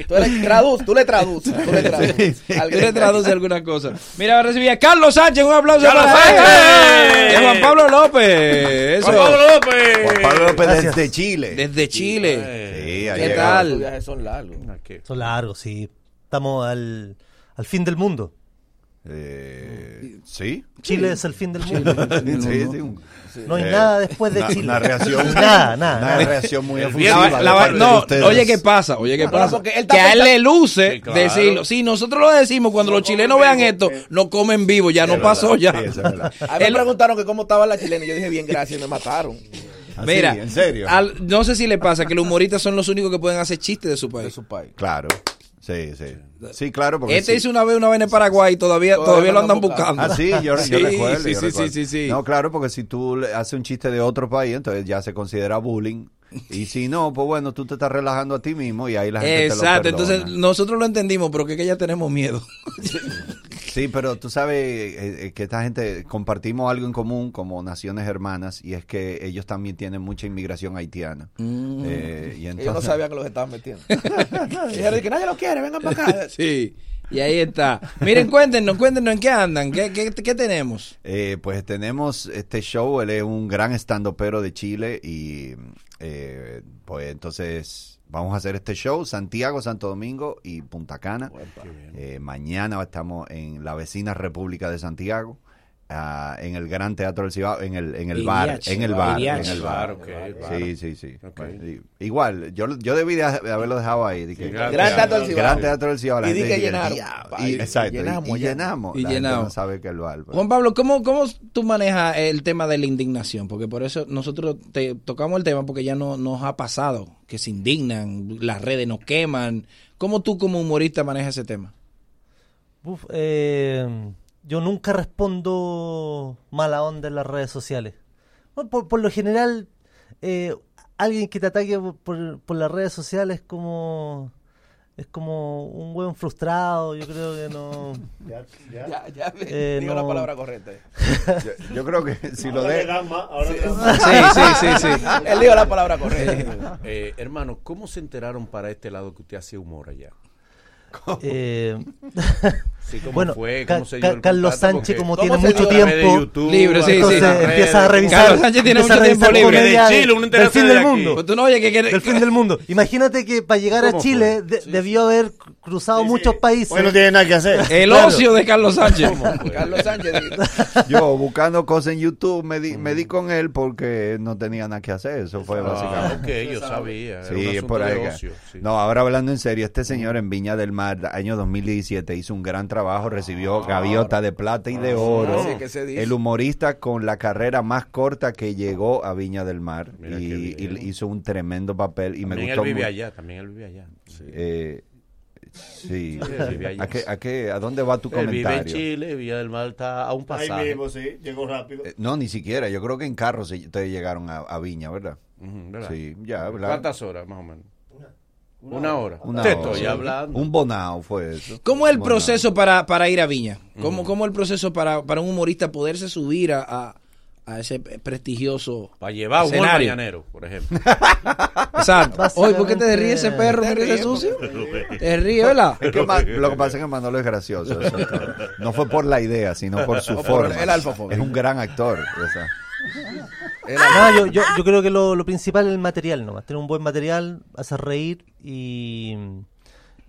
Tú, eres, traduz, tú le traduces. Tú le traduces. [LAUGHS] Tú le traduces [LAUGHS] alguna cosa. Mira, ahora recibí a Carlos Sánchez. Un aplauso para él. Y a Juan Pablo López. Eso López. Juan Pablo López. Juan Pablo López Gracias. desde Chile. Desde Chile. Sí, ha ¿Qué llegado. tal? Los viajes son largos. Son largos, sí. Estamos al, al fin del mundo. Eh, sí. Chile es el fin del mundo. Sí, sí, un- No hay Eh, nada después de una- Chile. Una [LAUGHS] reacción. Nada, nada. Una reacción muy La- efusiva. la- de parte de no, ustedes. oye, ¿qué pasa? Oye, ¿qué Ahora, pasa? porque él está que a él pensando- le luce Sí, claro. decirlo. Si nosotros lo decimos, cuando los chilenos vean esto, eh. no comen vivo, ya no verdad, pasó ya. sí, eso es verdad. A mí me preguntaron que cómo estaba la chilena y yo dije, bien, gracias, me mataron. Mira, al- no sé si le pasa que los humoristas son los únicos que pueden hacer chistes de su país. Claro. Sí, sí. Sí, claro. Porque Este sí. hizo una vez una vez en Paraguay y todavía, [LAUGHS] todavía, lo andan buscando. Ah, sí, yo, yo recuerdo. [LAUGHS] Sí, yo sí, sí, recuerdo. sí, sí. No, claro, porque si tú le- haces un chiste de otro país, entonces ya se considera bullying. Y si no, pues bueno, tú te estás relajando a ti mismo y ahí la gente Exacto, te lo perdona. entonces nosotros lo entendimos, pero que, es que ya tenemos miedo. [LAUGHS] Sí, pero tú sabes eh, eh, que esta gente compartimos algo en común como naciones hermanas y es que ellos también tienen mucha inmigración haitiana. [LAUGHS] Mm. Eh, y Ellos no entonces, [LAUGHS] sabían que los estaban [LAUGHS] metiendo. Dijeron que nadie los quiere, vengan [LAUGHS] para acá. sí, y ahí está. Miren, cuéntenos, cuéntenos en qué andan, qué, qué, qué tenemos. eh, pues tenemos este show, él es un gran estandopero de Chile y eh, pues entonces vamos a hacer este show, Santiago, Santo Domingo y Punta Cana. Eh, mañana estamos en la vecina República de Santiago. ah, en el Gran Teatro del Cibao, en el, en el bar, Iriache. en el bar, en Iriache. el Bar, bar. ok, Sí, bar. sí, sí. Ok. Bueno, y- Igual, yo, yo debí de ha- de haberlo dejado ahí. di que- Gran Gran Teatro del Cibao. Gran Teatro del Cibao. la Y di gente que di llenaron. "Diablo". Ahí, Y- exacto, y- llenamos, y ya. llenamos. Y La gente llenamos. no sabe que el bar. pero- Juan Pablo, ¿cómo, ¿cómo tú manejas el tema de la indignación? Porque por eso nosotros te tocamos el tema porque ya no, nos ha pasado que se indignan, las redes nos queman. ¿Cómo tú como humorista manejas ese tema? Uf, eh, yo nunca respondo mala onda en las redes sociales. Bueno, por, por lo general, eh, alguien que te ataque por, por- por las redes sociales es como, es como un buen frustrado. Yo creo que no. [LAUGHS] Ya, ya, ya [LAUGHS] me- Eh, digo no. la palabra [LAUGHS] correcta. Yo, yo creo que si lo de. [LAUGHS] Él dijo la palabra correcta. Eh, hermano, ¿cómo se enteraron para este lado que usted hace humor allá? Eh, Sí, ¿cómo bueno, fue? Ca- ¿Cómo se dio Ca- el Carlos contacto? Sánchez, Porque- como ¿Cómo tiene se mucho dio? A tiempo, través de YouTube, Libre, sí, entonces sí, las empiezas a redes. revisar. Carlos Sánchez tiene empiezas a mucho tiempo revisar libre. comedia De Chile, uno del enteraste fin de del aquí. mundo. Pues tú no, oye, que- que- del fin del mundo. Imagínate que para llegar a ¿Cómo Chile de- debió haber cruzado muchos países. Bueno, no tiene nada que hacer. El Claro. ocio de Carlos Sánchez. [LAUGHS] Carlos Sánchez. [LAUGHS] Yo buscando cosas en YouTube me di, me di con él porque no tenía nada que hacer. Eso fue Ah, básicamente. ok, yo sabía. era un Sí, es asunto por de ahí. que- ocio, sí. No, ahora hablando en serio, este señor en Viña del Mar, año 2017, hizo un gran trabajo, recibió Ah, gaviota de plata y de oro. Así es que se dice. El humorista con la carrera más corta que llegó a Viña del Mar y, y hizo un tremendo papel y me También gustó él vive mucho. allá, también él vive allá. Eh, sí. Sí, él vive allá. ¿A, qué, a, qué- ¿A dónde va tu Él Eh, vive en comentario? Chile, Villa del Mar está a un Ahí pasaje. mismo, sí, llegó rápido. Eh, No, ni siquiera. Yo creo que en carro se- ustedes llegaron a, a Viña, ¿verdad? ¿verdad? Sí, ya. ¿verdad? ¿Cuántas horas más o menos? Una, hora. Una Te hora. estoy hablando. Un bonao fue eso. ¿Cómo es el Bonao. proceso para, para ir a Viña? ¿Cómo, [LAUGHS] Ujú. cómo el proceso para, para un humorista poderse subir a, a- a ese prestigioso Para llevar un escenario? mañanero, por ejemplo. Exacto. Oye, ¿por qué te ríes ese perro? Te ¿Te ríes ríes, sucio? Te ríes, ¿verdad? Es que Ma- lo que pasa es que [LAUGHS] Manolo es gracioso. eso es todo. No fue por la idea, sino por [LAUGHS] su O por forma. el pues. alfafobia. Es un gran actor. o sea. No, yo, yo- yo creo que lo, lo principal es el material nomás. Tener un buen material, hacer reír y,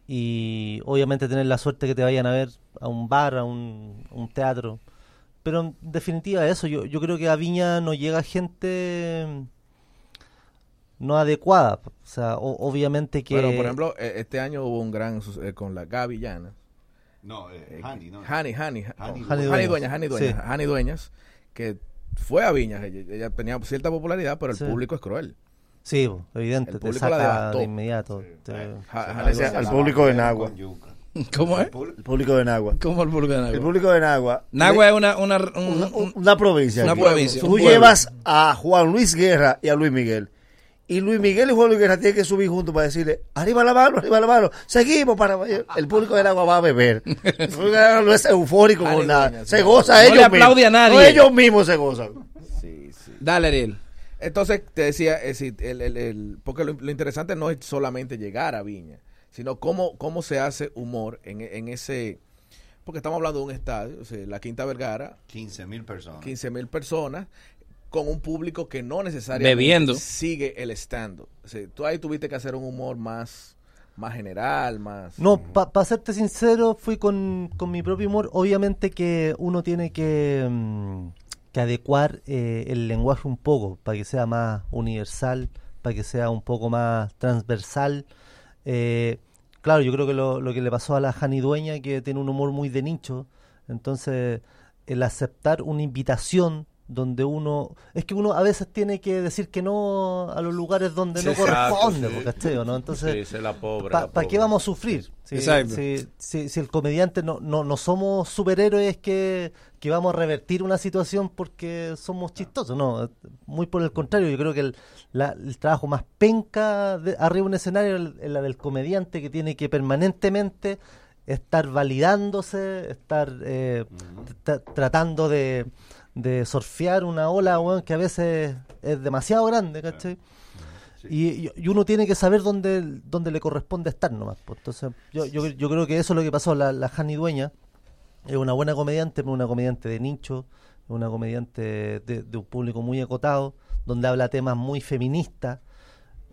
y obviamente tener la suerte que te vayan a ver a un bar, a un, a un teatro. Pero en definitiva eso, yo, yo creo que a Viña no llega gente mm, no adecuada. O sea, o- obviamente que... Pero, por ejemplo, eh, este año hubo un gran su- eh, con la Gaby Llanas. No, eh, Hani, no. Hani, Hani. no, Hani Hani Dueñas, Hani Dueñas, Dueñas, Hani sí. Dueñas, que fue a Viñas. Ella, ella tenía cierta popularidad, pero el Sí. público es cruel. Sí, bo, evidente, El te público la saca devastó. de inmediato. te- Ja- Al- se- al se- público de se- Nagua. con yuca. ¿Cómo es? El público de Nagua. ¿Cómo el público de Nagua? El público de Nagua. Nagua Le- es una, una, un- un- una provincia. Una aquí. provincia. Tú Un pueblo. llevas a Juan Luis Guerra y a Luis Miguel. Y Luis Miguel y Juan Luis Guerra tienen que subir juntos para decirle, arriba la mano, arriba la mano, seguimos para el público del agua va [LAUGHS] a beber. El público del agua no es eufórico con nada. Se goza No le ellos aplaude mismos. a nadie. No, ellos mismos [LAUGHS] se gozan. Dale, Ariel. Entonces, te decía, eh, sí, el, el- el- porque lo, lo interesante no es solamente llegar a Viña, sino cómo, cómo se hace humor en, en ese... Porque estamos hablando de un estadio, o sea, la Quinta Vergara, 15 mil personas. 15 mil personas, con un público que no necesariamente Bebiendo. sigue el stand-up. O sea, tú ahí tuviste que hacer un humor más, más general, más... No, para serte sincero, fui con, con mi propio humor. Obviamente que uno tiene que, mm, que adecuar eh, el lenguaje un poco para que sea más universal, para que sea un poco más transversal. Eh, claro, yo creo que lo, lo que le pasó a la Jani Dueña, que tiene un humor muy de nicho, entonces el aceptar una invitación donde uno es que uno a veces tiene que decir que no a los lugares donde no Exacto, corresponde sí. po, ¿cachai? no entonces Sí, esa es la pobre, ¿para la qué pobre. vamos a sufrir si, Exacto. si- si- si el comediante no, no no somos superhéroes que que vamos a revertir una situación porque somos chistosos no muy por el contrario yo creo que el, la- el trabajo más penca de, arriba de un escenario es el- es la del comediante que tiene que permanentemente estar validándose, estar eh, tra- tratando de, de surfear una ola weón, que a veces es demasiado grande, ¿cachai? Y, y- y uno tiene que saber dónde, dónde le corresponde estar nomás. pues. Entonces, yo, yo, yo creo que eso es lo que pasó. La, la Jani Dueña es una buena comediante, pero una comediante de nicho, una comediante de, de un público muy acotado, donde habla temas muy feministas.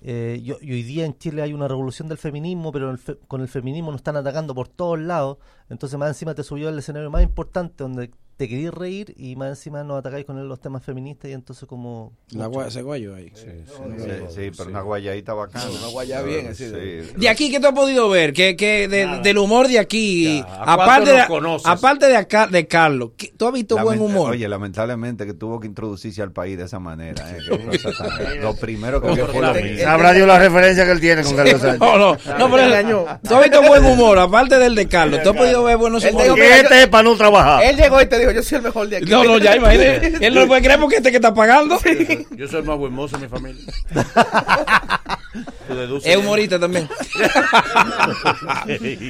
Eh, y, y hoy día en Chile hay una revolución del feminismo, pero el fe- con el feminismo nos están atacando por todos lados. Entonces, más encima te subió al escenario más importante donde te querías reír y más encima nos atacáis con los temas feministas y entonces como... La gua- ese guayo ahí. Sí, sí, pero una guayadita bacana. Una guayada bien, así de- Sí. De aquí, ¿qué tú has podido ver? que que de- del humor de aquí? ¿a cuánto aparte de, nos conoces? aparte de, acá, de Carlos, ¿qué- ¿tú has visto buen Lament- humor? Oye, lamentablemente que tuvo que introducirse al país de esa manera. ¿eh? Qué cosa [LAUGHS] tan- lo primero que Ojo, vio fue lo la- mismo. Sabrá Dios la referencia que él tiene con Carlos Sánchez. No, [LAUGHS] no, no, pero tú has visto buen humor, aparte del de Carlos. ¿Tú has podido ver buenos Él humores? dijo, mira, yo- para Este no Ah. trabajar. Él llegó y te dijo, yo soy el mejor de aquí. No, no, ya [LAUGHS] imagínate. Él no lo puede creer porque este que está pagando. Yo soy el más buen mozo de mi familia. Tú deduces. Es humorista [LAUGHS] también.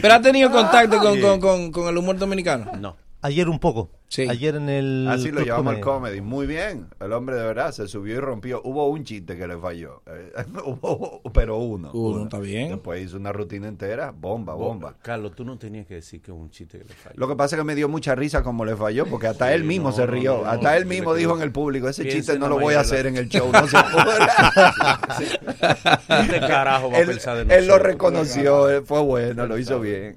Pero ha tenido contacto con, con- con- con el humor dominicano. No. Ayer un poco. Ayer en el... Así lo Club llevamos al comedy. Comedia. Muy bien. El hombre de verdad se subió y rompió. Hubo un chiste que le falló. [LAUGHS] Eh, hubo- pero uno. Uno, está bien. Después hizo una rutina entera. Bomba, bomba. Carlos, tú no tenías que decir que es un chiste que le falla. Lo que pasa es que me dio mucha risa como le falló, porque hasta Sí, él mismo no, se no, rió. no, no, hasta él no, mismo no, dijo no. en el público, ese Piensa chiste en no la lo voy a Mayela. hacer en el show. No se podrá. [LAUGHS] Este carajo va a él, pensar de Él lo nosotros. reconoció, él fue bueno, lo hizo [LAUGHS] bien.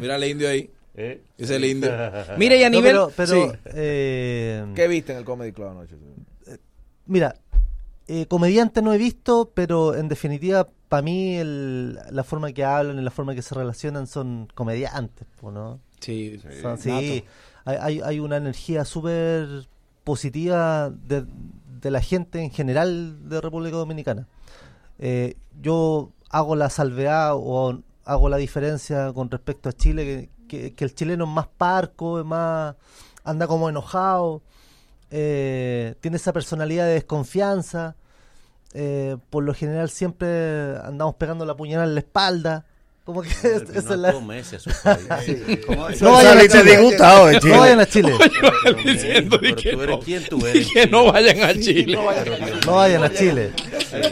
Mira el indio ahí. ¿Eh? Es el indio. [LAUGHS] Mira, y a No, nivel. pero- pero, sí. eh, ¿Qué viste en el Comedy Club anoche? Mira, eh, comediante no he visto, pero en definitiva, para mí, el- la forma que hablan y la forma que se relacionan son comediantes, po, ¿no? Sí, Son- sí. Hay, hay- hay una energía súper positiva de, de la gente en general de República Dominicana. Eh, yo hago la salvedad o hago la diferencia con respecto a Chile, que, que- que el chileno es más parco, es más anda como enojado, eh, tiene esa personalidad de desconfianza. eh, por lo general siempre andamos pegando la puñalada en la espalda. Como que este es- Él esa vino es la... dos meses a su país. [LAUGHS] Sí. ¿Cómo es? No vayan a Saliste Chile. disgustado de Chile. No vayan a Chile. diciendo Pero tú eres quien [LAUGHS] tú Y eres. que no vayan a Chile. No vayan a Chile.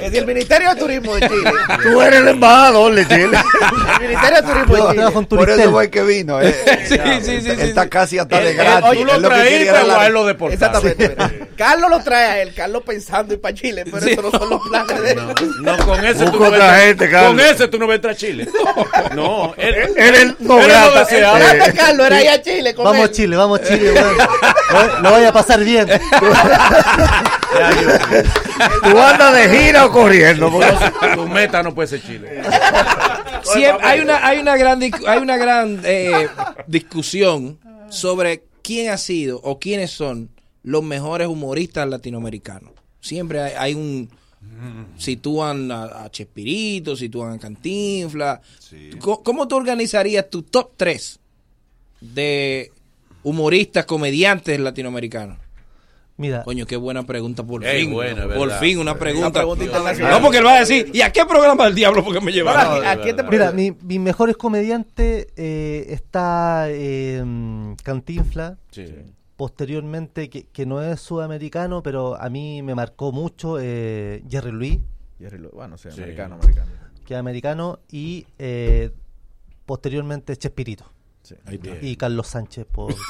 Es del Ministerio de Turismo de [LAUGHS] Chile. Tú eres el embajador de [LAUGHS] Chile. El Ministerio de Turismo de Yo Chile. trabajo en Por Turistel. eso fue que vino. eh. [LAUGHS] Está casi hasta de Ah, gratis. oye, es eh, lo que quería era la- Exactamente. mira. Carlos lo trae a él, Carlos pensando y para Chile, pero eso no son los planes de él. No, con ese Busca tú no otra vas a- gente, Carlos. Con ese tú no vas a entrar a [LAUGHS] Chile. No, él, Él es el no él grata. no deseaba. Eh, Trata, Carlos, era ahí a Chile con Vamos a él. Chile, vamos a Chile, weón. Lo- Lo voy a pasar bien. eh, ¿Tú andas de gira o corriendo? Porque- Tu meta no puede ser Chile. Siem- hay una hay una gran dis- hay una gran eh, discusión sobre quién ha sido o quiénes son los mejores humoristas latinoamericanos. Siempre hay, hay un sitúan a, a Chespirito, sitúan a Cantinfla. Co- ¿Cómo tú organizarías tu top 3 de humoristas comediantes latinoamericanos? Mira, Coño, qué buena pregunta por Ey, fin. buena, por ¿verdad? fin una pregunta. pregunta internacional. no porque él va a decir, ¿y a qué programa del diablo porque me Ahora, llevaron? ¿a- a quién te mira, mi, mis mejores comediantes eh, está eh, Cantinfla. Posteriormente, que, que no es sudamericano, pero a mí me marcó mucho eh, Jerry Luis, Jerry Lo- Bueno, sí, Sí. Este, americano, americano. que es americano, y eh, posteriormente Chespirito. Ahí está. Y Carlos Sánchez por... Porque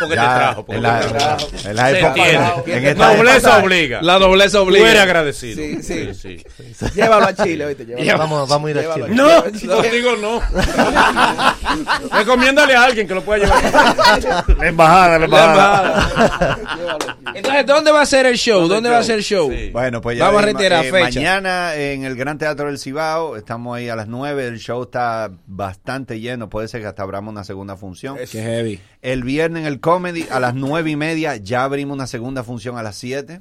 te trajo, porque en la, te trajo. en la Se época- entiende. en esta Nobleza época- obliga. La nobleza obliga. Tú eres agradecido. Sí, sí. Sí, sí. Llévalo a Chile, oíste. Llévalo. Vamos- vamos a ir a Llévalo Chile. No, Chile. contigo no. [LAUGHS] Recomiéndale a alguien que lo pueda [LAUGHS] llevar. La embajada, la Entonces, ¿dónde va a ser el show? ¿Dónde, va a ser el show? Bueno, pues ya Vamos a dijimos, reiterar eh, fecha. Mañana en el Gran Teatro del Cibao, estamos ahí a las 9, el show está bastante lleno, puede ser que hasta abramos una segunda función. Qué heavy. El viernes en el Comedy a las 9 y media, ya abrimos una segunda función a las 7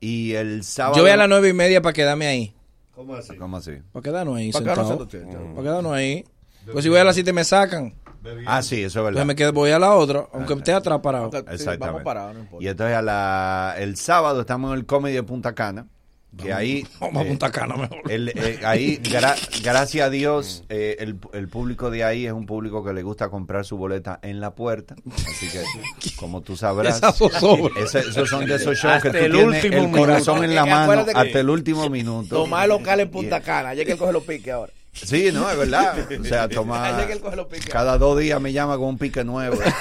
y el sábado... Yo voy a las nueve y media para quedarme ahí. ¿Cómo así? ¿Cómo así? Para quedarnos ahí, Para quedarnos sentado. sentados, Para quedarnos ahí. Pues si voy a las siete me sacan. Ah, sí, eso es verdad. Ah. Entonces me quedo, voy a la otra, aunque esté atrás parado. Exactamente. y entonces a la, el sábado estamos en el comedy de Punta Cana. Que ahí. [LAUGHS] vamos a eh, Punta Cana mejor. el, eh, ahí, gra- gracias a Dios, eh, el, el público de ahí es un público que le gusta comprar su boleta en la puerta. Así que, como tú sabrás, Esa zozobra. ese- esos son de esos shows Hasta que tú el tienes último el corazón minuto. en la Eh, mano acuérdate que- hasta el último minuto. Tomás local en Punta Cana. Ayer que él coge los piques [LAUGHS] ahora. Sí, no, es verdad. O sea, toma. Ayer que él coge los piques. Cada dos días me llama con un pique [LAUGHS] nuevo. ¿De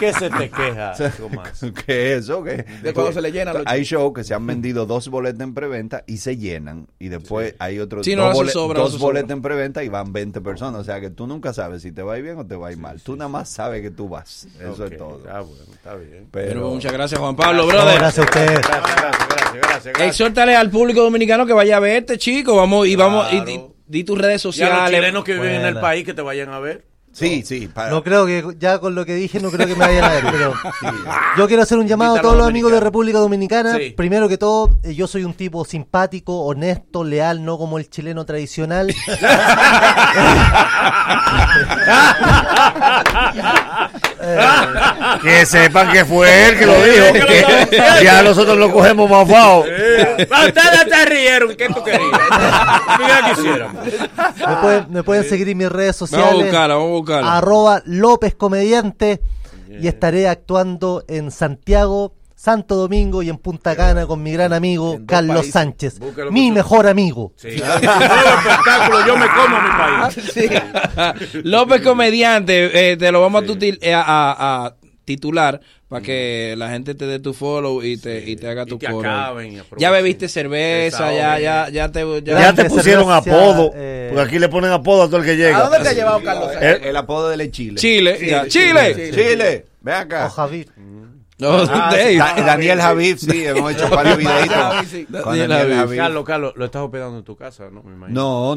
qué se [LAUGHS] te queja, Tomás? ¿Qué es eso? ¿Qué? De cuando se le llenan los Hay shows que se han vendido dos boletas en preventa y se llenan. Y después hay otros Sí, no, dos, eso bole- sobra, dos eso sobra. boletas en preventa y van 20 personas. O sea que tú nunca sabes si te va a ir bien o te va a ir mal. Tú nada más sabes que tú vas. Eso Ok, es todo. Ah, bueno, está bien. Pero, Ah, Pero muchas gracias, Juan Pablo, brother. gracias a ustedes. Gracias, gracias, gracias, gracias. gracias. Exhórtale al público dominicano que vaya a verte, chico. Vamos y vamos y, di- di tus redes Y a sociales. los chilenos que viven en el Buena. país que te vayan a ver. Sí, sí. para- No creo que, ya con lo que dije, no creo que me [LAUGHS] vayan a ver, [LAUGHS] pero yo quiero hacer un llamado a Invita a todos los los amigos de República Dominicana. Sí. Primero que todo, eh, yo soy un tipo simpático, honesto, leal, no como el [LAUGHS] chileno tradicional. Que sepan que fue él que lo dijo. que ya nosotros lo cogemos mafao. Ah, Ustedes te rieron, ¿qué tú querías? Mira, quisiéramos. Me pueden, [LAUGHS] me pueden seguir en mis redes sociales. buscarla, vamos a buscarla. Arroba López Comediante. Y estaré actuando en Santiago, Santo Domingo y en Punta Cana con mi gran amigo Carlos países. Sánchez. Búscalo Mi con- mejor amigo. Sí. Con todo espectáculo, yo me como a mi país. [LAUGHS] López Comediante, eh, te lo vamos a, tutil- eh, a- a- a titular para que la gente te dé tu follow y te, y te haga tu te coro ahí. acaben y Ya aprovechen. bebiste cerveza, ya, Desahogen. ya, ya te... Ya, Ya te pusieron gracias, apodo. eh. Porque aquí le ponen apodo a todo el que llega. ¿A dónde te ha llevado Carlos? el, Eh, el apodo de Chile. Chile, ya, Chile. Chile. Ve acá. O Javier. No, Ah, Dave. Da- Daniel Javif, [LAUGHS] sí, hemos hecho varios videitos. con Daniel Daniel Javif. Javif. Carlos, Carlos, lo estás hospedando en tu casa, ¿no? Me imagino.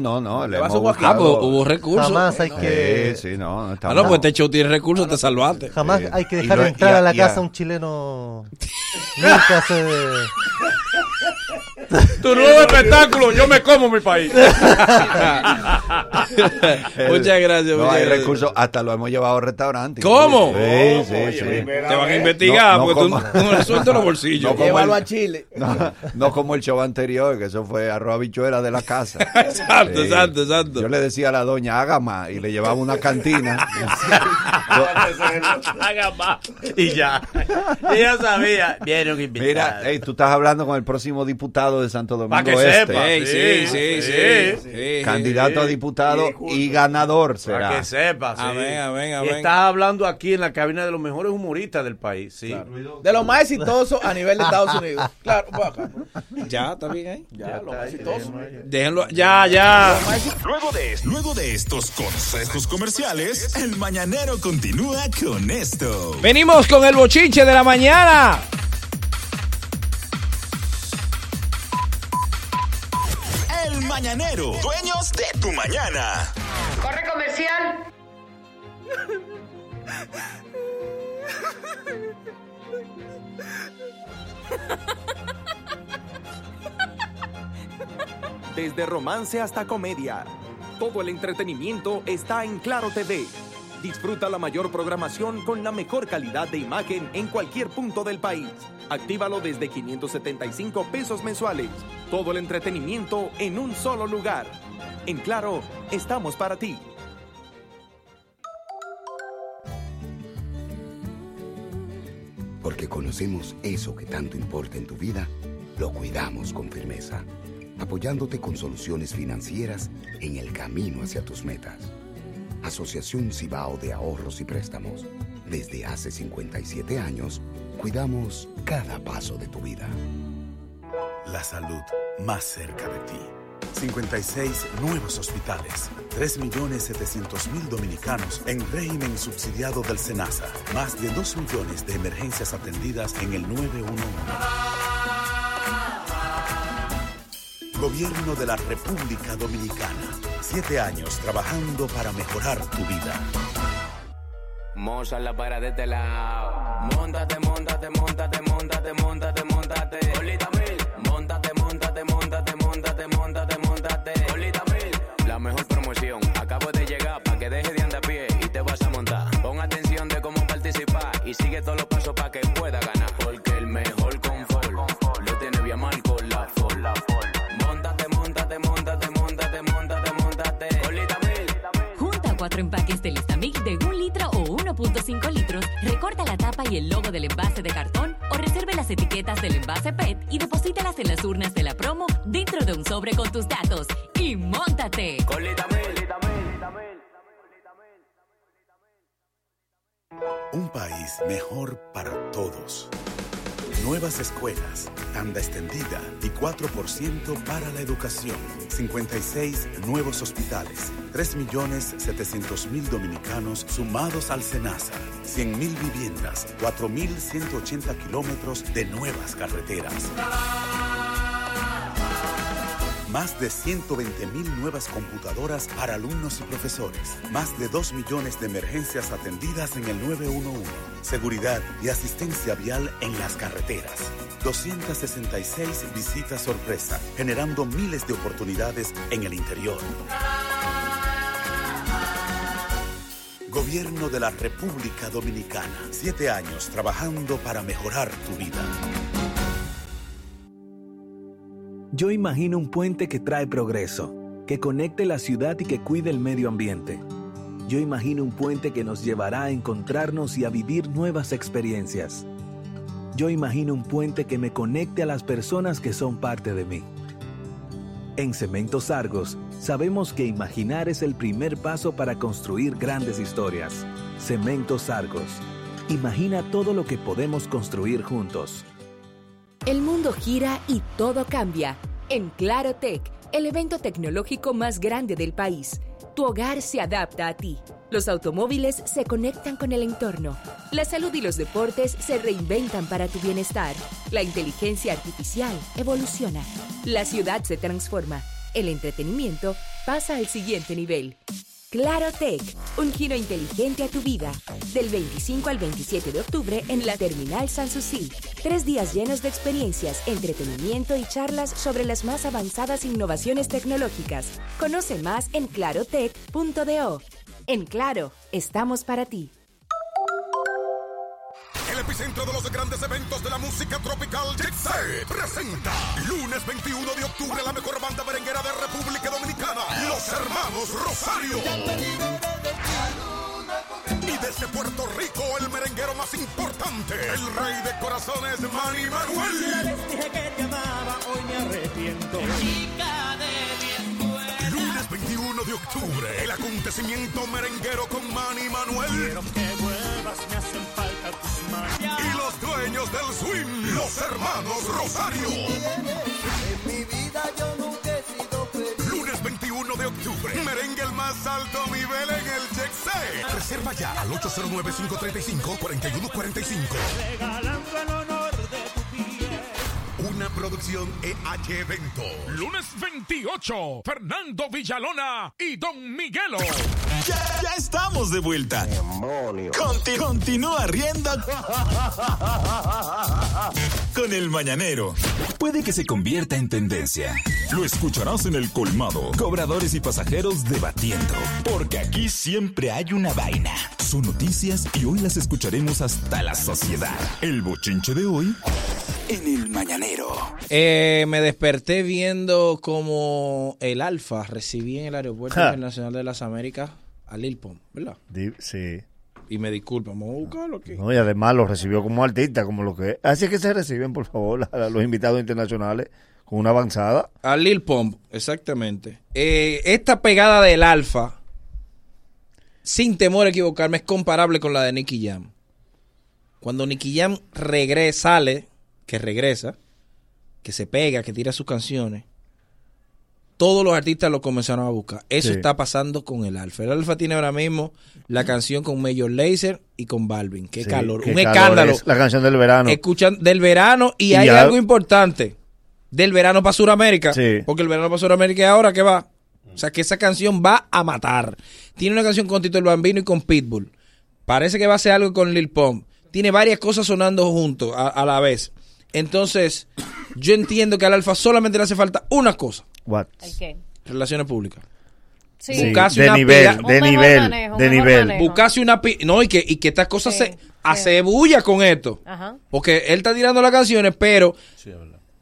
No, no, no. Le vas hemos a Joaquín. Ah, pues, buscado- Eh, hubo recursos. Jamás hay Sí, que, sí, no. no Ah, estamos- no, pues te echó tiene recursos, te salvaste. jamás Eh, hay que y dejar lo- entrar y a- a la y a- casa a un chileno. Nunca se. Tu nuevo espectáculo, yo me como [LAUGHS] mi país. el- muchas gracias, No muchas hay gracias. recursos, hasta lo hemos llevado a restaurantes. ¿Cómo? Sí, sí, sí. Te van a No, investigar, no porque tú como- no resuelto los bolsillos. No como Llévalo el- a Chile. No, no como el show anterior, que eso fue arroz habichuela de la casa. Exacto, Sí. exacto, exacto. Yo le decía a la doña, haga más, y le llevaba una cantina. [LAUGHS] Haga más. Y ya. Ella sabía. Vieron que Mira, ey, tú estás hablando con el próximo diputado de Santo Domingo Para que Este. sepa. Ey, sí, sí, sí, sí, sí. Candidato a diputado y ganador será. Para que sepas. Sí. Amén, amén, Y amén. estás hablando aquí en la cabina de los mejores humoristas del país. Sí. De los más exitosos a nivel de Estados [LAUGHS] Unidos. Claro, pues acá. Ya, está bien ahí. Ya, los más exitosos. Déjenlo, ya, ya. Luego de, es- luego de estos consejos comerciales, el mañanero continúa con esto. Venimos con el bochinche de la mañana. El mañanero, dueños de tu mañana. Corre comercial. Desde romance hasta comedia. Todo el entretenimiento está en Claro TV. Disfruta la mayor programación con la mejor calidad de imagen en cualquier punto del país. Actívalo desde 575 pesos mensuales. Todo el entretenimiento en un solo lugar. En Claro, estamos para ti. Porque conocemos eso que tanto importa en tu vida, lo cuidamos con firmeza, apoyándote con soluciones financieras en el camino hacia tus metas. Asociación Cibao de Ahorros y Préstamos. Desde hace 57 años, cuidamos cada paso de tu vida. La salud más cerca de ti. 56 nuevos hospitales, 3.700.000 dominicanos en régimen subsidiado del SENASA, más de 2 millones de emergencias atendidas en el 911. Gobierno de la República Dominicana, siete años trabajando para mejorar tu vida. Moza la para de este lado. Móntate, móntate, móntate, móntate, móntate, móntate. Olita mil. Móntate, móntate, móntate, móntate, móntate, móntate. Olita mil. La mejor promoción. Acabo de llegar para que dejes de andar a pie y te vas a montar. Pon atención de cómo participar y sigue todos los pasos para que pueda ganar. Porque el mejor confort lo tiene bien mal con la Ford. Móntate, móntate, móntate, móntate, móntate, móntate. Olita mil. Junta cuatro empaques de Listamil de un litro o 1.5 litros, recorta la tapa y el logo del envase de cartón o reserve las etiquetas del envase PET y deposítalas en las urnas de la promo dentro de un sobre con tus datos. ¡Y montate! Un país mejor para todos. Nuevas escuelas, tanda extendida y 4% para la educación. 56 nuevos hospitales, 3.700.000 dominicanos sumados al SENASA, 100.000 viviendas, 4.180 kilómetros de nuevas carreteras. Más de 120.000 nuevas computadoras para alumnos y profesores. Más de 2 millones de emergencias atendidas en el 911. Seguridad y asistencia vial en las carreteras. 266 visitas sorpresa, generando miles de oportunidades en el interior. Gobierno de la República Dominicana. Siete años trabajando para mejorar tu vida. Yo imagino un puente que trae progreso, que conecte la ciudad y que cuide el medio ambiente. Yo imagino un puente que nos llevará a encontrarnos y a vivir nuevas experiencias. Yo imagino un puente que me conecte a las personas que son parte de mí. En Cementos Argos, sabemos que imaginar es el primer paso para construir grandes historias. Cementos Argos. Imagina todo lo que podemos construir juntos. El mundo gira y todo cambia. En Claro Tech, el evento tecnológico más grande del país, tu hogar se adapta a ti. Los automóviles se conectan con el entorno. La salud y los deportes se reinventan para tu bienestar. La inteligencia artificial evoluciona. La ciudad se transforma. El entretenimiento pasa al siguiente nivel. Claro Tech, un giro inteligente a tu vida. Del 25 al 27 de octubre en la Terminal Sanssouci. Tres días llenos de experiencias, entretenimiento y charlas sobre las más avanzadas innovaciones tecnológicas. Conoce más en clarotech.do. En Claro, estamos para ti. El epicentro de los grandes eventos de la música tropical Jet Set presenta lunes 21 de octubre la mejor banda merenguera de República Dominicana, Los Hermanos Rosario. Y desde Puerto Rico, el merenguero más importante, el rey de corazones, Manny Manuel. Lunes 21 de octubre, el acontecimiento merenguero con Manny Manuel. Y los dueños del swing, los hermanos Rosario. Lunes 21 de octubre, merengue el más alto nivel en el Jet Set. Reserva ya al 809-535-4145. Una producción EH Evento. Lunes 28, Fernando Villalona y Don Miguelo. Ya, ya estamos de vuelta. Conti- continúa riendo con el mañanero. Puede que se convierta en tendencia. Lo escucharás en el colmado. Cobradores y pasajeros debatiendo. Porque aquí siempre hay una vaina. Son noticias y hoy las escucharemos hasta la sociedad. El bochinche de hoy. En el mañanero. Eh, me desperté viendo como el Alfa recibí en el Aeropuerto Ja. Internacional de las Américas a Lil Pump, ¿verdad? Di- Sí. Y me disculpa, vamos a buscarlo aquí. No, y además los recibió como artista, como lo que es. Así es que se reciben, por favor, a los invitados internacionales con una avanzada. A Lil Pump, exactamente. Eh, esta pegada del Alfa sin temor a equivocarme, es comparable con la de Nicky Jam. Cuando Nicky Jam regresa, sale, que regresa, que se pega, que tira sus canciones, todos los artistas lo comenzaron a buscar. Eso Sí. está pasando con el Alfa. El Alfa tiene ahora mismo la canción con Major Lazer y con Balvin. Qué Sí, calor, qué un calor escándalo. Eh, es la canción del verano. Escuchan del verano y, Y hay ya- algo importante. Del verano para Sudamérica. Porque el verano para Sudamérica es ahora que va. O sea que esa canción va a matar. Tiene una canción con Tito el Bambino y con Pitbull. Parece que va a hacer algo con Lil Pump. Tiene varias cosas sonando juntos a, a la vez. Entonces, yo entiendo que al Alfa solamente le hace falta una cosa. What? ¿El qué? Relaciones públicas. Sí. Buscase de una nivel, pila- de nivel, de nivel. Buscase una pi- No, y que, y que estas cosas se hace bulla con esto. Ajá. Porque él está tirando las canciones, pero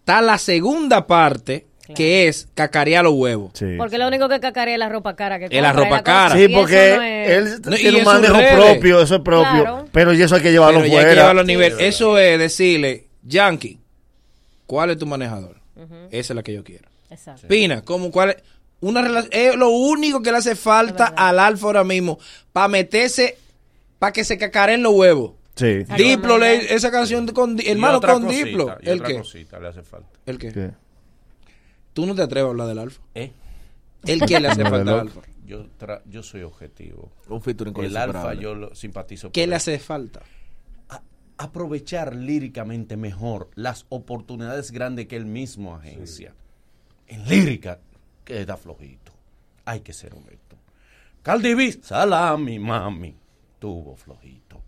está la segunda parte que es cacarear los huevos. Porque lo único que cacarea es la ropa cara que Es la compra, ropa cosa- cara. y Sí, eso porque no es- él No, y tiene un eso es manejo redes. propio, eso es propio. Claro. Pero y eso hay que llevarlo Pero ya hay que fuera. llevarlo a nivel. Eso es decirle, Yankee, ¿cuál es tu manejador? Esa es la que yo quiero. Exacto. Pina, ¿cómo, cuál es? Una rela- es lo único que le hace falta al Alfa ahora mismismo para meterse, para que se cacaren los huevos. Sí. Diplo, le- esa canción con Di- Y hermano otra con cosita, Diplo. y ¿El otra qué? cosita le hace falta. ¿El qué? Tú no te atreves a hablar del Alfa. ¿Eh? ¿El qué [LAUGHS] le hace No, falta al loco. Alfa? Yo, tra- yo soy objetivo. Un featuring con El insuperable. alfa yo lo simpatizo. ¿Qué por le él. hace falta? Aprovechar líricamente mejor las oportunidades grandes que él mismo agencia. En lírica queda flojito. Hay que ser honesto. Caldivis, salami, mami. Tuvo flojito.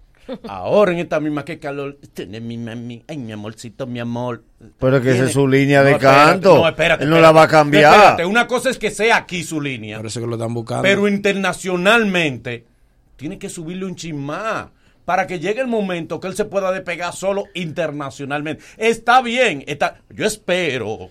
Ahora en esta misma que calor, tiene mi mami, ay mi amorcito, mi amor. Pero que esa Tiene- es su línea de espérate, canto. Él no la va a cambiar. Espérate, una cosa es que sea aquí su línea. Pero que lo están buscando. Pero internacionalmente, tiene que subirle un chimá. Para que llegue el momento que él se pueda despegar solo internacionalmente. Está bien. Está, yo espero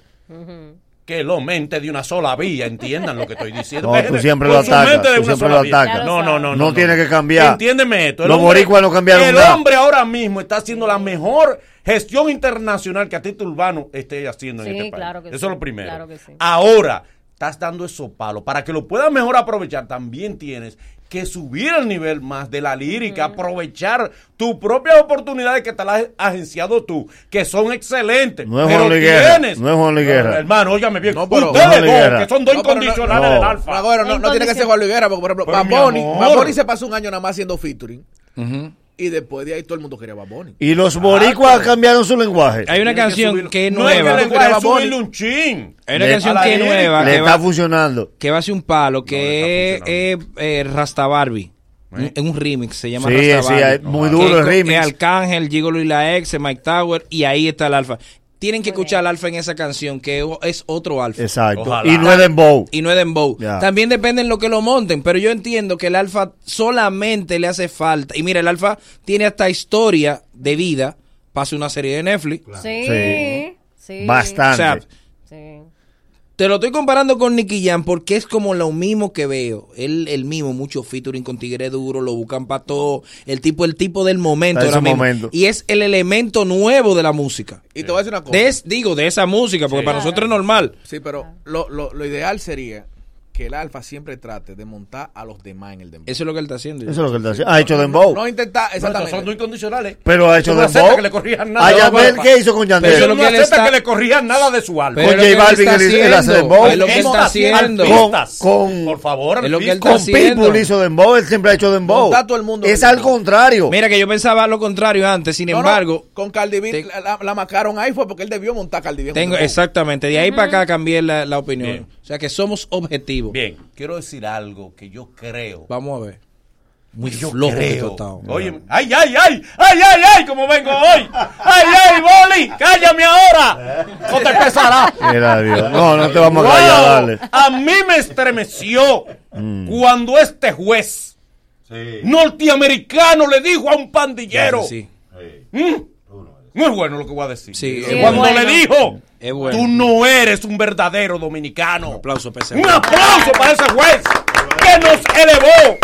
que lo mente de una sola vía, entiendan lo que estoy diciendo. No, tú Gente, siempre con lo su atacas, mente de tú una siempre sola lo vía. atacas. No, no, no. No tiene que cambiar. Entiéndeme esto. el Los hombre- boricuas no cambiaron El nada. hombre ahora mismo está haciendo la mejor gestión internacional que a título urbano esté haciendo en Sí, este país. claro que Eso sí, es lo primero. claro que sí. Ahora estás dando esos palos. Para que lo puedas mejor aprovechar, también tienes que subir el nivel más de la lírica, aprovechar tus propias oportunidades que te las has agenciado tú, que son excelentes. No es pero Juan Liguera, tienes- no es Juan Liguera. Ah, Hermano, óyame bien. pero- Ustedes No es Juan dos, Liguera. que son dos No, pero no- incondicionales no. del alfa. Agora, no, no tiene que ser Juan Luis Guerra, porque por ejemplo, Pero, Bad mi Bunny, amor. Bad Bunny se pasó un año nada más haciendo featuring. Y después de ahí todo el mundo quería a Bad Bunny. Y los boricuas cambiaron su lenguaje. Hay una Tiene que canción subir- que es No, es nueva. que le quería subirle un chin. Hay una Le- canción a la que es lírica. nueva. Le que está va- funcionando. Que va a ser un palo, que es eh, eh, Rasta Barbie. Un- Es un remix, se llama Sí, Rasta sí, Barbie. es muy duro Que el es con- remix. Es Arcángel, Gigolo y la ex, Mike Tower, y ahí está el alfa. Tienen que escuchar al alfa en esa canción, que o- es otro alfa. Exacto. Y no es dembow. Y no es dembow. Ya. También depende en lo que lo monten, pero yo entiendo que el alfa solamente le hace falta. Y mira, el alfa tiene hasta historia de vida. Pasa una serie de Netflix. Sí, sí. Sí. O sea, Sí. te lo estoy comparando con Nicky Jam porque es como lo mismo que veo. Él, el mismo, mucho featuring con Tigre Duro, lo buscan para todo. El tipo, el tipo del momento Está en ahora su mismo. momento. Y es el elemento nuevo de la música. Y te voy a decir una cosa. De este- es- digo, de esa música, porque Sí. para nosotros es normal. Sí, pero lo, lo, lo ideal sería que el alfa siempre trate de montar a los demás en el dembow. Eso es lo que él está haciendo. Eso es lo que él está haciendo. Ha hecho dembow. No, no intentar, exactamente. son incondicionales. Pero ha hecho Tú no aceptas dembow. que le corrijan nada. A No, Yandel, bueno, ¿qué hizo con Yandel? Pero no acepta que le corrían nada de su alma. Pero Con es lo J que él Balvin, está él hizo- él hace haciendo, dembow. es lo que está haciendo. Artistas. Con- Por favor, Es lo que él artistas. Con Pitbull hizo dembow, él siempre ha hecho dembow. Monta todo el mundo es en el al contrario. Mira que yo pensaba lo contrario antes, sin No, no, embargo, con Cardi B la, la- la marcaron ahí fue porque él debió montar a Cardi B. en un tengo dembow. exactamente, de ahí para acá cambié la, la opinión. Bien. O sea que somos objetivos. Bien. Quiero decir algo que yo creo. Vamos a ver. Muy Yo flojo creo. este tostado. Oye, ay, ay, ay, ay, ay, ay, como vengo hoy. Ay, ay, Boli, cállame Eh. ahora. No te pesará. Mira, Dios. No, no te vamos a Wow, callar, dale. A mí me estremeció cuando este juez norteamericano le dijo a un pandillero. Sí. "Mm, No es bueno lo que voy a decir. Sí, Eh, es cuando bueno. le dijo, Es bueno. tú no eres un verdadero dominicano. Un aplauso para ese Un juez. aplauso para ese juez que nos elevó.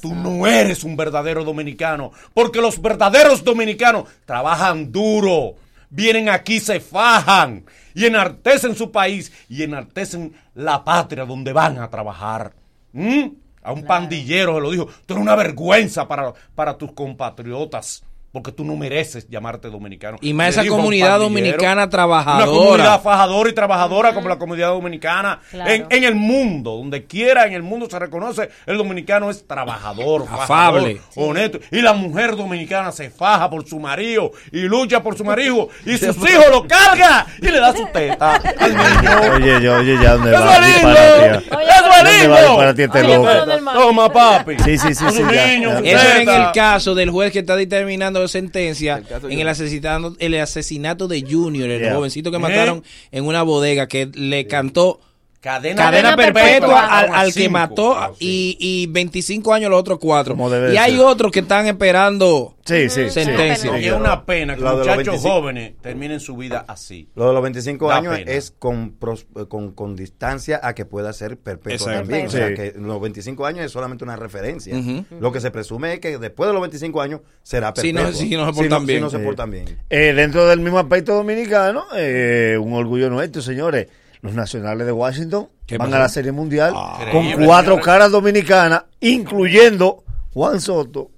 Tú sabes. no eres un verdadero dominicano, porque los verdaderos dominicanos trabajan duro, vienen aquí, se fajan y enartecen su país y enartecen la patria donde van a trabajar. ¿Mm? A un pandillero se lo dijo. Tú eres una vergüenza para, para tus compatriotas. Porque tú no mereces llamarte dominicano. Y más Le esa dijo a un comunidad pandillero, dominicana Una trabajadora. comunidad fajadora y trabajadora como la comunidad dominicana. Claro. En, en el mundo, donde quiera en el mundo se reconoce, el dominicano es trabajador, fajador, Afable. honesto. Y la mujer dominicana se faja por su marido y lucha por su marido [LAUGHS] y sus hijos lo carga y le da su teta al niño. Oye, yo, oye, ya dónde ¡Eso va. es lindo! Disparate, ya. ¡Eso es ¿Dónde va lindo! para ti este Oye, loco? todo del mar. Toma, papi. Sí, sí, sí, Con sí. un ya, niño, ya. un Eso es en el Zeta. caso del juez que está determinando la sentencia en Junior. el asesinato, el asesinato de Junior, el Yeah. jovencito que ¿Eh? mataron en una bodega que le cantó cadena, cadena perpetua perpetua al, a al que cinco, mató Oh, y, y 25 años los otros cuatro. debe Y de hay ser. otros que están esperando sentencia. Y es una pena que Lo de los muchachos 25. jóvenes terminen su vida así. Lo de los 25 Da años pena. es con, pros- eh, con, con distancia a que pueda ser perpetuo Exacto. también. O sea, Sí. que los 25 años es solamente una referencia. Ujú. Lo que se presume es que después de los 25 años será Si no- perpetuo. si no se portan si bien. no se Sí. portan bien. Eh, dentro del mismo aspecto dominicano, eh, un orgullo nuestro, señores. Los nacionales de Washington ¿Qué van pasó? a la Serie Mundial Ah, con Increíble, cuatro señores. caras dominicanas, incluyendo Juan Soto,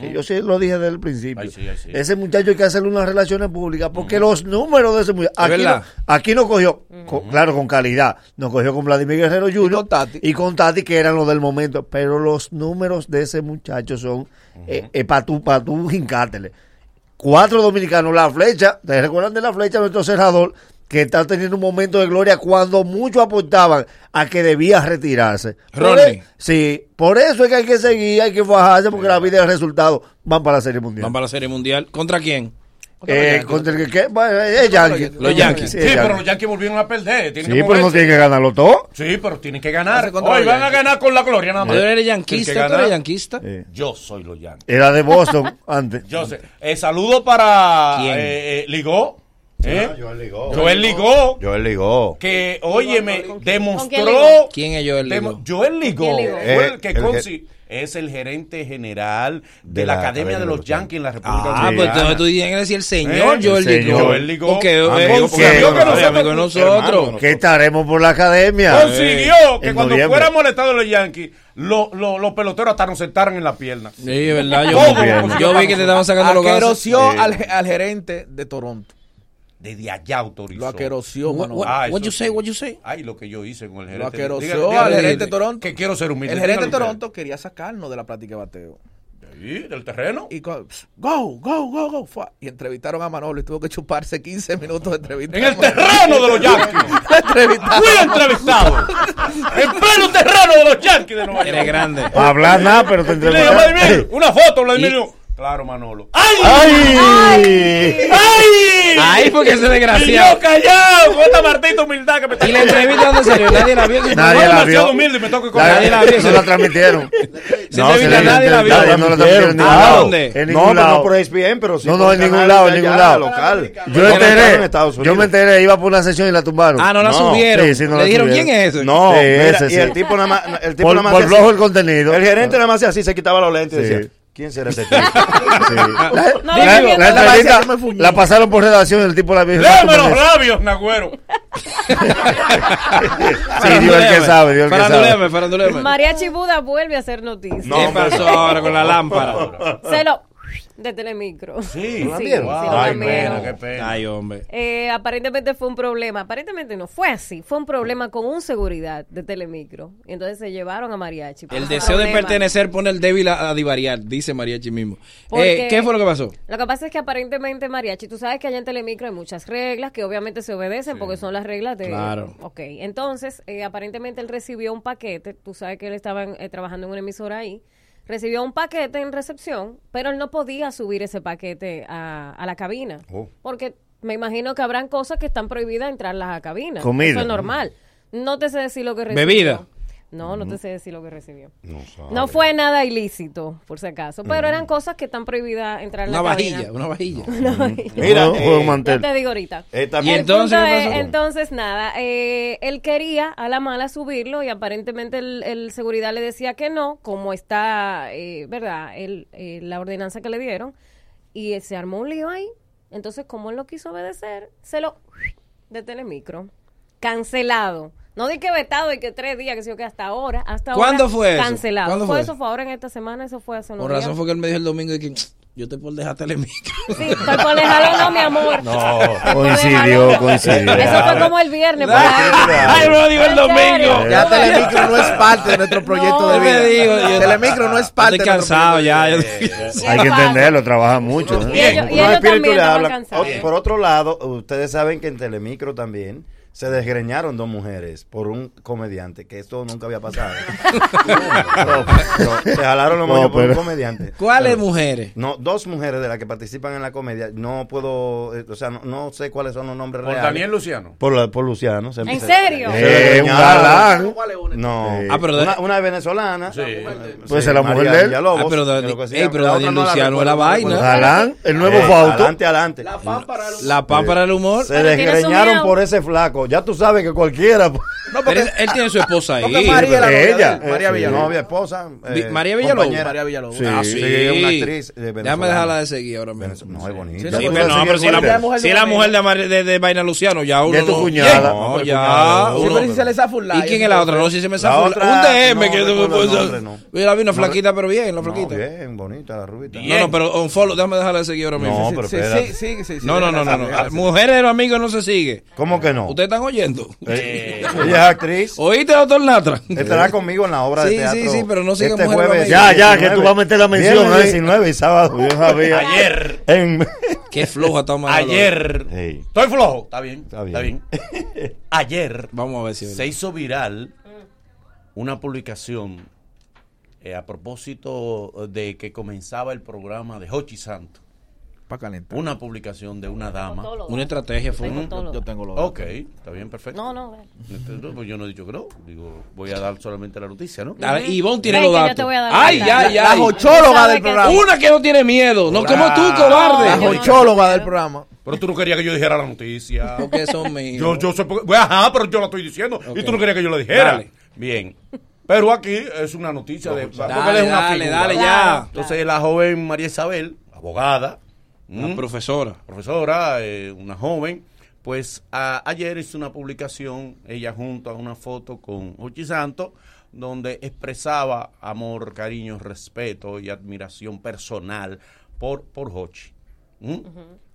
que yo sí lo dije desde el principio. Ay, sí, ay, sí. Ese muchacho hay que hacerle unas relaciones públicas porque los números de ese muchacho. Es Aquí no, verdad. aquí no cogió, co- claro, con calidad. Nos cogió con Vladimir Guerrero Jr. y con Tati, que eran los del momento. Pero los números de ese muchacho son para tú, para tú jincártele. Cuatro dominicanos, la flecha, ¿te recuerdan de la flecha nuestro cerrador? Que está teniendo un momento de gloria cuando muchos aportaban a que debía retirarse. Por Ronnie. e- sí, por eso es que hay que seguir, hay que fajarse, porque la vida y el resultado van para la Serie Mundial. Van para la Serie Mundial. ¿Contra quién? Eh, contra el que, que- bueno, es Yankee. Los Yankees. Sí, es pero Yankee. los Yankees volvieron a perder. Sí, Tienen que pero no moverse. tiene que ganarlo todo. Sí, pero tienen que ganar. contra Hoy los van a Yankees. ganar con la gloria nada más. Tú eres Tienen que yanquista, tú ganar. eres yanquista. Yo soy los Yankees. Era [LAUGHS] de Boston antes. [LAUGHS] Yo Ah, sé. Eh, saludo para ¿Quién? eh, eh, Ligó. ¿eh? Joel Ligó. Joel Ligó. Joel Ligó. Que, óyeme, ¿Quién demostró ligó? ¿Quién es Joel Ligó? Demo- Joel Ligó ¿Quién ligó? fue Eh, el que el consi- es el gerente general de, la, Academia de los Yankees en la República Ah, pues Dominicana. entonces tú tienes que decir el señor Eh, Joel el Ligó. señor Joel Ligó. Porque, eh, Amigo, porque porque- amigo, que nosotros- nosotros. Que estaremos por la academia. consiguió Eh, que en cuando noviembre. fuera molestado los Yankees, lo- lo- los peloteros hasta nos sentaran en la pierna. Sí, es verdad. Todos, Yo, yo vi que te estaban sacando los gases. Aquerosió al, al gerente de Toronto. Desde allá autorizó. Lo aquerosió, What- mano. what- Ah, what eso you say, what you say? Ay, lo que yo hice con el gerente. Lo aquerosió Dígale- dígale al al gerente de gerente Toronto. que quiero ser humilde. El gerente de Dígale Toronto quería sacarnos de la práctica de bateo. Sí, del terreno. Y co- go, go, go, go. fua. Y entrevistaron a Manolo y tuvo que chuparse 15 minutos de entrevista. En el terreno [LAUGHS] de los Yankees. Fui entrevistado. en pleno terreno de los Yankees de Nueva York. Eres grande. Para hablar nada, pero te Y le digo, entrevistan. [LAUGHS] Vladimir, una foto, Vladimir. digo, Claro, Manolo. ¡Ay! ¡Ay! ¡Ay! Ay, porque ese desgraciado. Y yo callado con esta maldita humildad que me está ¿Y la entrevista dónde salió? Nadie la vio. Nadie Soy la demasiado vio. humilde y me tengo que La- comer. Nadie la vio. No la [LAUGHS] transmitieron. Se entrevista, se la- nadie la vio. No la ¿A transmitieron. ni nada. dónde? En No, ningún pero lado. no por ESPN, pero sí No, por no, en canales ningún lado, en de ningún allá, lado. local. Yo Pero enteré, en Estados yo me enteré, iba por una sesión y la tumbaron. Ah, no la subieron. Sí, sí, no Le la dijeron, subieron. ¿quién es ese? No, Sí, mira, ese, y sí. el tipo nada más, el tipo Por- nada más por hacía flojo así. el contenido. El gerente nada más hacía así, se quitaba los lentes y Sí. decía, ¿quién será ese tipo? [LAUGHS] La, No, la- yo vi la otra vez. entrevista Yo me fuñí. la pasaron por redacción el tipo la vio. Léeme los labios, Nagüero. Sí, Dios el que sabe, Dios el que Faranduleame, sabe. faranduleame. Mariachi Buda vuelve a hacer noticias. ¿Qué pasó ahora con la lámpara? Se lo de Telemicro. Sí, sí, vieron? sí, Ay, lo lamieron. pena, qué pena. Ay, hombre. Eh, aparentemente fue un problema, aparentemente no fue así, fue un problema con un seguridad de Telemicro. Y entonces se llevaron a Mariachi. por El un deseo de Ah, problema. pertenecer pone el débil a, a divariar, dice Mariachi mismo. Porque- Eh, ¿Qué fue lo que pasó? Lo que pasa es que aparentemente Mariachi, tú sabes que allá en Telemicro hay muchas reglas que obviamente se obedecen porque son las reglas de... Claro. Ok, entonces eh, aparentemente él recibió un paquete, tú sabes que él estaba en- eh, trabajando en una emisora ahí, recibió un paquete en recepción, pero él no podía subir ese paquete a, a la cabina. Oh. Porque me imagino que habrán cosas que están prohibidas entrarlas a cabina. Comida. Eso es normal. No te sé decir lo que recibió. Bebida. No, no Mm. te sé decir lo que recibió. No [LAUGHS] No fue nada ilícito, por si acaso, pero eran cosas que están prohibidas entrar en Una la cabina. vajilla, una [LAUGHS] vajilla. Mira, Fue- fue un eh, mantel. Ya te digo ahorita. Eh, también. El ¿Y entonces punto qué es- pasó? entonces, nada, eh, él quería a la mala subirlo y aparentemente el, el seguridad le decía que no, como está, eh, ¿verdad? El, eh, la ordenanza que le dieron. Y eh, se armó un lío ahí. Entonces, como él lo quiso obedecer, se lo de telemicro. Cancelado. No di que vetado y que tres días, que sé yo, que hasta ahora. Hasta ¿Cuándo ahora, fue eso? Cancelado. ¿Cuándo fue fue eso? eso? Fue ahora en esta semana, eso fue hace unos Por días. razón fue que él me dijo el domingo de que yo estoy por dejar [LAUGHS] Telemic. Sí, estoy por dejarlo, no, mi amor. No, coincidió, coincidió. Eso fue como el viernes. pues. por ahí. Ay, me lo digo el domingo. Ya Telemicro no es parte de nuestro [LAUGHS] proyecto de vida. Telemicro no es parte Estoy de nuestro cansado ya. [LAUGHS] Hay que entenderlo, trabaja mucho. ¿eh? Bien, Unos espíritus le hablan. Ot- Por otro lado, ustedes saben que en Telemicro también se desgreñaron dos mujeres por un comediante, que esto nunca había [LAUGHS] pasado. No, no, se jalaron los No, moños por un pero- comediante. ¿Cuáles Pero- mujeres? No, dos mujeres de las que participan en la comedia. No puedo, eh, o sea, no, no sé cuáles son los nombres ¿Por reales. Daniel Luciano? Por, la- por Luciano. se- ¿En se- serio? se Eh, desgreñaron. un galán. No. Sí. Ah, pero de- una, una venezolana. Pues, Pues, eh, Puede ser la mujer Pues, de él. Villalobos, Ah, pero que Dani- lo que se ey, llama. pero La otra Daniel no la Luciano recuerdo, Pues, eh, era no recuerdo. vaina. Galán, el nuevo Fausto. Adelante, adelante. La pan para el humor. Se Pero tiene su desgreñaron miau. por ese flaco. Ya tú sabes que cualquiera. pues. No, Pero es- él tiene su esposa ahí. Porque María era novia de él. María Eh, Villalobos. sí. Novia, esposa, Vi- eh, María Villalobos. compañera. María Villalobos. Sí, Ah, sí. sí, es una actriz, eh, Déjame venezolana. dejarla de seguir ahora mismo. No, es bonito. Sí, Ya tú pero no no, pero sigues si la, fuerte. mu- si la mujer de, Mar- de, de Vaina Luciano, ya uno. De tu no- cuñada. No, No, pero ya. cuñada no. uno- Sí, pero si se le ¿Y zafa un eh, like, quién es la otra? No, si se me La zafa un otra, Un DM no que yo me recuerdo el puedo- nombre, no. Yo la vi una No, flaquita, pero bien, la flaquita. Bien, bonita la rubita. No, no, pero on follow, déjame dejarla de seguir ahora No, mismo. pero Sí, sí, espérate. sí, sí, sí, sí, No, no, no, no. déjala, no. Mujeres de los amigos no se sigue. ¿Cómo que no? ¿Ustedes están oyendo? Ella [LAUGHS] es actriz. ¿Oíste, doctor [LAUGHS] Natra? Estará conmigo en la obra de Sí, teatro. sí, sí, pero no sigue este Mujer jueves. Ya, ya, que tú vas a meter la Viernes ¿eh? mención. ¿eh? ahí. 19 y sábado. Yo sabía. Ayer. En... Qué floja toma. Ayer. Sí. Estoy flojo. Está bien. Está bien. bien. Ayer. Vamos a ver si. Se hizo viral una publicación eh, a propósito eh, de que comenzaba el programa de Hochi Santo. Para calentar. Una publicación de una dama. todo lo da. Una estrategia fue. Tengo todo lo da. lo da. Ok, está bien, perfecto. No, no, dale. Entonces, no, pues yo no he dicho que no. Digo, voy a dar solamente la noticia, ¿no? Dale, Ivonne tiene Ven, los que yo datos. te voy a dar ay, los ay, datos. ay. La jochóloga del programa. Una que no tiene miedo. No como tú, cobarde. La jochóloga del programa. Pero tú no querías que yo dijera la noticia. [LAUGHS] Porque son míos. Yo, yo sé, por qué- bueno, ajá, pero yo la estoy diciendo. Y tú no querías que yo la dijera. Dale. Bien. Pero aquí es una noticia de. Dale, porque él es una dale, figura. dale, ya. Entonces, la joven María Isabel, abogada. Una ¿m? profesora. Profesora, eh, una joven. Pues a- ayer hizo una publicación, ella junto a una foto con Ochi Santo, donde expresaba amor, cariño, respeto y admiración personal por, por Hochi. ¿Mm?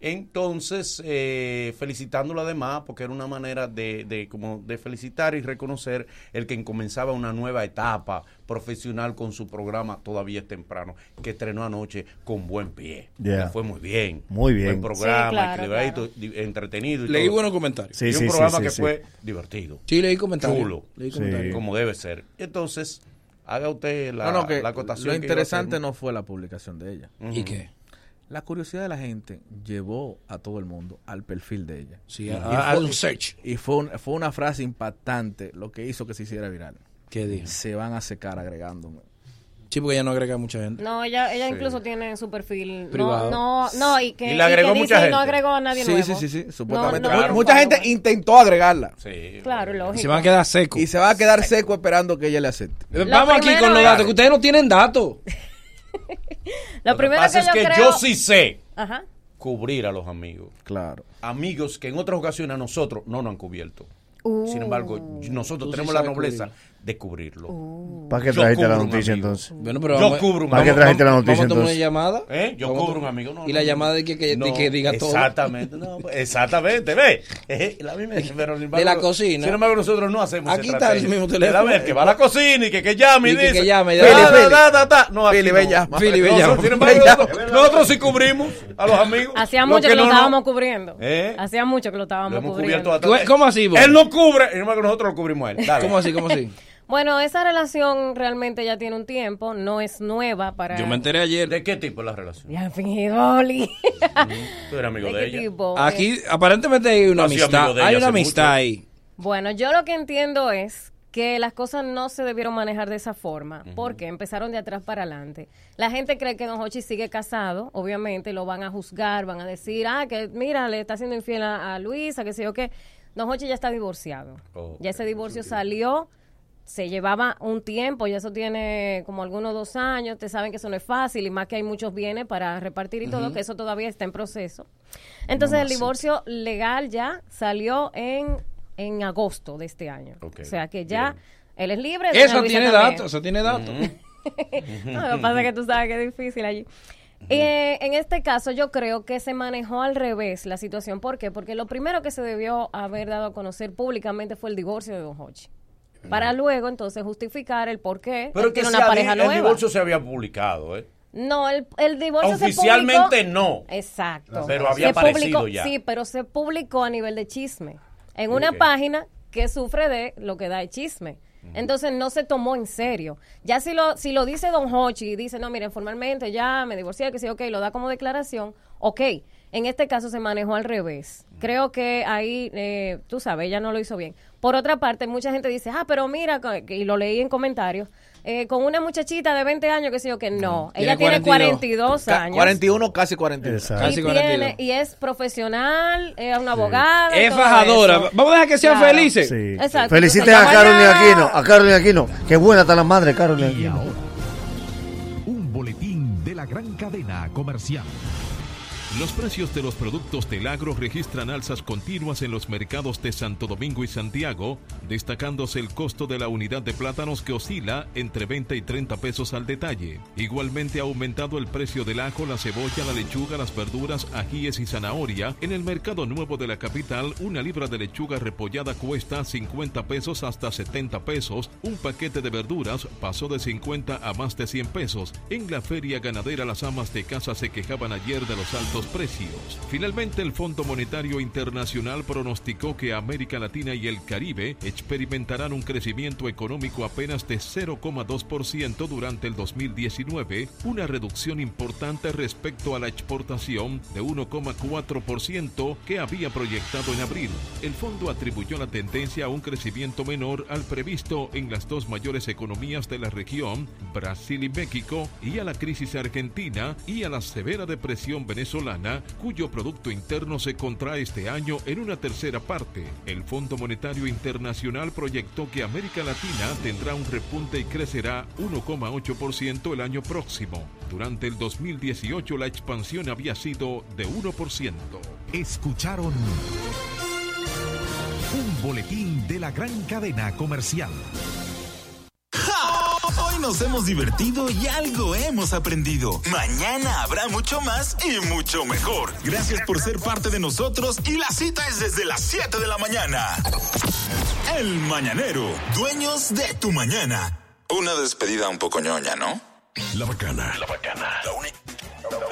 Entonces, eh, felicitándolo además, porque era una manera de, de como de felicitar y reconocer el que comenzaba una nueva etapa profesional con su programa Todavía es temprano, que estrenó anoche con buen pie. Ya. Le fue muy bien. Muy Buen bien. programa, Sí, claro, equilibradito, di- entretenido. y Leí todo. buenos comentarios. Sí, y un sí, sí, programa sí, que sí. fue divertido. Sí, leí comentarios. Chulo. Leí Sí. comentarios. Como debe ser. Entonces, haga usted la, no, no, que la acotación. lo que iba a hacer, interesante no fue la publicación de ella. ¿Y Ujú. qué? La curiosidad de la gente llevó a todo el mundo al perfil de ella. Sí, Y a- fue- a un search. Y fue, un- fue una frase impactante lo que hizo que se hiciera viral. ¿Qué dijo? Se van a secar agregándome. Sí, porque ya no agrega mucha gente. No, ella, ella Sí. incluso tiene en su perfil. Privado. No, no, no, y que, Y le agregó que mucha dice, gente. No agregó a nadie Sí, nuevo. sí, sí, sí, supuestamente. No, no, Claro. no, Mucha no, gente intentó agregarla. Claro, lógico. van a quedar seco. Y se va a quedar seco esperando que ella le acepte. Lo Vamos aquí primero con los es- datos, que ustedes no tienen datos. Lo Lo que primero pasa que yo es que creo... yo sí sé Ajá. cubrir a los amigos. Claro. Amigos que en otras ocasiones a nosotros no nos han cubierto. Uh. Sin embargo, nosotros Tú sí tenemos la sabes nobleza de cubrirlo. Uh. ¿Para qué Yo trajiste la cubro un noticia amigo. entonces? Bueno, pero yo vamos- cubro un ¿Para qué amigo. trajiste la noticia Vamos a tomar una entonces? llamada. ¿Eh? Yo Vamos a cubro un tomar- amigo. no, y no, la no. llamada de que, que- de No, que diga todo. Exactamente. no, pues, [LAUGHS] exactamente. [LAUGHS] Ve. Eh, la misma- pero sin embargo, la cocina. Sin embargo, nosotros no hacemos Aquí esa está el estrategia. mismo Le teléfono. da A ver, que va a la cocina y que, que llame y, Y que- dice. que llame, y "Da, dale, da, Fili. da, da, da". No, aquí Fili, no. ve llama. Fili, ve Nosotros, llama. sin embargo, Ve llama. nosotros- Nosotros sí cubrimos a los amigos. Hacía Los mucho que lo no, no. estábamos cubriendo. ¿Eh? Hacía mucho que lo estábamos Lo hemos cubriendo. cubierto bastante. ¿Cómo así, Bob? Él no cubre, sin embargo, nosotros lo cubrimos a él. Dale. ¿Cómo así, cómo [LAUGHS] así? Bueno, esa relación realmente ya tiene un tiempo, no es nueva para... Yo me enteré ayer. ¿De qué tipo es la relación? Ya, fingidoli. Tú eres amigo ¿De de qué ella. tipo? Aquí Eh. aparentemente hay una No, sí, amigo amistad. de ella Hay una hace amistad mucho. ahí. Bueno, yo lo que entiendo es que las cosas no se debieron manejar de esa forma, porque empezaron de atrás para adelante. La gente cree que Don Hochi sigue casado, obviamente lo van a juzgar, van a decir, ah, que mira, le está haciendo infiel a, a Luisa, que sé yo qué. Don Hochi ya está divorciado. Oh, ya ese divorcio salió, se llevaba un tiempo, ya eso tiene como algunos dos años, te saben que eso no es fácil, y más que hay muchos bienes para repartir y todo, Ujú. que eso todavía está en proceso. Entonces el Mamacita. divorcio legal ya salió en en agosto de este año. Ok, O sea que ya él es libre. doña Eso Luisa tiene también. datos, eso [LAUGHS] tiene datos. No, lo que pasa es que tú sabes que es difícil allí. Eh, en este caso yo creo que se manejó al revés la situación. ¿Por qué? Porque lo primero que se debió haber dado a conocer públicamente fue el divorcio de Don Hochi. Para luego entonces justificar el por qué Pero es él que tiene se una había- pareja el nueva. divorcio se había publicado, ¿eh? No, el, el divorcio se Oficialmente publicó- no. Exacto. Pero había aparecido publicó- ya. Sí, pero se publicó a nivel de chisme. En Ok. una página que sufre de lo que da el chisme. Entonces no se tomó en serio. Ya si lo, si lo dice Don Hochi y dice, no, miren, formalmente ya me divorcié, que sí, ok, lo da como declaración, ok. En este caso se manejó al revés. Creo que ahí, eh, tú sabes, ella no lo hizo bien. Por otra parte, mucha gente dice, ah, pero mira, co- y lo leí en comentarios, eh, con una muchachita de 20 años, que sí, o que no. Ella tiene 42, Ca- años. 41, casi 41. Y, tiene, y es profesional, es una abogada. Es todo fajadora. eso. Vamos a dejar que sean Claro. felices. Sí. Exacto. Feliciten a Entonces, Carolina mañana- Aquino. A Carolina Aquino. Qué buena está la madre, Carolina Aquino. Un boletín de la gran cadena comercial. Los precios de los productos del agro registran alzas continuas en los mercados de Santo Domingo y Santiago, destacándose el costo de la unidad de plátanos que oscila entre 20 y 30 pesos al detalle. Igualmente ha aumentado el precio del ajo, la cebolla, la lechuga, las verduras, ajíes y zanahoria. En el mercado nuevo de la capital, una libra de lechuga repollada cuesta 50 pesos hasta 70 pesos. Un paquete de verduras pasó de 50 a más de 100 pesos. En la feria ganadera las amas de casa se quejaban ayer de los altos precios. Finalmente el Fondo Monetario Internacional pronosticó que América Latina y el Caribe experimentarán un crecimiento económico apenas de 0,2% durante el 2019, una reducción importante respecto a la exportación de 1,4% que había proyectado en abril. El fondo atribuyó la tendencia a un crecimiento menor al previsto en las dos mayores economías de la región, Brasil y México, y a la crisis argentina y a la severa depresión venezolana, cuyo Producto Interno se contrae este año en una tercera parte. El Fondo Monetario Internacional proyectó que América Latina tendrá un repunte y crecerá 1,8% el año próximo. Durante el 2018 la expansión había sido de 1%. Escucharon un boletín de la gran cadena comercial. ¡Ja! Hoy nos hemos divertido y algo hemos aprendido. Mañana habrá mucho más y mucho mejor. Gracias por ser parte de nosotros y la cita es desde las 7 de la mañana. El Mañanero, dueños de tu mañana. Una despedida un poco ñoña, ¿no? La bacana. La bacana.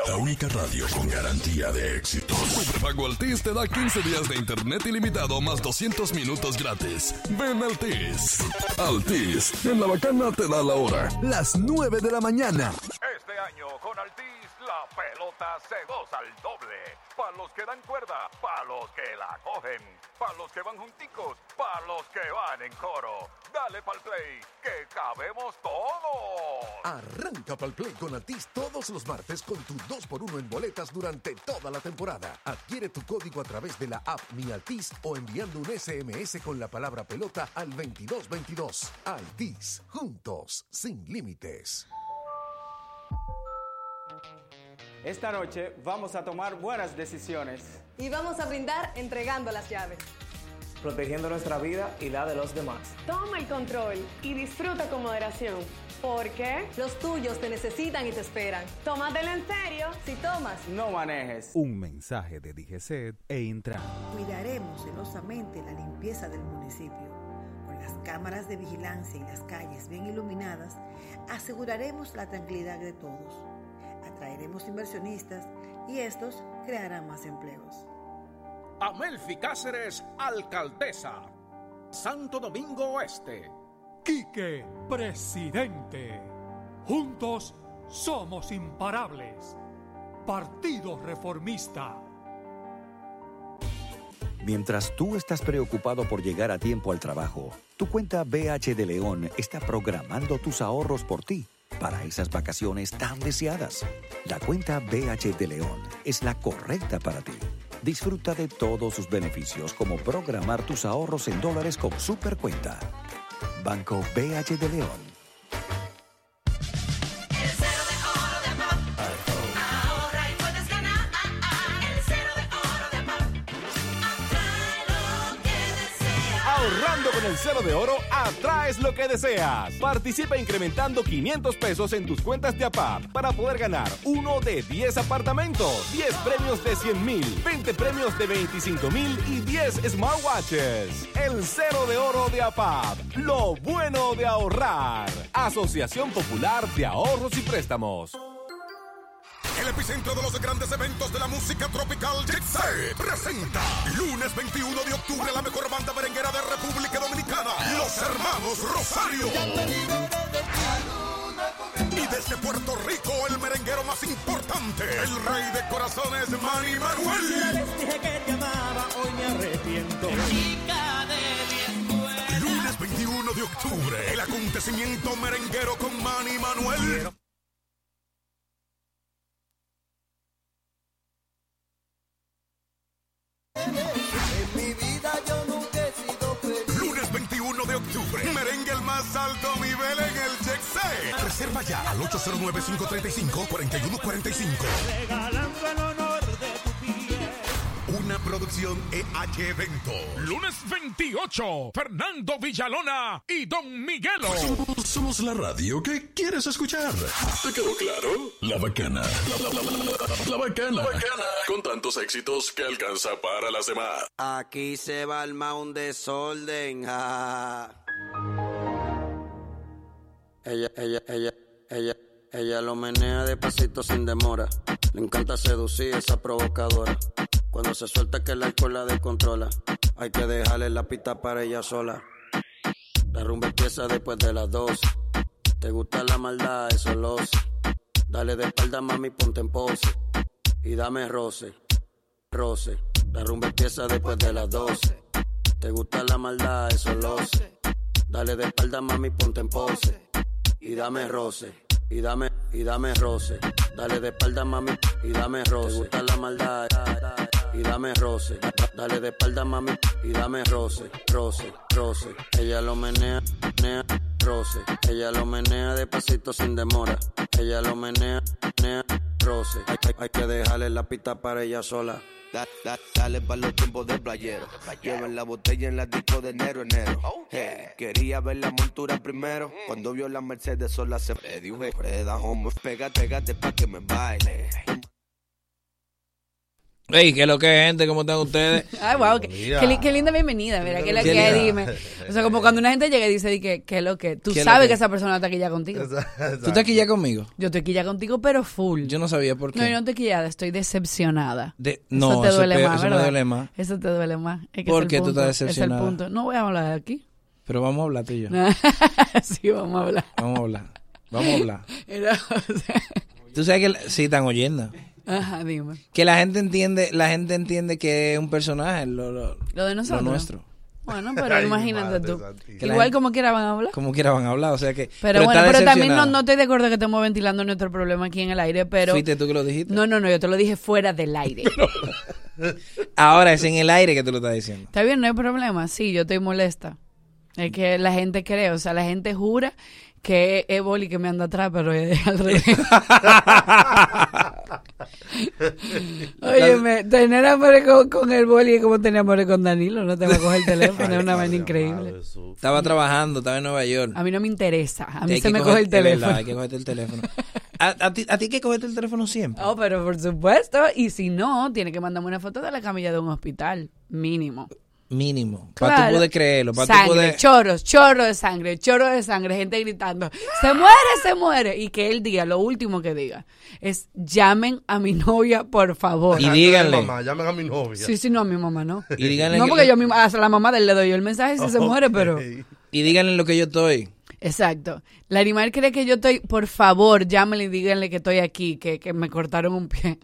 La, única radio con garantía de éxito. Pago Altis te da 15 días de internet ilimitado más 200 minutos gratis. Ven Altis. Altis. En la bacana te da la hora. Las 9 de la mañana. Este año con Altis la pelota se goza al doble. Para los que dan cuerda, para los que la cogen, para los que van junticos, para los que van en coro. Dale pa'l play, que cabemos todos. Arranca Pal Play con Altis todos los martes con tu 2x1 en boletas durante toda la temporada. Adquiere tu código a través de la app Mi Altis o enviando un SMS con la palabra pelota al 2222. Altis, juntos, sin límites. Esta noche vamos a tomar buenas decisiones, Y vamos a brindar entregando las llaves. protegiendo nuestra vida y la de los demás. Toma el control y disfruta con moderación. Porque los tuyos te necesitan y te esperan. Tómatelo en serio si tomas. No manejes. Un mensaje de DGCET e Intran. Cuidaremos celosamente la limpieza del municipio. Con las cámaras de vigilancia y las calles bien iluminadas, aseguraremos la tranquilidad de todos. Atraeremos inversionistas y estos crearán más empleos. Amelfi Cáceres, alcaldesa. Santo Domingo Oeste. Quique, presidente. Juntos somos imparables. Partido Reformista. Mientras tú estás preocupado por llegar a tiempo al trabajo, tu cuenta BH de León está programando tus ahorros por ti para esas vacaciones tan deseadas. La cuenta BH de León es la correcta para ti. Disfruta de todos sus beneficios como programar tus ahorros en dólares con Supercuenta. Banco BH de León. Ahorra y puedes ganar. El cero de oro de Pau. Atrae lo que deseas. Ahorrando con el cero de oro, atraes lo que deseas. Participa incrementando 500 pesos en tus cuentas de APAP para poder ganar uno de 10 apartamentos, 10 premios de 100 mil, 20 premios de 25 mil y 10 smartwatches. El cero de oro de APAP. Lo bueno de ahorrar. Asociación Popular de Ahorros y Préstamos. El epicentro de los grandes eventos de la música tropical Jet Set presenta lunes 21 de octubre la mejor banda merenguera de República Dominicana, Los Hermanos Rosario. Y desde Puerto Rico, el merenguero más importante, el rey de corazones, Manny Manuel. Lunes 21 de octubre, el acontecimiento merenguero con Manny Manuel. Lunes 21 de octubre, merengue el más alto nivel en el Jet Set. Reserva ya al 809-535-4145. Regalando el honor de tu Una producción EH Evento. Lunes 28, Fernando Villalona y Don Miguelo. Somos, somos la radio que quieres escuchar. ¿Te quedó claro? La bacana. La, la, la, la, la bacana. La bacana. Con tantos éxitos que alcanza para las demás. Aquí se va al un desorden. ah. Ella, ella, ella, ella, ella lo menea despacito sin demora. Le encanta seducir esa provocadora. Cuando se suelta que el alcohol la descontrola, hay que dejarle la pista para ella sola. La rumba empieza después de las dos. Te gusta la maldad, eso los. Dale de espalda, mami, ponte en pose. Y dame roce, roce. La rumba empieza después de las 12. Te gusta la maldad, eso lo sé. Dale de espalda, mami, ponte en pose. Y dame roce, y dame, y dame roce. Dale de espalda, mami, y dame roce. Te gusta la maldad, y dame roce. Dale de espalda, mami, y dame roce, roce, roce. Ella lo menea, menea, roce. Ella lo menea despacito sin demora. Ella lo menea, menea, roce. Hay, hay- hay que dejarle la pista para ella sola. Da- da- dale pa' los tiempos de playero. Llevan la botella en la disco de enero, enero. Eh, quería ver la montura primero. Cuando vio la Mercedes sola se le dio un Freda, homo. Pégate, pégate pa' que me baile. [LAUGHS] Ey, qué lo que es, gente, ¿cómo están ustedes? Ay, wow, Ah, qué, Mira. qué li- qué linda bienvenida, mira, qué es la que hay, dime. bienvenida. O sea, como cuando una gente llega y dice, di que, ¿qué es lo que? Tú ¿Qué es lo sabes que? que esa persona está aquí ya contigo. ¿Tú estás aquí ya conmigo? Yo estoy aquí ya contigo, pero full. Yo no sabía por No, yo qué. no estoy quillada, estoy decepcionada. De- Eso no, te eso duele te- más, eso me ¿verdad? duele más. Eso te duele más. Es que es ¿Por el qué tú punto, estás decepcionada? Es el punto. No voy a hablar de aquí. Pero vamos a hablar tú y yo. [LAUGHS] sí, vamos a hablar. Vamos a hablar. Vamos a hablar. [LAUGHS] Era- o sea, Tú sabes que... la- Sí, están oyendo. Ajá, dime. Que la gente entiende, la gente entiende que es un personaje, lo, lo- Lo de nosotros. nuestro. Bueno, pero [LAUGHS] Ay, imagínate madre tú. Que la Igual gente- como quiera van a hablar. Como quiera van a hablar, o sea que... Pero, bueno, está pero también no, decepcionada. no estoy de acuerdo que estemos ventilando nuestro problema aquí en el aire, pero... Fuiste tú que lo dijiste. No, no, no, yo te lo dije fuera del [LAUGHS] aire. Ahora es en el aire que tú lo estás diciendo. Está bien, no hay problema. Sí, yo estoy molesta. Es que la gente cree, o sea, la gente jura que es Eboli que me anda atrás, pero es al [LAUGHS] revés. Óyeme, tener amor con, con el boli es como tener amor con Danilo, no te va a [LAUGHS] coger el teléfono, es una vaina increíble. Estaba trabajando, estaba en Nueva York. A mí no me interesa, a Hay mí se que me coger- coge el es verdad, teléfono. hay que cogerte el teléfono. ¿A, a ti, ¿A ti que cogerte el teléfono siempre? Oh, pero por supuesto, y si no, tiene que mandarme una foto de la camilla de un hospital, mínimo. Mínimo. Para tú Claro. poder creerlo, para sangre, tú poder... chorros, chorros de sangre, chorros de sangre, gente gritando, se muere, se muere. Y que él diga, lo último que diga, es llamen a mi novia, por favor. Y díganle. llamen a mi novia. Sí, sí, no, a mi mamá no. Y díganle no, que- porque yo misma, hasta la mamá de él le doy yo el mensaje si se muere, pero... Y díganle lo que yo estoy. Exacto. Larimar cree que yo estoy, por favor, llámenle y díganle que estoy aquí, que, que me cortaron un pie.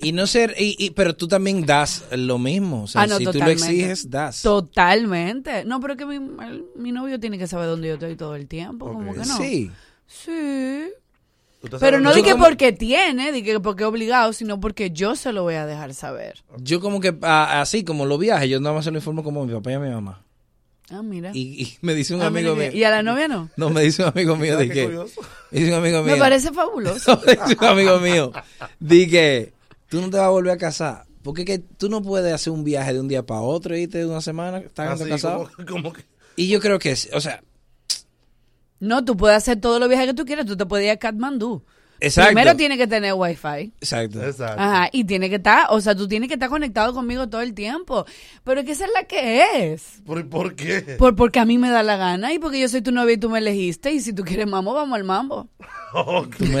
Y no ser... Y, y- pero tú también das lo mismo. O sea, Ah, no, si tú lo totalmente. exiges, das. Totalmente. No, pero que mi, el- mi novio tiene que saber dónde yo estoy todo el tiempo, como que no. Sí. Sí. estás Pero no hablando- di que Yo como- porque tiene, di que porque obligado, sino porque yo se lo voy a dejar saber. Yo como que, a- así como los viajes, yo nada más se lo informo como a mi papá y a mi mamá. Ah, mira. Y, y me dice un Ah, amigo mira mío... que- ¿Y a la novia no? No, me dice un amigo mío Ah, de qué que... curioso. Me dice un amigo mío... [LAUGHS] Me parece fabuloso. Me dice un amigo mío, di que tú no te vas a volver a casar Porque es que tú no puedes hacer un viaje de un día para otro, irte de una semana, estás Así, casado. como- como que- Y yo creo que, es- o sea, No, tú puedes hacer todos los viajes que tú quieras. Tú te puedes ir a Katmandú. Exacto. Primero tiene que tener wifi. exacto. Ajá, y tiene que estar, o sea, tú tienes que estar conectado conmigo todo el tiempo. Pero que esa es la que es. ¿Por, por qué? Por, porque a mí me da la gana y porque yo soy tu novia y tú me elegiste. Y si tú quieres mambo, vamos al mambo. Tú me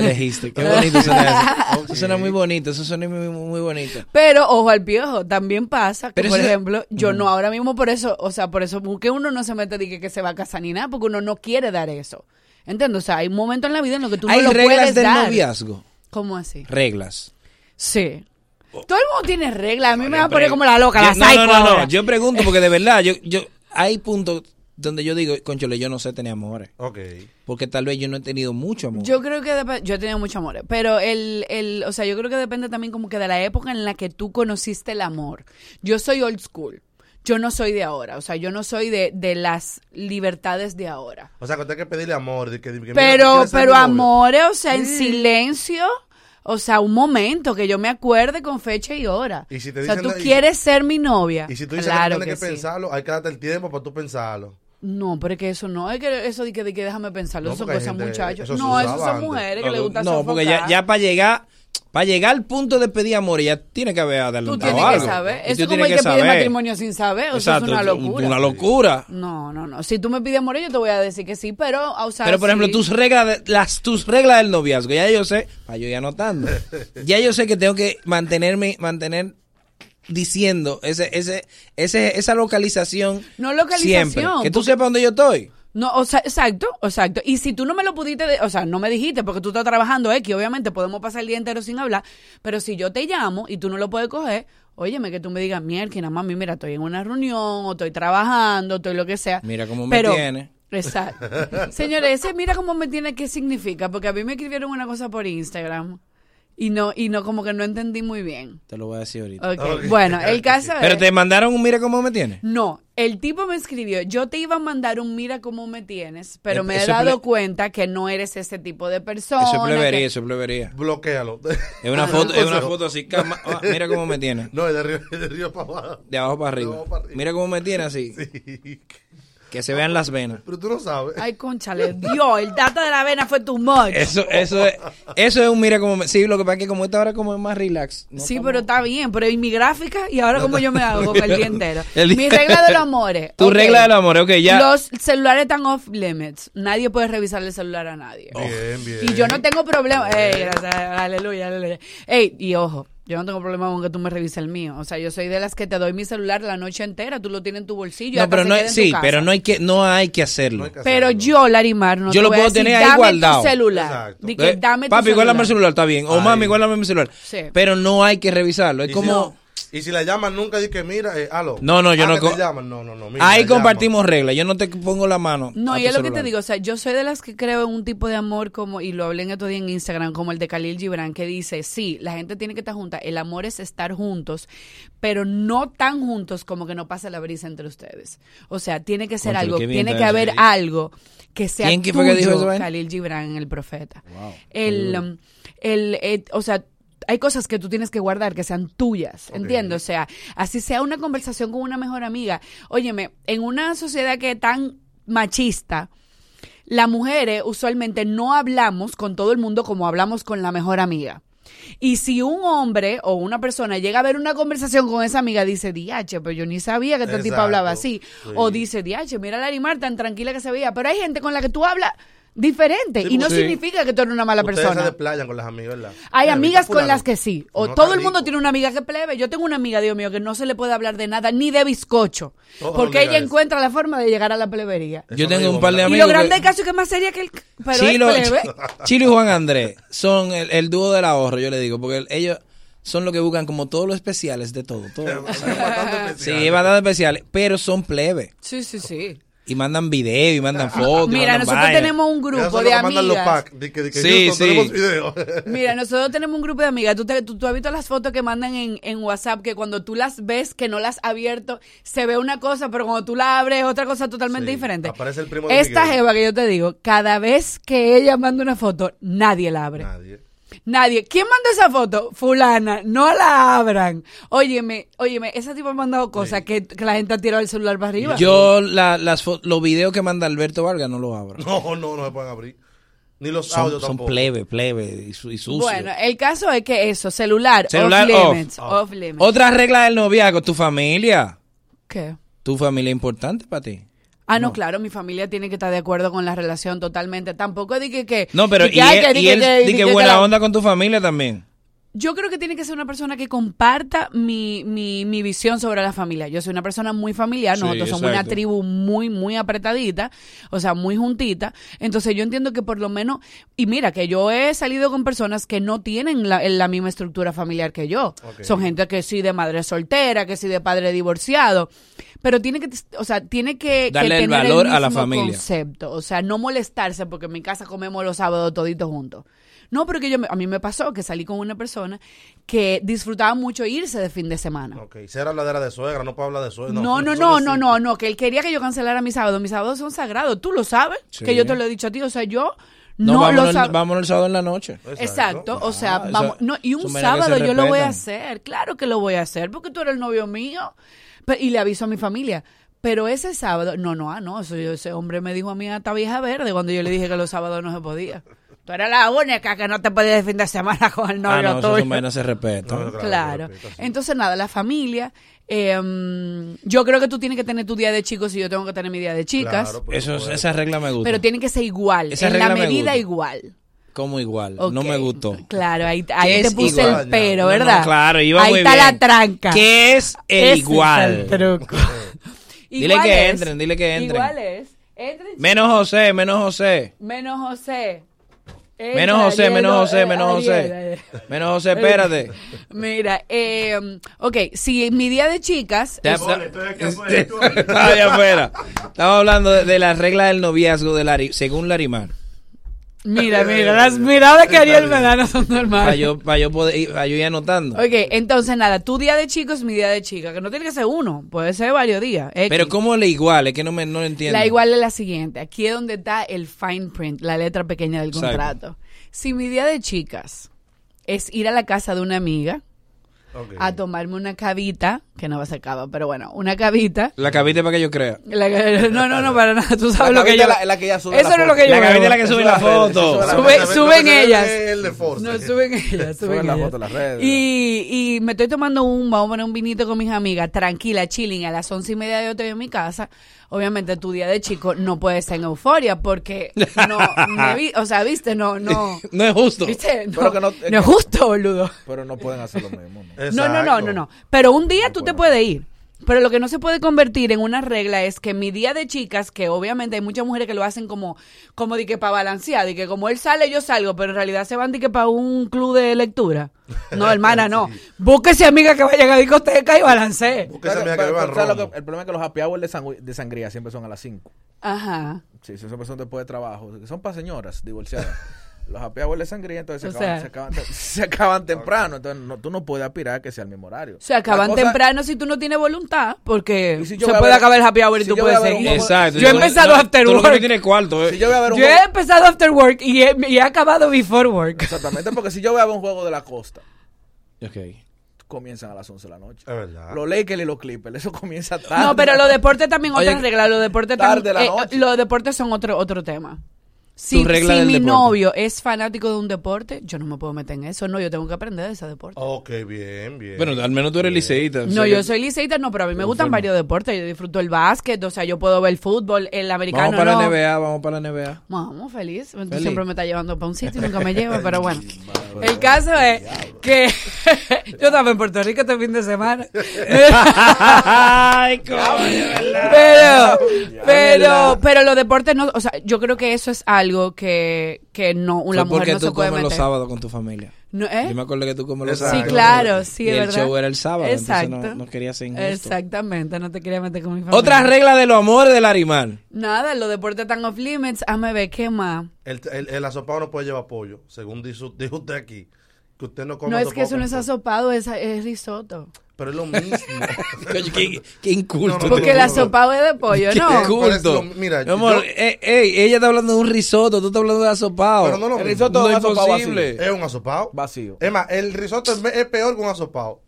[LAUGHS] elegiste. Qué bonito suena eso. Eso suena muy bonito, eso suena muy, muy, muy bonito. Pero ojo al piojo, también pasa que, Pero por eso- ejemplo, yo Mm. no ahora mismo por eso, o sea, por eso que uno no se mete de que, que se va a casar ni nada, porque uno no quiere dar eso. ¿Entiendes? O sea, hay un momento en la vida en lo que tú Hay no lo reglas puedes del dar. noviazgo. ¿Cómo así? Reglas. Sí. Todo el mundo tiene reglas. A mí me va a poner Ah, como la loca, la Yo- no, psycho. No, no, no, ahora. Yo pregunto porque de verdad, yo, yo, hay puntos donde yo digo, conchole, yo no sé tener amores. Ok. Porque tal vez yo no he tenido mucho amor. Yo creo que dep- yo he tenido mucho amor, pero el, el, o sea, yo creo que depende también como que de la época en la que tú conociste el amor. Yo soy old school. Yo no soy de ahora, o sea, yo no soy de, de las libertades de ahora. O sea, que usted hay que pedirle amor. de que- de que, mira, ¿tú Pero, quieres ser pero mi novio? amores, o sea, en Sí. silencio, o sea, un momento que yo me acuerde con fecha y hora. Y si te o sea, dicen tú la- y- quieres ser mi novia. Y si tú dices claro que que, tienes que, sí. pensarlo, hay que darte el tiempo para tú pensarlo. No, pero es que eso no, es que eso de que, de que déjame pensarlo, No, eso son porque hay cosas gente- muchachos. eso se No, eso usaba son antes. mujeres que No, les gusta No, porque ya, sofocar. ya para llegar, para llegar al punto de pedir amor, ya tiene que haber adelantado Tú tienes que algo. saber. Y tú Eso es como tienes el que, pide saber. matrimonio sin saber. O sea, es Exacto, una locura. Una locura. No, no, no. Si tú me pides amor, yo te voy a decir que sí, pero, o sea, Pero por sí. ejemplo, tus reglas, de- las tus reglas del noviazgo, ya yo sé, para yo ir anotando. Ya yo sé que tengo que mantenerme mantener diciendo ese ese ese esa localización No localización, siempre, que tú sepas dónde yo estoy. No, o sea, exacto, exacto. Y si tú no me lo pudiste, de- o sea, no me dijiste porque tú estás trabajando X, obviamente podemos pasar el día entero sin hablar, pero si yo te llamo y tú no lo puedes coger, óyeme que tú me digas, mierda, que nada más, mira, estoy en una reunión, o estoy trabajando, o estoy lo que sea. Mira cómo me Pero- tiene. Exacto. Señores, ese mira cómo me tiene, qué significa, porque a mí me escribieron una cosa por Instagram y no, y no, como que no entendí muy bien. Te lo voy a decir ahorita. Ok, Bueno, el caso Pero es- te mandaron un mira cómo me tiene. No, el tipo me escribió, yo te iba a mandar un mira cómo me tienes, pero Eh, me he eso es dado ple- cuenta que no eres ese tipo de persona. Eso es plebería, que- eso es plebería. [LAUGHS] Bloquéalo. Es una Ah, foto, es [LAUGHS] una consejo. foto así, cama- ah, mira cómo me tiene. No, es de arriba, es de arriba para abajo. De abajo para arriba. Mira cómo me tiene así. Que se vean las venas. Pero tú no sabes. Ay, conchale, Dios, el dato de la vena fue tu much. Eso, eso es, eso es un mira como me- sí, lo que pasa es que como esta hora como es más relax. no sí, estamos- pero está bien, pero ¿y mi gráfica? ¿Y ahora cómo yo me hago [LAUGHS] con el día entero? El día- Mi regla de los amores. Tu ok. regla del amor, ok, ya. Los celulares están off limits. Nadie puede revisar el celular a nadie. Oh. Bien, bien. Y yo no tengo problema. Ey, gracias, aleluya, aleluya. Ey, y ojo, yo no tengo problema con que tú me revises el mío. O sea, yo soy de las que te doy mi celular la noche entera. Tú lo tienes en tu bolsillo. No, hasta pero se no queda hay, en tu sí, casa. pero no hay que no hay que hacerlo. Pero yo, Larimar, no Yo te lo voy puedo a decir, tener ahí dame guardado". tu celular. Exacto. Di que Eh, dame tu Papi, celular. guárdame el celular, está bien. O mami, guárdame mi celular. Sí. Pero no hay que revisarlo. Es Y como si- Y si la llaman nunca, di que mira, eh, aló. No, no, yo Ah, no que co- te llaman. No, no, no. mira, ahí la llaman. compartimos reglas. Yo no te pongo la mano. No, a y tu es lo que te celular. digo, o sea, yo soy de las que creo en un tipo de amor como, y lo hablé en estos días en Instagram, como el de Khalil Gibran, que dice, sí, la gente tiene que estar junta, el amor es estar juntos, pero no tan juntos como que no pase la brisa entre ustedes. O sea, tiene que ser Contra, algo, qué bien tiene está que eso, haber Khalil. algo que sea ¿Quién que tuyo, fue que dijo eso, vaina? Khalil Gibran, el profeta. Wow. El, um, el, eh, o sea, hay cosas que tú tienes que guardar que sean tuyas, ¿entiendes? O sea, así sea una conversación con una mejor amiga. Óyeme, en una sociedad que es tan machista, las mujeres usualmente no hablamos con todo el mundo como hablamos con la mejor amiga. Y si un hombre o una persona llega a ver una conversación con esa amiga, dice, diache, pero yo ni sabía que este tipo Exacto, hablaba así. sí. O dice, diache, mira a Larimar tan tranquila que se veía. Pero hay gente con la que tú hablas diferente. Sí, pues, y no sí. significa que tú eres una mala Ustedes persona. se desplayan con las amigas, ¿verdad? Hay Mira, amigas viste a con las que fulano. sí. O No, todo está el mundo rico. tiene una amiga que plebe. Yo tengo una amiga, Dios mío, que no se le puede hablar de nada, ni de bizcocho. Oh, Todo porque lo diga ella eso. encuentra la forma de llegar a la plebería. Yo tengo un par Y de amigos lo grande que- del caso es que es más seria que el... c- Pero Chilo, es [LAUGHS] plebe. Chilo y Juan Andrés son el, el dúo del ahorro, yo le digo, porque el- ellos son los que buscan como todos los especiales de todo. todo o sea, sí, bastante especiales, pero son plebe. Sí, sí, sí. Y mandan video, y mandan fotos. y Ah, Mira, mandan nosotros vaina. tenemos un Esos grupo son de los que mandan los amigas. packs, di que- di que, Sí, Houston, sí. tenemos video. Mira, nosotros tenemos un grupo de amigas. ¿Tú, te- tú, tú has visto las fotos que mandan en, en WhatsApp que cuando tú las ves, que no las has abierto, se ve una cosa, pero cuando tú la abres es otra cosa totalmente diferente. Aparece el primo de Esta Miguel. jeva que yo te digo, cada vez que ella manda una foto, nadie la abre. Nadie. Nadie. ¿Quién mandó esa foto? Fulana. No la abran. Óyeme, óyeme, ese tipo ha mandado cosas que, que la gente ha tirado el celular para arriba. Yo la- las fo- los videos que manda Alberto Vargas no los Ah, abro. No, no, no se pueden abrir. Ni los Son, audios son tampoco. plebe, plebe y, su- y sucio. Bueno, el caso es que eso, celular, Celular off off. limits. Off, limits. Otra regla del noviazgo, tu familia. ¿Qué? Tu familia es importante para ti. Ah, no, claro, mi familia tiene que estar de acuerdo con la relación totalmente. Tampoco dije que... No, pero di que y hay él, que- di y que- él- que- di di que que buena la- onda con tu familia también. Yo creo que tiene que ser una persona que comparta mi, mi, mi visión sobre la familia. Yo soy una persona muy familiar, Sí, nosotros somos exacto. una tribu muy, muy apretadita, o sea, muy juntita. Entonces yo entiendo que por lo menos, y mira, que yo he salido con personas que no tienen la, la misma estructura familiar que yo. Ok. Son gente que sí de madre soltera, que sí de padre divorciado, pero tiene que, o sea, tiene que, que Darle el tener valor a la mismo familia. concepto. O sea, no molestarse porque en mi casa comemos los sábados toditos juntos. No, porque yo me- a mí me pasó que salí con una persona que disfrutaba mucho irse de fin de semana. Ok, ser habladera de suegra, no puedo hablar de suegra. No, no, eso no, es- no, no, no, que él quería que yo cancelara mis sábados. Mis sábados son sagrados, tú lo sabes, Sí. que yo te lo he dicho a ti, o sea, yo No, no, vámonos, lo el- sabía. vámonos el sábado en la noche. Exacto, o sea, Ah, vamos, esa- no, y un son maneras que sábado se yo lo voy a respetan. hacer, claro que lo voy a hacer, porque tú eres el novio mío, Pe- y le aviso a mi familia. Pero ese sábado, no, no, ah, no, eso yo- ese hombre me dijo a mí hasta vieja verde cuando yo le dije que los sábados no se podía. Tú eras la única que no te podía de fin de semana con el novio ah, no, eso tuyo. son vainas que se respetan. Claro. Entonces, nada, la familia. eh, yo creo que tú tienes que tener tu día de chicos y yo tengo que tener mi día de chicas. Eso, es- esa regla pues, me gusta. pero tiene que ser igual. Esa en la regla me medida gusta. igual. Como igual. No Ok. me gustó. Claro, ahí, ahí ¿Qué te es puse igual? el pero, No, ¿verdad? no, claro, iba ahí muy está bien. la tranca. ¿Qué es el Ese es igual? el truco. [LAUGHS] Dile Igual que es, entren, dile que entren. Igual es. Entren, Menos José, menos José. menos José. Menos José, Ariel, menos no, José, eh, menos Ariel, José. Ariel. Menos [LAUGHS] José, espérate. Mira, eh, ok, si mi día de chicas... Te- es- [LAUGHS] Estaba allá afuera. Estamos hablando de, de la regla del noviazgo de Lari, según Larimar. Mira, mira, las [LAUGHS] miradas que Ariel me da no son Para normales. yo, para yo poder ir, pa' yo ir anotando. Ok, entonces nada, tu día de chico es mi día de chica, que no tiene que ser uno, puede ser varios días. X. Pero ¿cómo le igual? Es que no, me, no lo entiendo. La igual es la siguiente. Aquí es donde está el fine print, la letra pequeña del Exacto. contrato. Si mi día de chicas es ir a la casa de una amiga a tomarme una cavita, que no va a ser cava, pero bueno, una cavita. La cavita para que yo crea. La ca- [LAUGHS] no, no, no, para nada. Tú sabes La lo que yo. cavita es la- es la que ella sube Eso la no es foto. lo que yo. La cavita veo. es la que sube la foto. Sube- Lo que se ve- suben lo que se ve ellas. es el de Force. No, [LAUGHS] suben ellas. Suben, Suben la ellas. foto a las redes. Y, y me estoy tomando un, vamos a poner un vinito con mis amigas, tranquila, chilling. A las once y media yo estoy en mi casa. Obviamente tu día de chico no puede ser en euforia porque no, no vi- o sea, viste, no, no. No es justo. ¿Viste? No, Pero que no- no es justo, boludo. Pero no pueden hacer lo mismo. No, no, no, no, no. Pero un día tú te puedes ir. Pero lo que no se puede convertir en una regla es que mi día de chicas, que obviamente hay muchas mujeres que lo hacen como, como de que para balancear, de que como él sale, yo salgo, pero en realidad se van de que para un club de lectura. No, [LAUGHS] hermana, no. Búsquese amiga que vayan a discoteca y balancee. Pero- amiga que pero- beba pero ¿sabes lo romo. que- el problema es que los happy hours de, sangui- de sangría siempre son a las 5. Ajá. Sí, son siempre son después de trabajo. Son para [LAUGHS] señoras divorciadas. Los happy hours de sangría entonces se O acaban, sea. se acaban te- se [LAUGHS] acaban temprano. Entonces no- tú no puedes aspirar a que sea el mismo horario. Se acaban La cosa- temprano si tú no tienes voluntad, porque si yo se voy a puede ver- acabar el happy hour y si tú yo voy a puedes ver un seguir. juego- Exacto. Yo he Tú no- empezado no, after tú lo que work. tienes cuarto, eh. Si yo voy a ver un Yo he juego- empezado after work y he, y he acabado before work. Exactamente, porque si yo voy a ver un juego de la costa, Ok. comienzan a las 11 de la noche. Es verdad. Los Lakers y los Clippers, eso comienza tarde. No, pero los deportes también, Oye, otras reglas. Los deportes tarde también. la eh, los deportes son otro, otro tema. Si, Tu regla si del mi deporte. novio es fanático de un deporte, yo no me puedo meter en eso. No, yo tengo que aprender de ese deporte. Ok, bien, bien. Bueno, al menos tú eres Oh, liceísta. o No, sea yo que- soy liceísta, no, pero a mí me Te gustan informo. varios deportes. Yo disfruto el básquet, o sea, yo puedo ver el fútbol, el americano. Vamos para no. la NBA, vamos para la NBA. Vamos, feliz. Tú Feliz. siempre me estás llevando para un sitio y nunca me [LAUGHS] llevas, pero bueno. El caso es que [LAUGHS] yo estaba en Puerto Rico este fin de semana. [LAUGHS] Ay, Pero, pero, pero los deportes no, o sea, yo creo que eso es algo que, que no, Fue la mujer porque no tú se puede comes meter. los sábados con tu familia. No, ¿eh? Yo me acuerdo que tú comes los Sí, sábados. claro, sí, Y es el verdad. show era el sábado, Exacto. entonces no, no quería ser injusto. Exactamente, no te quería meter con mi familia. Otra regla de los amores del Arimán. Nada, los deportes están off limits, hazme ver, ¿qué más? El, el, el asopado no puede llevar pollo, según dijo, dijo usted aquí. Que usted no come No es asopado que eso con no es pollo. asopado, es, es risotto. pero es lo mismo. Coño, qué, qué inculto. No, no, Porque te- la sopa es de pollo, Qué ¿no? inculto. Pero es lo- mira, Mi amor, yo- eh, ey, ella está hablando de un risotto, tú estás hablando de [LAUGHS] asopado. Pero no lo El mismo. risotto es imposible. Es un asopado. Vacío. Es más, el risotto es, es peor que un asopado.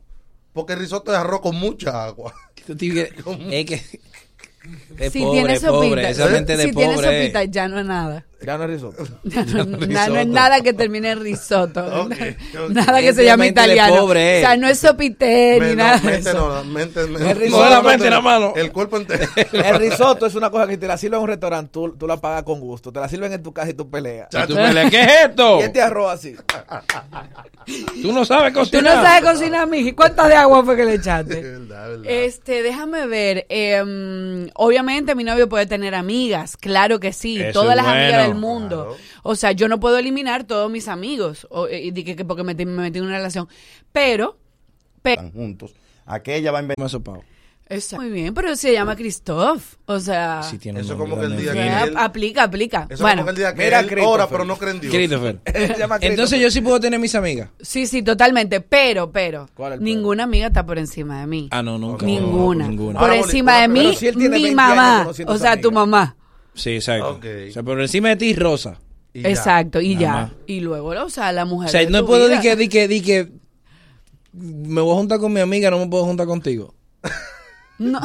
Porque el risotto es arroz con mucha agua. [LAUGHS] Es que. De si pobre, tiene sopita, pobre, esa gente de si tiene pobre, eh. sopita ya no es nada. Ya no [LAUGHS] es risotto. Ya no, no no- es no es risotto. nada que termine en [LAUGHS] risotto. [LAUGHS] ok. Nada que se llame Mente de italiano. pobre, eh. o sea, no es sopité ni Me- nada. no, de mente eso. no, mente- No mente- es risotto. no, la Solamente la mano. El cuerpo entero. El risotto es una cosa que te la sirven en un restaurante, tú, tú la pagas con gusto. Te la sirven en tu casa y tú peleas. Y tú peleas, ¿qué es esto? Y este arroz [LAUGHS] así. Tú no sabes Tú cocinar. no sabes cocinar, miji. ¿Cuántas de agua fue que le echaste? verdad. Este, déjame ver. eh, mm, obviamente mi novio puede tener amigas, claro que sí, Eso todas es las amigas bueno. del mundo. O sea, yo no puedo eliminar todos mis amigos o, eh, y di que- que porque me, te- me metí en una relación. Pero, pero Están juntos. Aquella va a inventar. Exacto. Muy bien, pero se llama Christoph. O sea, Eso como que el día que ya, él- aplica, aplica. Eso bueno, como que el día que Mira, él ora, Christopher. pero no cree en Dios. [LAUGHS] Christopher. Entonces Christopher. yo sí puedo tener mis amigas. sí, sí, totalmente. Pero, pero, ¿Cuál es el ninguna amiga está por encima de mí. Ah, no, nunca. Ninguna. Ninguna. Ah, Por encima de mí, mi mamá. o sea, tu mamá. Sí, exacto. O sea, por encima de ti, Rosa. Exacto, y Nada ya. más. Y luego, o sea, la mujer. O sea, de no tu puedo vida. decir que, di que, di que me voy a juntar con mi amiga, no me puedo juntar contigo. [LAUGHS] No.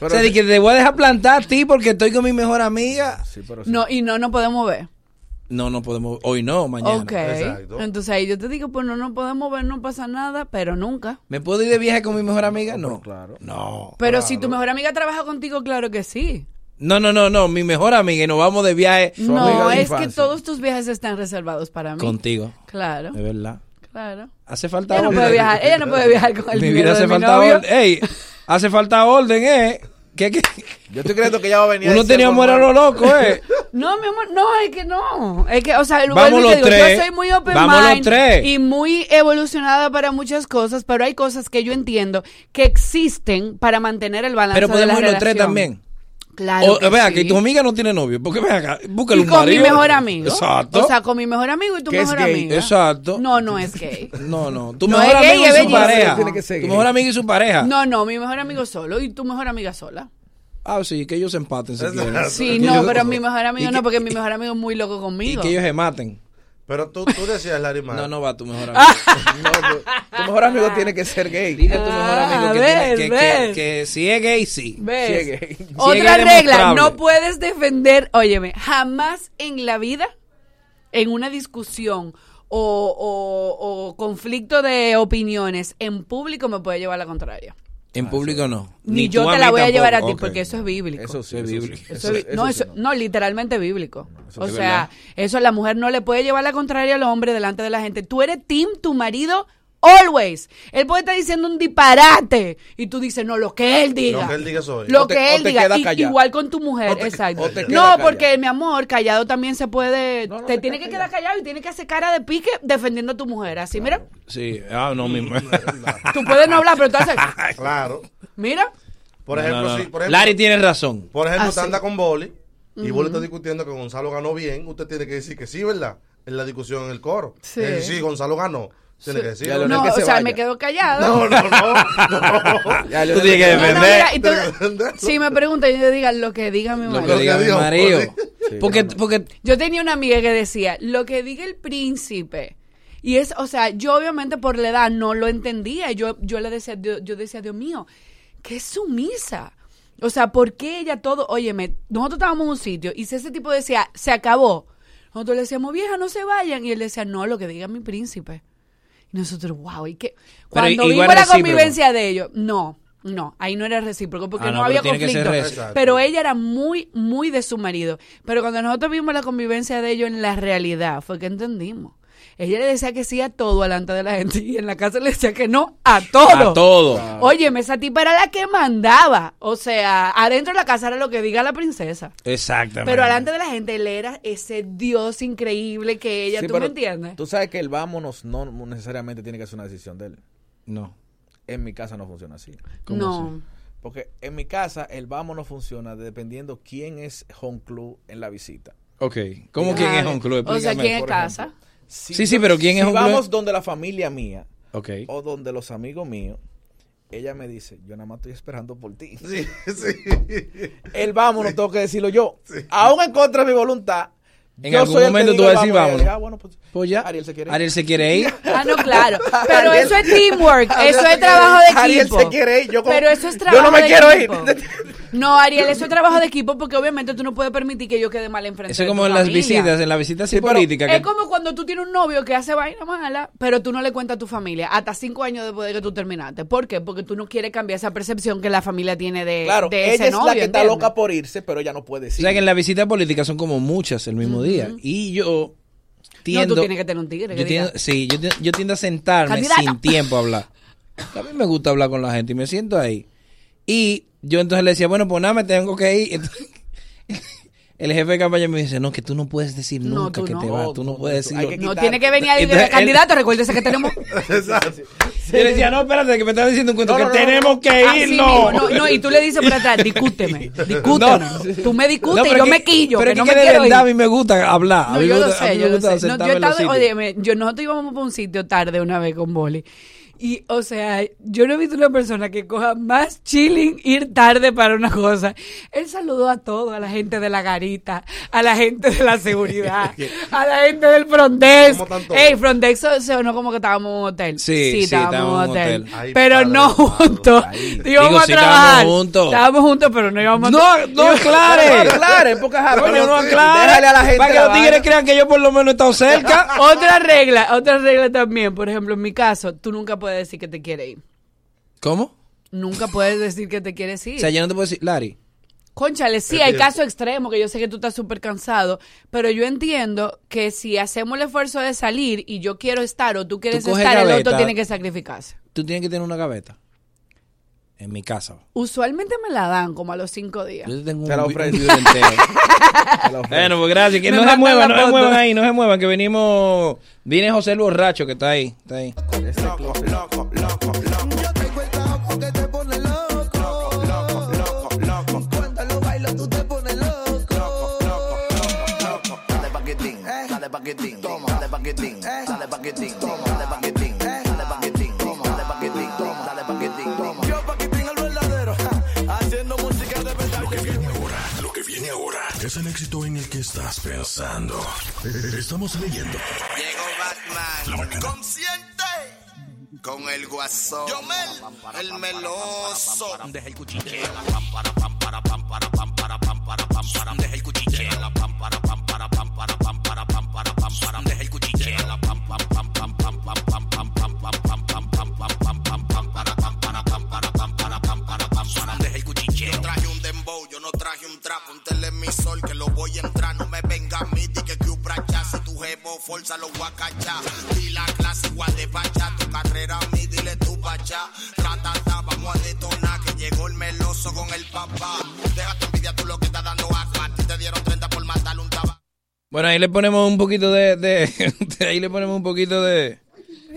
o sea, di que te voy a dejar plantar a ti porque estoy con mi mejor amiga. No, y no, no podemos ver. No, no podemos. Hoy no, mañana. ok. Entonces ahí yo te digo, pues no, no podemos ver, no pasa nada, pero nunca. ¿Me puedo ir de viaje con mi mejor amiga? No. claro. No. Pero si tu mejor amiga trabaja contigo, claro que sí. No, no, no, no. Mi mejor amiga y nos vamos de viaje. No, es que todos tus viajes están reservados para mí. Contigo. Eh. Claro, De verdad. claro. Hace falta Ella no puede viajar, ella no puede viajar con el mi dinero vida hace de mi falta novio. orden. Ey, hace falta orden, ¿eh? ¿Qué, qué? Yo estoy creyendo que ya va a venir. Uno tenía amor a lo loco, ¿eh? [LAUGHS] No, mi amor, no, es que no. Es que, o sea, Vamos vuelvo y te los digo, tres. yo soy muy open Vamos los mind tres. y muy evolucionada para muchas cosas, pero hay cosas que yo entiendo que existen para mantener el balance Pero de la podemos ir los tres relación. también. Claro o, que vea, sí. que tu amiga no tiene novio. Porque vea acá, y búscale con un marido. mi mejor amigo. Exacto. O sea, con mi mejor amigo y tu Que es mejor gay. amiga. Exacto. No, no es gay. no, no. Tu No, mejor es gay, amigo es y su bellísimo. pareja. Tiene que ser Tu gay. mejor amigo y su [LAUGHS] pareja. No, no, mi mejor amigo solo y tu mejor amiga sola. Ah, sí, que ellos se empaten si quieren. Sí, no, pero mi mejor amigo no, porque mi mejor amigo es muy loco Y conmigo. que ellos se maten. Pero tú, tú decías, Larry Mar. No, no va tu [LAUGHS] mejor amigo. Tu mejor amigo tiene que ser gay. Dile Ah. tu mejor amigo que, tiene, que, que, que si es gay, sí. Ah, ¿Ves? Si es [LAUGHS] gay. Si es Otra gay, regla, demostrable. no puedes defender, óyeme, jamás en la vida, en una discusión o, o- o conflicto de opiniones en público me puede llevar la contraria. En público no. Ni, tú yo te mí la voy a llevar a ti tampoco. Ok. porque eso es bíblico. Eso sí, es bíblico. Eso- no, eso- no, literalmente bíblico. o es sea, verdad. eso la mujer no le puede llevar la contraria al hombre delante de la gente. Tú eres Tim, tu marido, always. Él puede estar diciendo un disparate y tú dices, no, lo que él diga. Lo que él diga soy. Lo O te- que o él te diga. quedas Y- callado. igual con tu mujer, exacto. o te quedas No, callado. porque, mi amor, callado también se puede. te, tiene que quedar callado y tiene que hacer cara de pique defendiendo a tu mujer. Así, Sí, ah, no, mi mira, tú puedes no hablar, pero tú haces. [LAUGHS] Claro. Mira. Por No, ejemplo, no, no. si. Por ejemplo, Larry tiene razón. Por ejemplo, Ah, usted sí. anda con Boli y Ujú. Boli está discutiendo que Gonzalo ganó bien. Usted tiene que decir que sí, ¿verdad? En la discusión en el coro. Sí. Sí, sí, Gonzalo ganó. Tiene que decir. No, o sea, me quedo callada. No, no, no. [LAUGHS] Tú tienes que No, no, defender. [LAUGHS] mira, y tú- si me preguntan, yo diga lo que diga mi Lo que diga mi diga, marido. Porque, yo tenía una amiga que decía, lo que diga el príncipe. Y es, o sea, yo obviamente por la edad no lo entendía. Yo, yo le decía, yo, yo decía, Dios mío, qué sumisa. O sea, ¿por qué ella todo? Óyeme, nosotros estábamos en un sitio y si ese tipo decía, se acabó. Nosotros le decíamos, vieja, no se vayan. Y él decía, no, lo que diga mi príncipe. Y nosotros, wow, y que cuando i- vimos igual la recíproco. convivencia de ellos, no, no, ahí no era recíproco porque Ah, no, no, pero había tiene que ser conflicto. recíproco. Pero ella era muy, muy de su marido. Pero cuando nosotros vimos la convivencia de ellos en la realidad, fue que entendimos. Ella le decía que sí a todo delante de la gente y en la casa le decía que no a todo. A todo. Claro. Óyeme, esa tipa era la que mandaba. O sea, adentro de la casa era lo que diga la princesa. Exactamente. Pero delante de la gente él era ese dios increíble que ella, Sí, ¿tú pero me entiendes? Tú sabes que el vámonos no necesariamente tiene que ser una decisión de él. No. En mi casa no funciona así. ¿Cómo No. así? Porque en mi casa el vámonos funciona dependiendo quién es home club en la visita. Ok. ¿Cómo quién es Ay, Home Club? o sea, Explícame. ¿quién es Por casa? ejemplo. Sí, sí, pero ¿quién si es Home Club? vamos donde la familia mía, Ok. o donde los amigos míos, ella me dice, yo nada más estoy esperando por [LAUGHS] ti. El vámonos tengo que decirlo yo. Aún en contra de mi voluntad. En yo algún soy el que momento digo tú vas el a decir, Y "Vámonos". Ah, bueno, pues, Ariel se quiere ir. Ariel se [LAUGHS] quiere [LAUGHS] ir. Ah, no, claro. Pero Ariel- eso es [LAUGHS] teamwork, Ariel eso se es quiere trabajo ir, de Ariel equipo. se quiere ir, yo como- Pero eso es yo trabajo no me de quiero ir. equipo. No, Ariel, eso es trabajo de equipo porque obviamente tú no puedes permitir que yo quede mal enfrente. Eso de es como tu en las familia. visitas, en las visitas sin política. Es que- como cuando tú tienes un novio que hace vaina mala, pero tú no le cuentas a tu familia hasta cinco años después de que tú terminaste. ¿Por qué? Porque tú no quieres cambiar esa percepción que la familia tiene de, Claro, de ella ese es novio. la que está ¿entiendes? loca por irse, pero ella no puede O decir. sea que en las visitas políticas son como muchas el mismo día. Y yo No, tiendo. tú tienes que tener un tigre. que yo tiendo- diga, sí, yo, ti- yo tiendo a sentarme Candidato. sin tiempo a hablar. A mí me gusta hablar con la gente y me siento ahí. Y yo entonces le decía, bueno, pues nada, me tengo que ir. Entonces, [LAUGHS] el jefe de campaña me dice, no, que tú no puedes decir No, nunca tú que no. te vas, tú no puedes decir. no, tiene que venir alguien Entonces, de [LAUGHS] él- candidato, recuérdese que [LAUGHS] tenemos... [LAUGHS] Yo le decía, no, espérate, que me estás diciendo un cuento, No, que no, no, tenemos no. que Así Ah, mismo, irnos. no, no, y tú le [LAUGHS] dices por atrás, discúteme, discúteme. Tú me discutes y pero yo que- me quillo, Pero que es no que me de quiero ir. verdad a mí me gusta hablar. a No, mí yo me lo gusta- a sé, mí yo me lo gusta sé. No, yo sentarme en los estaba- sitios. oye, me- yo nosotros íbamos para un sitio tarde una vez con Boli. Y, o sea, yo no he visto una persona que coja más chilling ir tarde para una cosa. Él saludó a todo, a la gente de la garita, a la gente de la [LAUGHS] seguridad, a la gente del Frontex. Ey, Frontex se- se sonó como que estábamos en un hotel. Sí, sí, estábamos en un hotel. Ay, pero no juntos. Íbamos Digo, a sí, trabajar. estábamos juntos. Estábamos juntos, pero no [LAUGHS] íbamos No, no aclare. No aclare, porque Coño, no aclare. Déjale a la gente Para que la los tigres vaina. crean que yo por lo menos he estado cerca. [LAUGHS] otra regla, otra regla también. Por ejemplo, en mi caso, tú nunca puedes decir que te quieres ir. ¿Cómo? Nunca puedes decir que te quieres ir. O sea, yo no te puedo decir, Lari. Conchale, sí, hay casos extremos que yo sé que tú estás súper cansado, pero yo entiendo que si hacemos el esfuerzo de salir y yo quiero estar o tú quieres coges estar, el otro gaveta. tiene que sacrificarse. Tú tienes que tener una gaveta. En mi casa. Usualmente me la dan como a los cinco días. Yo te tengo Te la un, vi- ofrezco. un video [LAUGHS] entero. bueno, pues gracias. Que Me no se mandan muevan, la no se foto. muevan ahí, no se muevan, que venimos. Viene José el borracho que está ahí. Está ahí. Yo tengo el trabajo que te pone loco. Loco, loco, loco, loco. Cuando lo bailo tú te pones loco. Loco, loco, loco, loco. Dale paquetín, dale paquetín, toma, dale paquetín, dale paquetín, toma, dale paquetín, dale paquetín, toma, dale paquetín, toma, dale paquetín, toma. Yo paquetín al verdadero, ja, haciendo música de verdad. Lo que viene ahora es el éxito en el que estás pensando. Estamos leyendo. Llegó Batman. Consciente. Con el guasón. Yomel, el meloso. Deja el cuchicheo. Deja el cuchicheo. Deja el cuchicheo. Deja el cuchicheo. Yo traje un dembow, yo no traje un trap, un telemisor que lo voy a entrar. No me venga a mí, di que cupra ya. Si tu jevo forza, lo voy a cachar. Di la clase igual de bacha, tu carrera a mí, dile tu bacha. Tratata, vamos a detonar, que llegó el meloso con el papá. Déjate envidia, tú lo que estás dando agua. A ti te dieron 30 por matarle un tabaco. Bueno, ahí le ponemos un poquito de, de- de- [LAUGHS] ahí le ponemos un poquito de,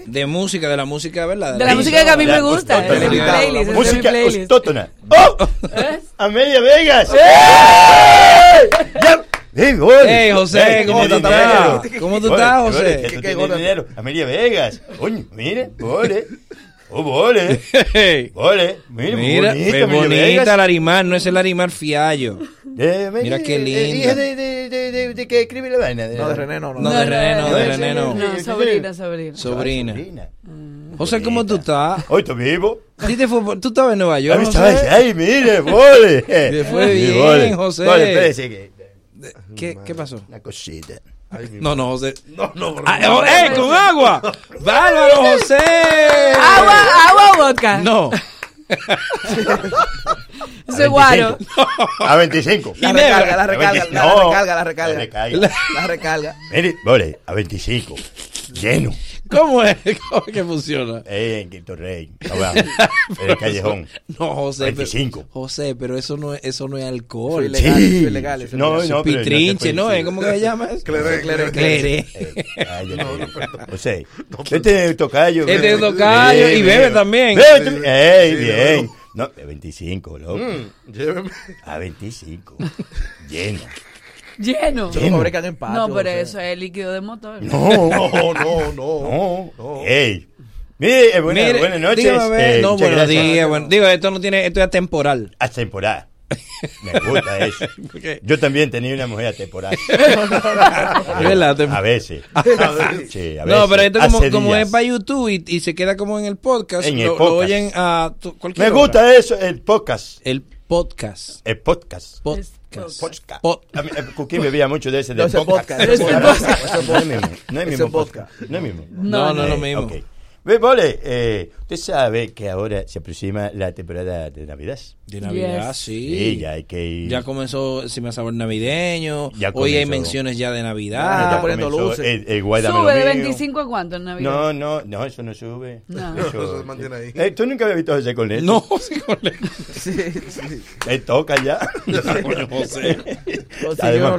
de música, de la música, ¿verdad? De la música que a mí me gusta, costótona. es mi playlist, es mi playlist. costótona. ¡Oh! ¡Amelia Vegas! ¡Eh! ¡Ya! ¡Hey, Ey, José, ¿cómo tú estás? ¿Cómo tú estás, José? ¿Qué, qué, dinero? Amelia Vegas. Oye, mire, [LAUGHS] ole. Oh, ole. Ole. Mire, muy Mira, bonita, qué Amelia Vegas. bonita el arimar, no es el arimar fiallo. Mira qué Eh, hija linda. de, de, de, de, de que escribe la vaina. No, de René no, no. No, de René no, de René no. No, sobrina, sobrina. Sobrina. Mm. José, ¿cómo tú estás? Ah, Hoy estoy vivo. ¿Sí te fue- ¿Tú estabas en Nueva York? Ahí estaba, José? ay, mire, vole. Te fue Sí, bien, vole. José. Vole, espérese que- ¿Qué, ¿Qué pasó? Una cosita. No, no, José. No, no, Ah, eh, oh, ¡Eh, con agua! [LAUGHS] ¡Bárbaro, José! Agua, agua o vodka. No. Eso es guaro. A 25. La recarga, la recarga, la No, recarga, la recarga. La recarga. La recarga. Mire, vole, a 25. Lleno. ¿Cómo es? [LAUGHS] ¿Cómo es que funciona? Eh, en Quinto Rey. no [LAUGHS] va, En el callejón. No, José. pero- 25. José, pero eso no es, eso no es alcohol. Eso es ilegal, Sí. eso es ilegal, eso es No, ilegal. no, pero no se Pitrinche, puede ¿no? decir. ¿Es ¿Cómo que se llama eso? Cleré, cleré, Cleré. Eh, ay, Dios mío. José, este es tocayo. Este bebe. es tocayo y Bebe, bebe bebe. también. Bebe tú- ey, Sí, bien. bebe. No, de 25, loco. Mm, lléveme. A [LAUGHS] 25. Lleno. [LAUGHS] Lleno. Lleno. Fabrican en patio, no, pero o [LAUGHS] sea. eso es líquido de motor. No. No, no, no. No. Ey. Mire, eh, buena- Mire, buenas noches. dígame a ver. eh, no, muchas buenos gracias. días. bueno- digo, esto no tiene, esto es atemporal. Atemporal. Me [LAUGHS] gusta eso. Yo también tenía una mujer atemporal. Eh, Es verdad, a [LAUGHS] veces. Sí, a veces. No, pero esto Hace como, como días. es para YouTube y, y se queda como en el podcast, En el lo, lo podcast. oyen a tu- cualquier Me hora. gusta eso, el podcast. El podcast. El podcast. Podcast. Podcast. Po- A mí, eh, Cuquín bebía mucho de ese No, del ese podcast. podcast, ese podcast. No es mismo. No es Ese mismo. podcast. podcast. No es mismo. No, No, no, no. no mismo. ok. Ve, Vole, eh, usted sabe que ahora se aproxima la temporada de Navidad. De Navidad, Ah, sí. Sí, ya hay que ir. Ya comenzó si me sabor navideño. Ya Hoy hay comenzó. menciones ya de Navidad. Ah, ya comenzó El, el Guárdame ¿Sube lo de mío. 25 a cuánto en Navidad? No, no, no, eso no sube. No. [LAUGHS] Eso se mantiene ahí. Eh, ¿Tú nunca habías visto a José Cornejo? No, José Cornejo. Sí, sí. Te toca ya. Coño, [LAUGHS] José. José, Además- yo no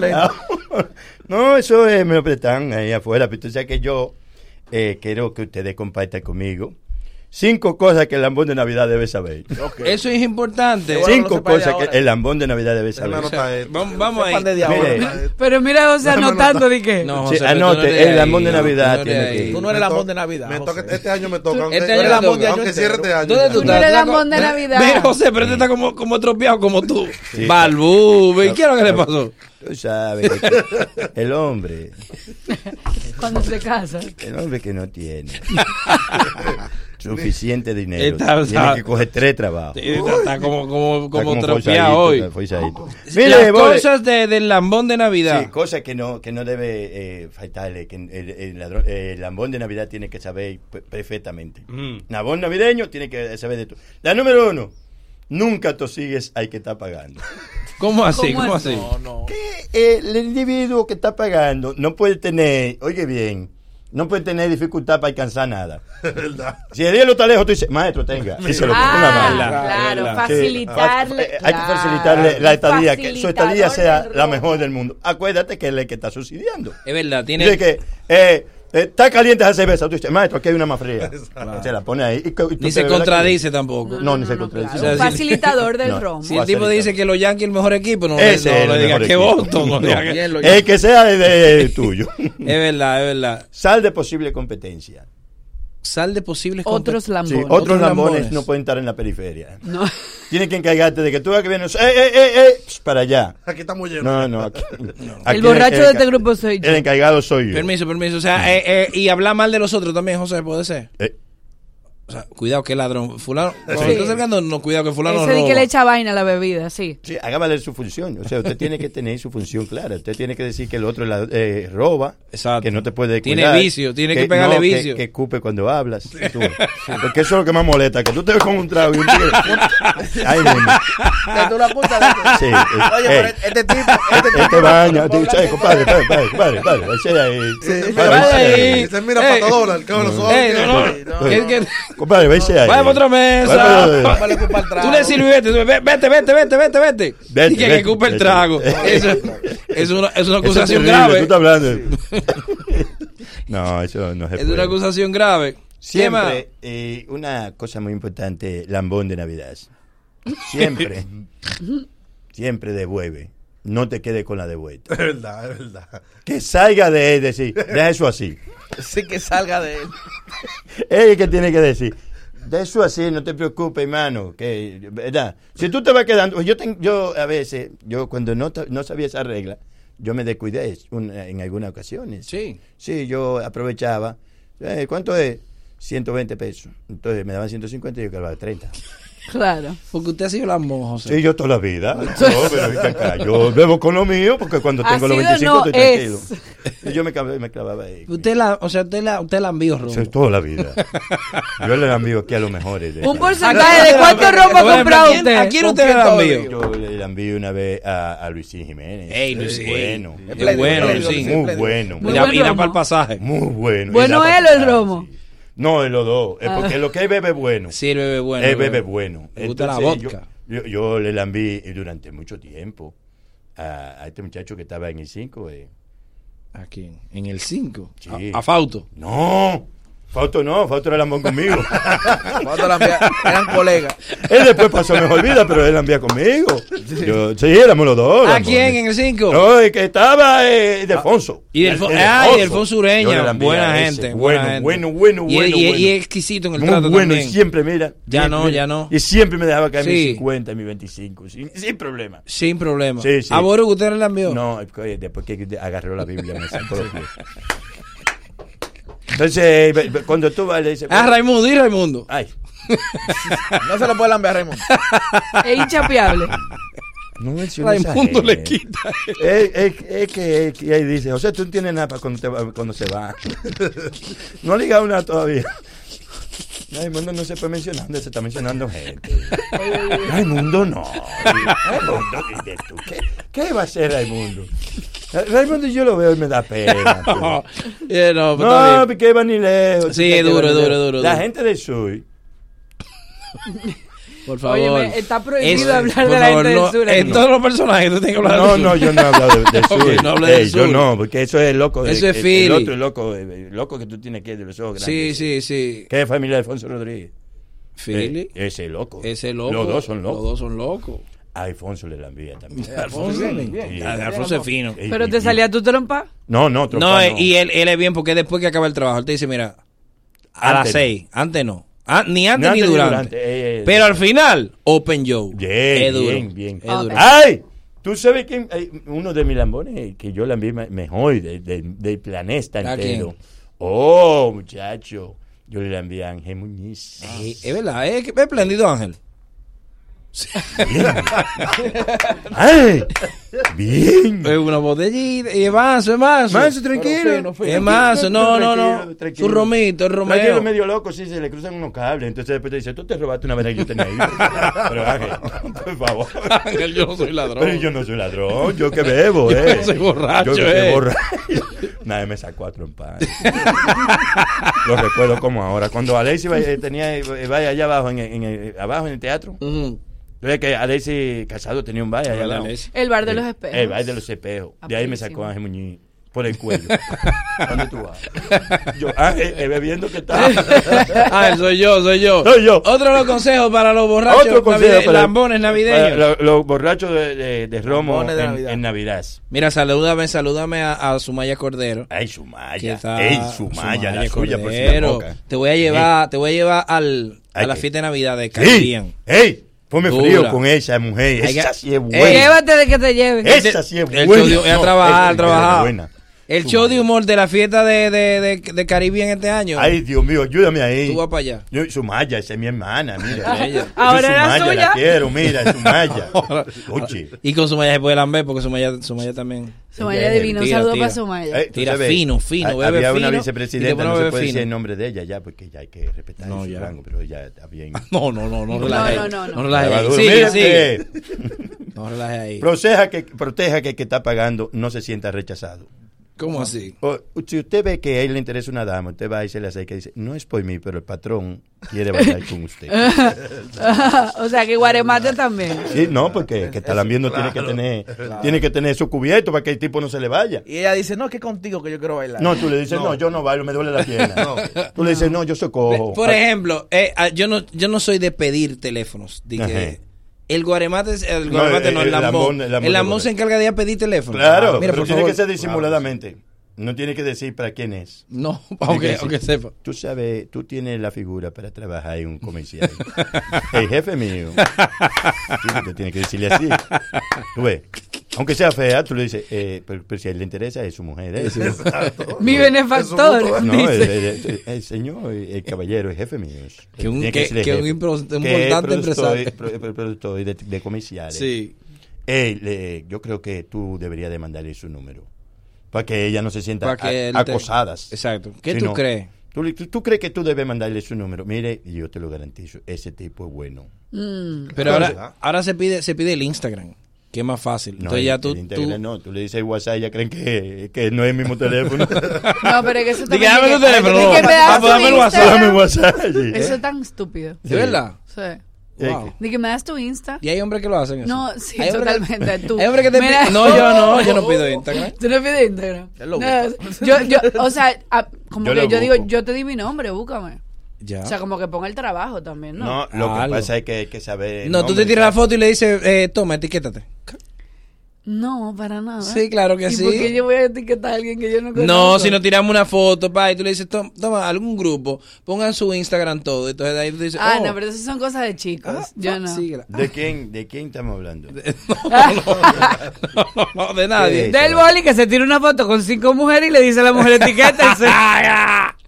[LAUGHS] le- no, eso eh, me lo prestan ahí afuera. Pero tú sabes que yo eh, quiero que ustedes compartan conmigo cinco cosas que el lambón de Navidad debe saber. Eso es importante. Cinco cosas que el lambón de Navidad debe saber. O sea, vamos, vamos ahí. Mire, [LAUGHS] Pero mira, o sea, anotando de qué. No, Sí, José, pero tú anote, no eres el de lambón ahí, de no, Navidad tú no eres tiene de que ahí. ir. Tú no Me eres la voz to- de Navidad. me toca- José. este año me toca. Tú- Aunque, [LAUGHS] este año aunque- la voz de año aunque entero. cierre este año. ¿Dónde tú Tú no estás? eres Tú estás lambón de como- Navidad. Ve, José, pero este está como, como tropeado, como tú. Balbú, ve, ¿qué es lo que le pasó? Tú sabes que el hombre, Cuando se [LAUGHS] casa. el hombre que no tiene [LAUGHS] suficiente dinero, Está- tiene está- que coger tres trabajos. Sí, Está, está como, como, Está como como tropeado forzadito, hoy. está forzadito. Las Mire, vos- cosas de- del lambón de Navidad. Sí, cosas que no, que no debe eh, faltarle, que el, el ladrón- eh, el lambón de Navidad tiene que saber pe- perfectamente. Mm. Lambón navideño tiene que saber de todo. La número uno, nunca tosigues al que está pagando. [LAUGHS] ¿Cómo así? ¿Cómo, así? Eh, el individuo que está pagando no puede tener, oye bien, no puede tener dificultad para alcanzar nada. ¿Verdad? Si el diablo está lejos, tú dices, maestro, tenga. Y se lo pone en la mano. Ah, claro, Sí. Eh, facilitarle, Hay que- Hay que claro. facilitarle la estadía, que su Facilitador estadía sea del la mejor del mundo. Acuérdate que él es el que está subsidiando. Es verdad, tiene. Dice que eh, está caliente esa cerveza. Tú dices, maestro, aquí hay una más [LAUGHS] fría. Se la pone ahí. y co- y tú Ni se te ves la- contradice tampoco. No, ni se contradice. claro. O sea, si- Facilitador del [LAUGHS] No. romo. Si el tipo dice que los Yankees el mejor equipo, no, Ese le- es no el le diga mejor que equipo. voto. No, le diga que- No, El que sea de- de [LAUGHS] tuyo. Es verdad, es verdad. Sal de posible competencia. Sal de posibles Otros compet- lambones. Sí, otros, lambones, no pueden estar en la periferia. No. [LAUGHS] Tienen que encargarte de que tú veas que vienes. ¡Eh, eh, eh, eh! Psh, Para allá. Aquí estamos llenos. No, [LAUGHS] no. aquí- aquí El borracho el- de este grupo soy yo. El encargado soy yo. Permiso, permiso. O sea, eh, eh, y hablar mal de los otros también, José, puede ser. Eh. O sea, cuidado que ladrón. Fulano, cuando se está acercando, no, cuidado que fulano Ese di roba. que le echa vaina a la bebida, sí. Sí, hágale su función. O sea, usted tiene que tener su función clara. Usted tiene que decir que el otro la- eh, roba, que no te puede Tiene cuidar, vicio, tiene que pegarle no, vicio. Que, que escupe cuando hablas. tú. Porque eso es lo que más molesta, que tú te ves con un trago y [LAUGHS] un tigre. Ay, mismo. Que tú la apuntas, ¿no? Sí, Oye, eh, pero este tipo. Este tipo. Este baño, te dice, "Ay, compadre, compadre, compadre, compadre, compadre, ese ahí. Compadre, ese ahí. Dice, mira, para todo dólar, cabrón, los ojos. Ey, no, no. Que- Eh, que- Compadre, ese ahí. Vaya para otra Vaya para- mesa. Tú le sirviste. tú, ve- Vete, vete, vete, vete, vete. Vete, Y que, vete, que cupe el vete. [LAUGHS] [LAUGHS] trago. Eso, es una, es una Eso es acusación grave. terrible, tú estás hablando. [LAUGHS] No, eso no se Es una puede. acusación grave. ¿Qué más? Siempre, eh, una cosa muy importante, lambón de Navidad. [LAUGHS] Siempre, siempre devuelve. No te quedes con la devuelta. Es verdad, es verdad. Que salga de él decir, deja eso así. Sí, que salga [LAUGHS] de él. Él es que tiene que decir, de eso así, no te preocupes, hermano. Que, ¿verdad? Si tú te vas quedando, yo, ten- yo a veces, yo cuando no, ta- no sabía esa regla, yo me descuidé es una- en algunas ocasiones. Sí. Sí, yo aprovechaba. Eh, ¿Cuánto es? 120 pesos. Entonces me daban 150 y yo calculaba 30. Claro. Porque usted ha sido lambón, José. Sí, yo toda [LAUGHS] la vida. [LAUGHS] No, pero ahorita acá, yo bebo con lo mío porque cuando Ha tengo los sido, 25 no, estoy tranquilo. Y yo me clavaba, me clavaba ahí. Usted la, o sea, usted la, usted la envió, Romo. Eso es toda la vida. Yo le envío aquí a los mejores. de- Un porcentaje de cuánto ropa Bueno, comprado ¿a quién- usted. a quién usted le da envío? Yo le envié una vez a, a Luisín Jiménez. Ey, Luisín. Bueno, Es plédigo, bueno, plédigo, Luisín. Muy plédigo. bueno. Muy Y da- buen y da romo. pa'l pasaje. Muy bueno. Bueno Y da él pa'l o el romo. pasaje. No, de los dos. Es Ah. porque lo que él bebe es bueno. Sí, él bebe bueno. Él bebe bueno. Le gusta la Entonces, vodka. Yo, yo, yo le lambí durante mucho tiempo a, a este muchacho que estaba en el 5. Eh. ¿A quién? ¿En el 5? Sí. A, a Fauto. No. Fausto no, Fausto era lambón conmigo. [LAUGHS] Fausto lambía, eran colegas. Él después pasó mejor vida, pero él lambía conmigo. Yo, sí, éramos los dos. ¿A lambones. quién en el Ah. 5? No, el que estaba eh, Delfonso. Y Delfo- El- ah, y Delfonso Delfonso. Yo le Ureña, lambía buena a ese. gente. Bueno, buena gente. bueno, bueno, Y- bueno, y, y bueno. es exquisito en el Muy trato bueno, también. y siempre, mira. Ya mira, no, mira. ya no. Y siempre me dejaba caer mis Sí. 50, mis 25, sin, sin problema. Sin problema. Sí, sí. ¿A Boru usted le envió? No, oye, después que agarró la Biblia me sacó los [LAUGHS] pies. Entonces, eh, ve- ve- cuando tú vas, le dices... Ah, Raimundo, y Raimundo. Ay. [LAUGHS] No se lo puede lambear a Raimundo. [LAUGHS] Es hinchapeable. No menciones a Raimundo le gente. quita Es, es- es que, es que ahí dice, o sea, tú no tienes nada para cuando, te va- cuando se va. [LAUGHS] No ha ligado nada todavía. Raimundo no se fue mencionando, se está mencionando gente. Raimundo no. Raimundo, dime tú, ¿qué, qué va a hacer Raimundo? Raimundo yo lo veo y me da pena. [LAUGHS] No, eh, no, pero está No, bien. porque va ni lejos. Sí, que es duro, va ni duro, lejos. duro, La duro. gente del sur. Por favor. Óyeme, está prohibido Eso es. hablar de Por la favor, gente no, del sur En aquí. todos los personajes tú tienes que hablar No, del sur. no, yo no he hablado de- del [LAUGHS] sur. Ok, no hablé Eh, del sur. Yo no, porque eso es el loco. de- Eso es el- Philly. El otro el loco, eh, el loco que tú tienes que de los ojos Sí, grandes. sí, sí. ¿Qué es familia de Alfonso Rodríguez? Philly. Eh, ese loco. Ese loco. Los dos son locos. Los dos son locos. A Alfonso le la envía también. Alfonso le envía. Sí. Ah, Alfonso es fino. Eh, Pero y- te y- salía tu trompa. No, no, No, trompa, no. eh, y él, él es bien porque después que acaba el trabajo, él te dice, mira, a Antes las no. seis, antes no. Ah, ni antes No, ni antes durante. eh, eh, Pero al final, Open Joe. Bien, es duro. bien, bien. Es duro. ¡Ay! ¿Tú sabes quién? Ay, Uno de mis lambones que yo lambí me- mejor de- de- del planeta ¿A entero. Oh, muchacho. Yo le lambí a Ángel Muñiz. Eh, es verdad, es, que- es espléndido Ángel. [LAUGHS] ¡Ay! Bien. Es una botellita. Y es manso, es manso. Manso, tranquilo. Pero fino, fino. Es manso, Eh, no, no, no. Tranquilo, tranquilo. Su romito, el romeo. Tranquilo, medio loco, sí, se le cruzan unos cables. Entonces después te dice, tú te robaste una vez que yo [LAUGHS] tenía ahí. Pero Ángel, [LAUGHS] por favor. Ángel, yo no soy ladrón. Pero yo no soy ladrón, yo que [LAUGHS] bebo, Yo eh. no soy borracho, Yo que soy eh. borracho. [LAUGHS] Nadie me sacó a trompar. [LAUGHS] Lo recuerdo como ahora. Cuando Alexi va- eh, tenía, eh, vaya allá abajo en, el- en el, abajo en el teatro. Entonces que Alexi Casado tenía un vaya allá ¿Verdad, abajo. Alexi? El bar de Eh, los espejos. El bar de los espejos. De ahí me sacó Aburrísimo. Ángel Muñiz por el cuello. ¿Dónde tú vas? Yo, Ángel, eh, bebiendo [LAUGHS] que estaba. Ángel, Ah, soy yo, soy yo. Soy yo. Otro de los consejos para los borrachos Otro consejo navide- para- lambones navideños. para lo- los borrachos de, de- de romo Lambones en, de Navidad. Navidad. en Navidad. Mira, salúdame, salúdame a, a Sumaya Cordero. Ay, Sumaya. Que Ey, Sumaya, la suya, por si la boca. eh. Te voy a llevar, te voy a llevar al, a la fiesta de Navidad de Sí. Caribbean. ¡Ey! Ponme Dura. frío con esa mujer. Hay que- Esa sí es buena. Llévate de que te lleven. Esa sí [LAUGHS] es El buena. show de- voy a No, trabajar, esa a es trabajar. buena. El show de humor de la fiesta de, de, de, de Caribbean este año. [LAUGHS] Ay, Dios mío, ayúdame ahí. Tú vas para allá. Yo, Sumaya, esa es mi hermana, mira. Bella. Yo Ahora era Sumaya, suya. la quiero, mira, Sumaya. Oye. Y con Sumaya se puede lamber porque Sumaya, Sumaya también. Sumaya divina, un Tira, saludo tira. para Sumaya. Eh, tú Tira sabes, fino, fino, ha- bebe Había fino una y te vicepresidenta, pone a no se beber puede decir fino. el nombre de ella ya, porque ya hay que respetar No, ese ya. rango, pero ya está bien. [LAUGHS] No, no, no, no No, relaje. no, ahí. no, no. No relaje. Ya va ahí. duro. Sigue, Mírate. sigue. [LAUGHS] No relaje ahí. Proteja que, proteja que el que está pagando no se sienta rechazado. ¿Cómo así? O- si usted ve que a él le interesa una dama, usted va y se le acerca y dice, no es por mí, pero el patrón quiere bailar con [LAUGHS] usted. [LAUGHS] o sea que Guaremate también. Sí, no, porque el que está lambiendo tiene que claro, tener claro. tiene que tener su cubierto para que el tipo no se le vaya. Y ella dice, no, es que contigo que yo quiero bailar. No, tú le dices, no, yo no bailo, me duele [LAUGHS] la pierna. Tú le dices, no, yo soy cojo. Por ejemplo, eh, ah, yo no yo no soy de pedir teléfonos. Dije, Ajá. el guaremate, es- el No, guaremate no, el- el, el lambón, lambón. el lambón El de lambón se guaremate. encarga de ir a pedir teléfonos. Ah, Claro, Mira, pero por tiene favor. que ser disimuladamente. No tiene que decir para quién es. No, [LAUGHS] Tiene aunque- decir, aunque sepa. Tú sabes, tú tienes la figura para trabajar en [LAUGHS] un comercial. El jefe mío. Sí, Usted tiene que decirle así. Tú ves. Aunque sea fea, tú le dices, eh, pero, pero si a él le interesa, es su mujer. ¿eh? Sí, sí. [LAUGHS] Mi benefactor, Es su mutuo. No, dice. el, el- el señor, el caballero, el jefe mío. Que un- Tiene que- decirle que un jefe. impro- un Que es importante productor- empresario. pro- pro- productor de, de comerciales. Sí. Eh, le- yo creo que tú deberías de mandarle su número. Para que ella no se sienta Para que a- él te- acosadas. Exacto. ¿Qué Si tú no, crees? Tú, tú- tú crees que tú debes mandarle su número. Mire, y yo te lo garantizo, ese tipo es bueno. Mm. Pero ahora, ahora se pide se pide el Instagram, que es más fácil. No, Entonces ya el- tú, el Instagram tú no, tú le dices WhatsApp, ya creen que, que no es el mismo teléfono. [LAUGHS] No, pero es que eso Dije, también. dame tu tiene que- teléfono. Dije, me das Ah, pues tu dame el WhatsApp. ¿eh? Instagram. Dame WhatsApp, sí. Eso es tan estúpido. ¿De verdad? Sí. Wow. De que me das tu Insta. Y hay hombres que lo hacen eso. No, sí, Hay hombres que- totalmente. Tú. Hay hombres que te Mira. piden. No, yo no, yo [LAUGHS] no pido Instagram. Tú no pides Instagram. lo No, busco. yo, yo, o sea, a- como Yo que lo yo digo, busco. yo te di mi nombre, búscame. Ya. O sea, como que ponga el trabajo también, ¿no? No, lo que Algo. pasa es que hay que saber. el No, tú te nombre. tiras la foto y le dices, eh, toma, etiquétate. No, para nada. Sí, claro que ¿Y sí. por qué yo voy a etiquetar a alguien que yo no conozco? No, si nos tiramos una foto, pa, y tú le dices, "Tom- toma, algún grupo, pongan su Instagram todo. Entonces de ahí tú dices, Ah, oh, Ah, no, pero eso son cosas de chicos. yo no. [LAUGHS] ¿De quién, ¿De quién estamos hablando? no, no, de nadie. Del boli que se tira una foto con cinco mujeres y le dice a la mujer [LAUGHS] etiquétense.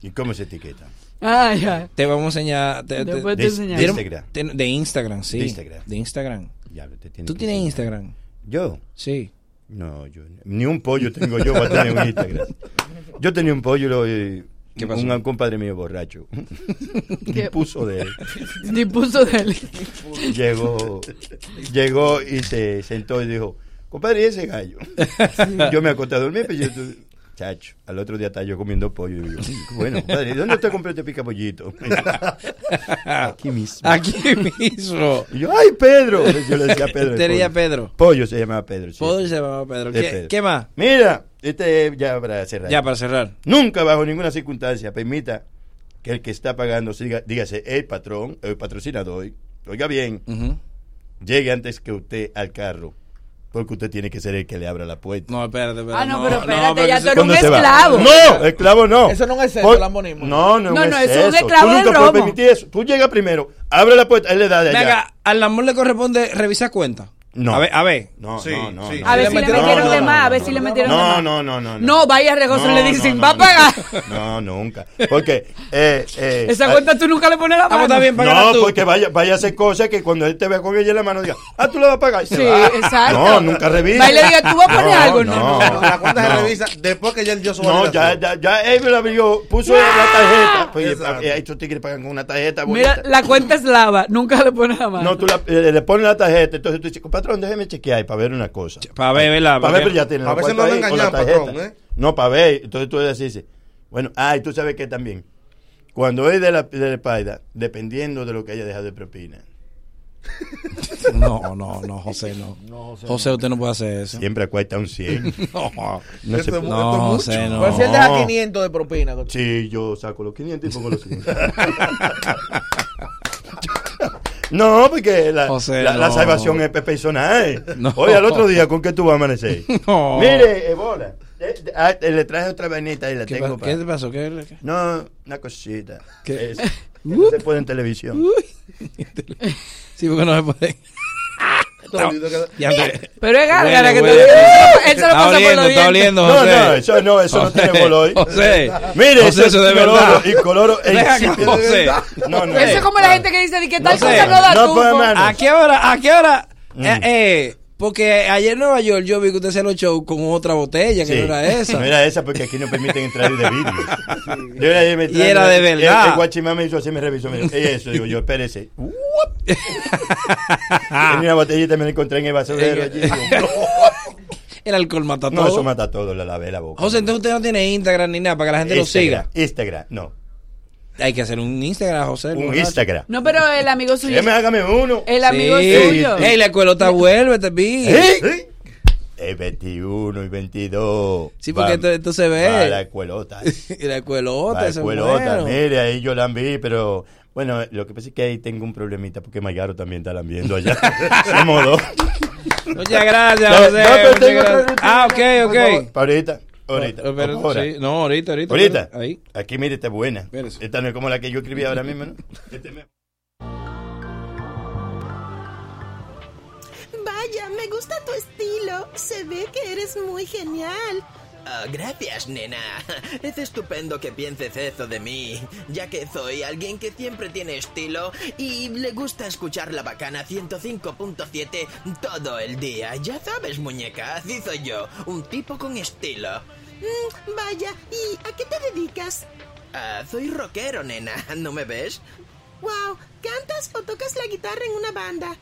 ¿Y cómo se etiqueta? ah, ya. Te vamos a enseñar. te- te- Después te De- enseñamos. de ¿Vieron? Instagram. Te- De Instagram, sí. De Instagram. De Instagram. Ya, te tiene ¿Tú que tienes enseñar. Instagram? Eh, ¿Yo? Sí. No, yo ni un pollo tengo yo para tener un Instagram. Yo tenía un pollo, lo, eh, pasó? un compadre mío borracho. [LAUGHS] Dispuso [LAUGHS] de él. Dispuso de él. Llegó, llegó y se sentó y dijo, compadre, ¿y ese gallo? Yo me acosté a dormir, pero yo... tu- Chacho, al otro día estaba yo comiendo pollo. Y yo, "Mm, bueno, compadre, ¿y ¿dónde usted compró este picapollito? Aquí mismo. Aquí mismo. Y yo, ¡ay, Pedro! Pues, Yo le decía a Pedro. el Te decía pollo. Pedro. Pollo se llamaba Pedro. sí. Podre se llamaba Pedro. De ¿Qué, Pedro. qué más? Mira, este es ya para cerrar. Ya, para cerrar. Nunca bajo ninguna circunstancia permita que el que está pagando, siga- dígase el patrón, el patrocinador, oiga bien, llegue antes que usted al carro, porque usted tiene que ser el que le abra la puerta. No, espérate, espérate. Ah, no, pero espérate, ya eso- tú eres un ¿Cuándo se va? esclavo. No, esclavo no. Eso no es exceso, Por- lambonismo. No, no, No, no, es eso es un eso. esclavo Tú del nunca puedes robo. permitir eso. Tú llegas primero, abre la puerta, él le da de allá. Venga, al amor le corresponde revisar cuenta. No. A ver, a ver. No, Sí, no, no, sí. no. A ver si le No, metieron no, de no, más, a no, ver no, si no, le metieron no, de más. No, no, no. No, vaya regoso le dicen, va a pagar. No, nunca. Porque. Eh, eh, Esa ah, cuenta tú nunca le pones la pues mano. No, porque vaya, vaya a hacer cosas que cuando él te vea con ella en la mano diga, ah, tú la vas a pagar. y se Sí, va. exacto. No, nunca revisa. Va y le diga, "Tú vas a poner algo". No, no, no. La cuenta se revisa después que ya yo soy No, ya, ya, ya, él me la abrió, puso la tarjeta. Pues, Exacto. eh, estos tigres pagan con una tarjeta. Ah. Mira, bonita. la cuenta es lava, nunca le pones la mano. No, tú la- eh, le, le pones la tarjeta, entonces tú dices, patrón, déjeme chequear ahí para ver una cosa. Para ver, ¿verdad? Para ver, pero ya tiene A la veces cuenta no lo ahí con la engañan, tarjeta. patrón, ¿eh? No, para ver. Entonces tú le dices, bueno, ah, y tú sabes que también, cuando es de la, de la espalda, dependiendo de lo que haya dejado de propina. [LAUGHS] No, no, no, José, no. José, usted no puede hacer eso. Siempre acuesta un 100. [LAUGHS] no, No, se- no, José, no. Pero si él deja 500 de propina. Sí, yo saco los 500 y pongo los [LAUGHS] 500. No, porque la, José, la, la no. salvación es pe- personal. [LAUGHS] No. ¿eh? Oye, al otro día, ¿con qué tú vas [LAUGHS] a amanecer? No. Mire, Ebola, eh, eh, ah, eh, le traje otra vainita y la ¿Qué tengo pa- para... qué te pasó? ¿Qué- qué? No, una cosita. ¿Qué? [LAUGHS] no se puede en televisión. Sí, porque no se puede. No, ya te- Pero es gárgara Ah, Huele, que te huele. digo. Él se lo Está pasa por oliendo, los está dientes. oliendo, No, José. no, eso no, eso no tiene color. José, Mire, José, eso de coloro verdad. Y coloro e [LAUGHS] Deja que insípido. José. No, no. Eso es como la gente que dice, di que tal No sé. cosa no da No, Mm. tú. pues, hermano. ¿A qué hora? ¿A qué hora? Eh, eh, porque ayer en Nueva York yo vi que usted se lo echó con otra botella que Sí. no era esa. [LAUGHS] No era esa porque aquí no permiten [LAUGHS] entrar de vidrio. [LAUGHS] Yo ayer me Y traje- era de verdad. El, el guachimán me hizo así, me revisó. Me dijo, "Ey, eso, digo yo, espérese. Uop. [LAUGHS] Tenía una botellita, me la encontré en el basurero. allí, digo, El alcohol [LAUGHS] mata no, todo. eso mata todo, la lavé la boca. José, entonces usted no tiene Instagram ni nada para que la gente lo Instagram, siga. Instagram, no. Hay que hacer un Instagram, José. Un muchacho. Instagram. Ah, No, pero el amigo suyo. Déjame, hágame uno. El amigo Sí. suyo. Ey, la escuelota vuelve, te vi. ¿Eh? Es 21 y 22. Sí, porque esto- esto se ve. Va la escuelota. [LAUGHS] Y la escuelota, Va ese escuelota. bueno. Mire, ahí yo la vi, pero. Bueno, lo que pasa es que ahí tengo un problemita porque Maigaro también está [LAUGHS] lambiendo allá. Somos dos. Muchas gracias, No, José. no, pero muchas tengo gracias. otra Ah, noticia, ok, por favor. ok. Pa' Ahorita. Ahorita. Oh, espérate, Ahora. sí. No, ahorita, ahorita. Ahorita. Ahí. Aquí, mire, esta es buena. Esta no es como la que yo escribí ahora mismo, ¿no? Este me- Vaya, me gusta tu estilo. Se ve que eres muy genial. Ah, gracias, nena. [LAUGHS] Es estupendo que pienses eso de mí, ya que soy alguien que siempre tiene estilo y le gusta escuchar la bacana 105.7 todo el día. Ya sabes, muñeca, así soy yo, un tipo con estilo. Mm, vaya, ¿y a qué te dedicas? Ah, soy rockero, nena, [LAUGHS] ¿no me ves? Wow, ¿cantas o tocas la guitarra en una banda?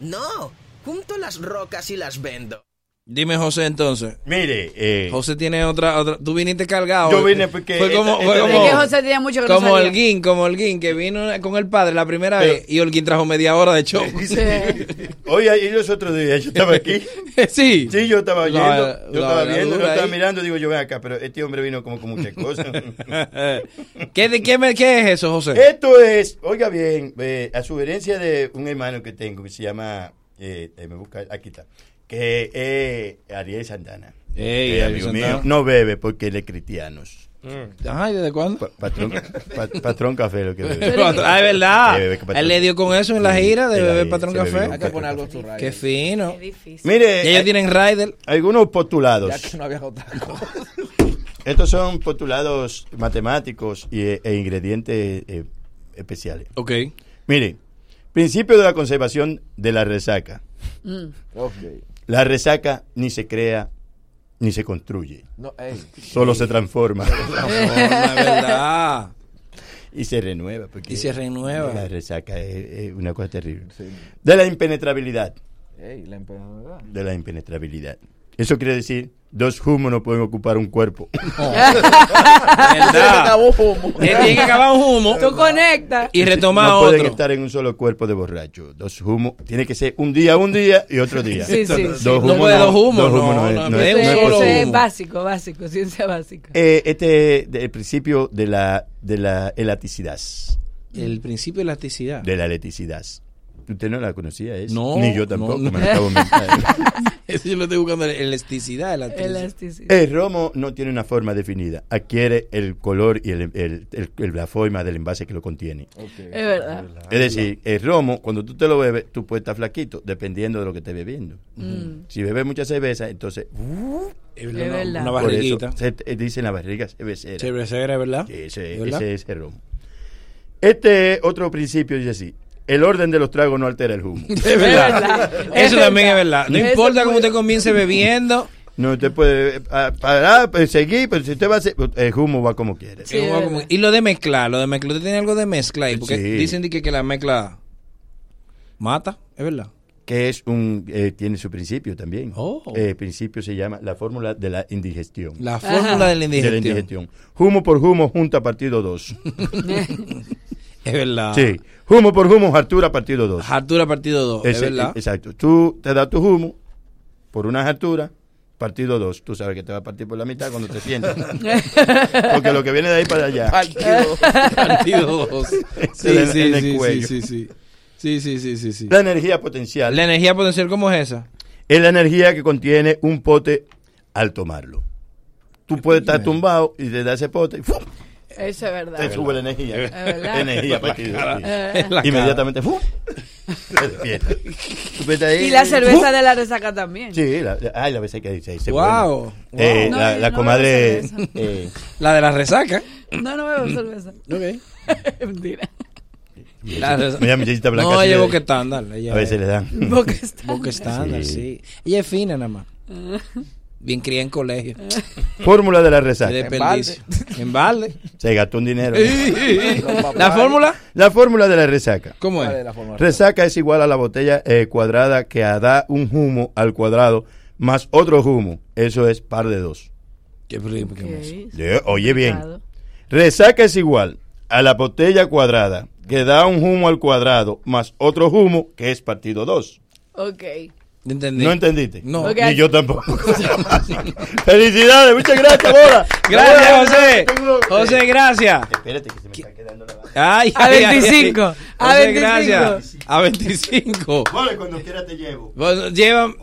No, junto las rocas y las vendo. Dime José entonces. Mire, eh, José tiene otra, otra. Tú viniste cargado. eh. Yo vine porque este, Fue como, esta- fue esta- como- Es que José tenía mucho que no como salía. Holguín, como Holguín, que vino con el padre la primera vez y Holguín trajo media hora de show. [LAUGHS] Oye, y los otros días yo estaba aquí. [LAUGHS] sí. Sí, yo estaba oyendo. La- la- yo estaba la viendo, yo dura estaba ahí. mirando. Digo, yo ven acá, pero este hombre vino como con muchas cosas. [LAUGHS] ¿Qué, de, qué, me- ¿Qué es eso, José? Esto es, oiga bien, eh, a sugerencia de un hermano que tengo que se llama, eh, eh, me busca, aquí está, que es Eh, Ariel Santana. Ey, Eh, Ariel amigo mío, Santana. no bebe porque él es cristianos. Mm. Ay, ¿desde cuándo? patrón, pa- patrón café lo que bebe. Ah, es verdad. Que bebe patrón. Él le dio con eso en la Sí, gira de en la beber gira, patrón se bebió café. un Hay que poner algo en tu Qué fino. Mire, Y ellos hay- tienen rider. Algunos postulados. Ya que no había otra cosa. [LAUGHS] Estos son postulados matemáticos y, eh, e ingredientes eh, especiales. Ok. Mire, principio de la conservación de la resaca. Ok. La resaca ni se crea ni se construye. No, ey. Solo se transforma. transforma, es verdad. Y se renueva. porque Y se renueva. La resaca es, es una cosa terrible. De la impenetrabilidad. Ey, la emprendedora. De la [LAUGHS] impenetrabilidad. Eso quiere decir, dos humos no pueden ocupar un cuerpo. ¿Verdad? [LAUGHS] Eh, Tiene que acabar un humo. Tú conectas. Y retomar no pueden otro. estar en un solo cuerpo de borracho. Dos humos. Tiene que ser un día, un día y otro día. Sí, sí, sí. Dos No humos. puede dos humos, dos humos no, no es- no, no no, de es- un no es solo Eso posible. es básico, básico, ciencia básica. Eh, este es el principio de la, de la elasticidad. El principio de elasticidad. De la elasticidad. Usted no la conocía, ¿es? No, Ni yo tampoco, no, no. me la acabo [LAUGHS] de inventar. Eso yo lo estoy buscando. Elasticidad, elasticidad. El Eh, romo no tiene una forma definida. Adquiere el color y el- el- el- el- la forma del envase que lo contiene. Es verdad. Es decir, el romo, cuando tú te lo bebes, tú puedes estar flaquito, dependiendo de lo que estés bebiendo. Mm. Si bebes mucha cerveza, entonces... uh, Es una- Es verdad. una por eso barriguita. se- eh, dicen la barriga cervecera. Cervecera, ¿verdad? Sí, ese, ¿Verdad? ese es el romo. Este otro principio dice así. El orden de los tragos no altera el [LAUGHS] humo. Es verdad. Eso también es verdad. No Eso importa cómo usted comience bebiendo. No, usted puede eh, pa- parar, pues, seguir, pero si usted va a hacer, pues, el humo va como quiere. es un como- y lo de mezclar, lo de mezclar. Usted tiene algo de mezcla ahí. Porque Sí. dicen de que, que la mezcla mata, es verdad. que es un eh, tiene su principio también. Oh. Eh, el principio se llama la fórmula de la indigestión. La fórmula [LAUGHS] Ajá. de la indigestión. Humo por humo junta partido 2. [LAUGHS] Es verdad. Sí. Humo por humo hartura partido 2. Hartura partido 2, es verdad. Exacto. Tú te das tu humo por una hartura partido 2. Tú sabes que te va a partir por la mitad cuando [LAUGHS] te sientas. Porque lo que viene de ahí para allá. Partido, partido 2. [LAUGHS] Se le Sí, da sí, en el sí, sí, cuello. sí, sí. Sí, sí, sí, sí, sí. La energía potencial. [LAUGHS] La energía potencial, ¿cómo es esa? es la energía que contiene un pote al tomarlo. Tú puedes estar tumbado y te da ese pote y ¡fum! Eso es verdad. te sube la energía. Es verdad. Energía La partido. cara. Sí. Es la cara. [LAUGHS] Inmediatamente ¡fum! te despiertas. Tú ves ahí, Y la cerveza Uh. ¡fum! de la resaca también. Sí, la, la- ay, la vez que dice. se Guau, pone. guau. Eh, No, la, yo la no comadre. bebo cerveza. eh, La de la resaca. No, no bebo cerveza. Ok. [LAUGHS] Mentira. La resaca. Mira, muchachita blanca, No, así ella le- boca estándar. ella a veces es- [LAUGHS] le dan. Boca estándar. Boca estándar, Sí. sí. Ella es fina nada [LAUGHS] más. Bien criada en colegio. Fórmula de la resaca. Y de perdicio. En balde. Se gastó un dinero. ¿La fórmula? La fórmula de la resaca. ¿Cómo es? Resaca es igual a la botella eh, cuadrada que da un humo al cuadrado más otro humo. Eso es par de dos. Qué rico, qué hermoso. De- oye bien. Resaca es igual a la botella cuadrada que da un humo al cuadrado más otro humo que es partido 2. Ok. Entendí. ¿No entendiste? No. Ok. Ni yo tampoco. [LAUGHS] Felicidades, muchas gracias, Bora. Gracias, José. José, gracias. Espérate que se me está quedando la Ay, A ay, ay, 25, ay. a José, 25. gracias. A 25. Bora, cuando quiera te llevo. Bueno, llevan.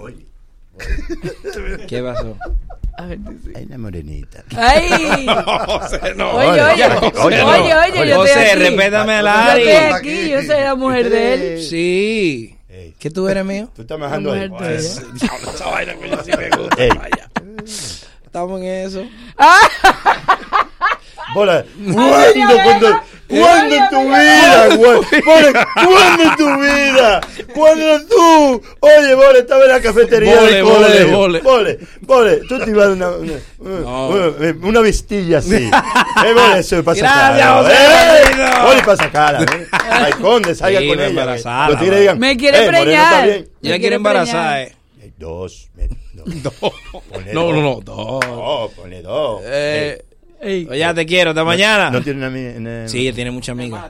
¿Qué pasó? Hay una morenita. ¡Ay! [LAUGHS] [LAUGHS] José, no. Oye, oye, oye, oye, yo estoy José, aquí. respétame a la Yo estoy Ari. aquí, yo soy la mujer de él. Sí. ¿Qué tú eres mío? Tú estás majando ahí. Mujer tuya. Pues, Esa vaina que yo sí me gusta. Ey. Vaya. Estamos en eso. Bora, ¿cuándo, cuando, cuándo en tu vida? güey? Bora, ¿cuándo en tu vida? ¿Cuándo tú? Oye, Bora, estaba en la cafetería Bole, del bole, colegio. bole. Bole, Bole, tú te ibas a una, una, una- una [LAUGHS] vestilla así. eh, Bora, eso es para Gracias, sacar. José Eh, Garrido. Bole, para sacarla. [LAUGHS] eh. Ay, conde, salga Sí, con me ella. eh. embarazada, Los tigres Bora. digan, Me quiere eh, Moreno está preñar. bien. Yo la quiero embarazar, eh. Eh, Dos. me- [LAUGHS] Dos. Ponle Ah. No, no, no, dos. Dos. No, ponle dos. Eh, Ey. Oye, ya te quiero, hasta No- mañana. No tiene una amiga. una- Sí, tiene mucha amiga.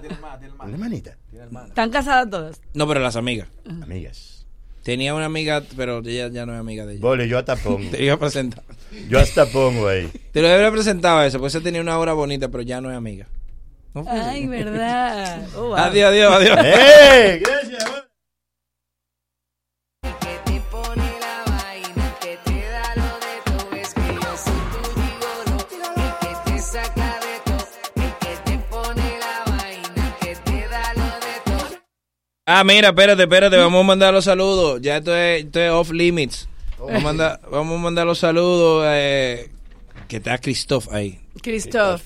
Una hermanita. Ah. ¿Están casadas todas? No, pero las amigas. Amigas. Tenía una amiga, pero ella ya no es amiga de ella. Vole, yo hasta pongo. [LAUGHS] Te iba a presentar. Yo hasta pongo ahí. Te lo habría presentado eso, pues ella tenía una obra bonita, pero ya no es amiga. [LAUGHS] Ay, verdad. Oh, wow. Adiós, adiós, adiós. [LAUGHS] [LAUGHS] ¡Ey! Gracias. Saca de todo, el que te pone la vaina, que te da lo de todo. Ah, mira, espérate, espérate, vamos a mandar los saludos. Ya esto es, esto es off limits. Oh. Vamos a mandar, vamos a mandar los saludos. eh, que está Christoph ahí. Christoph.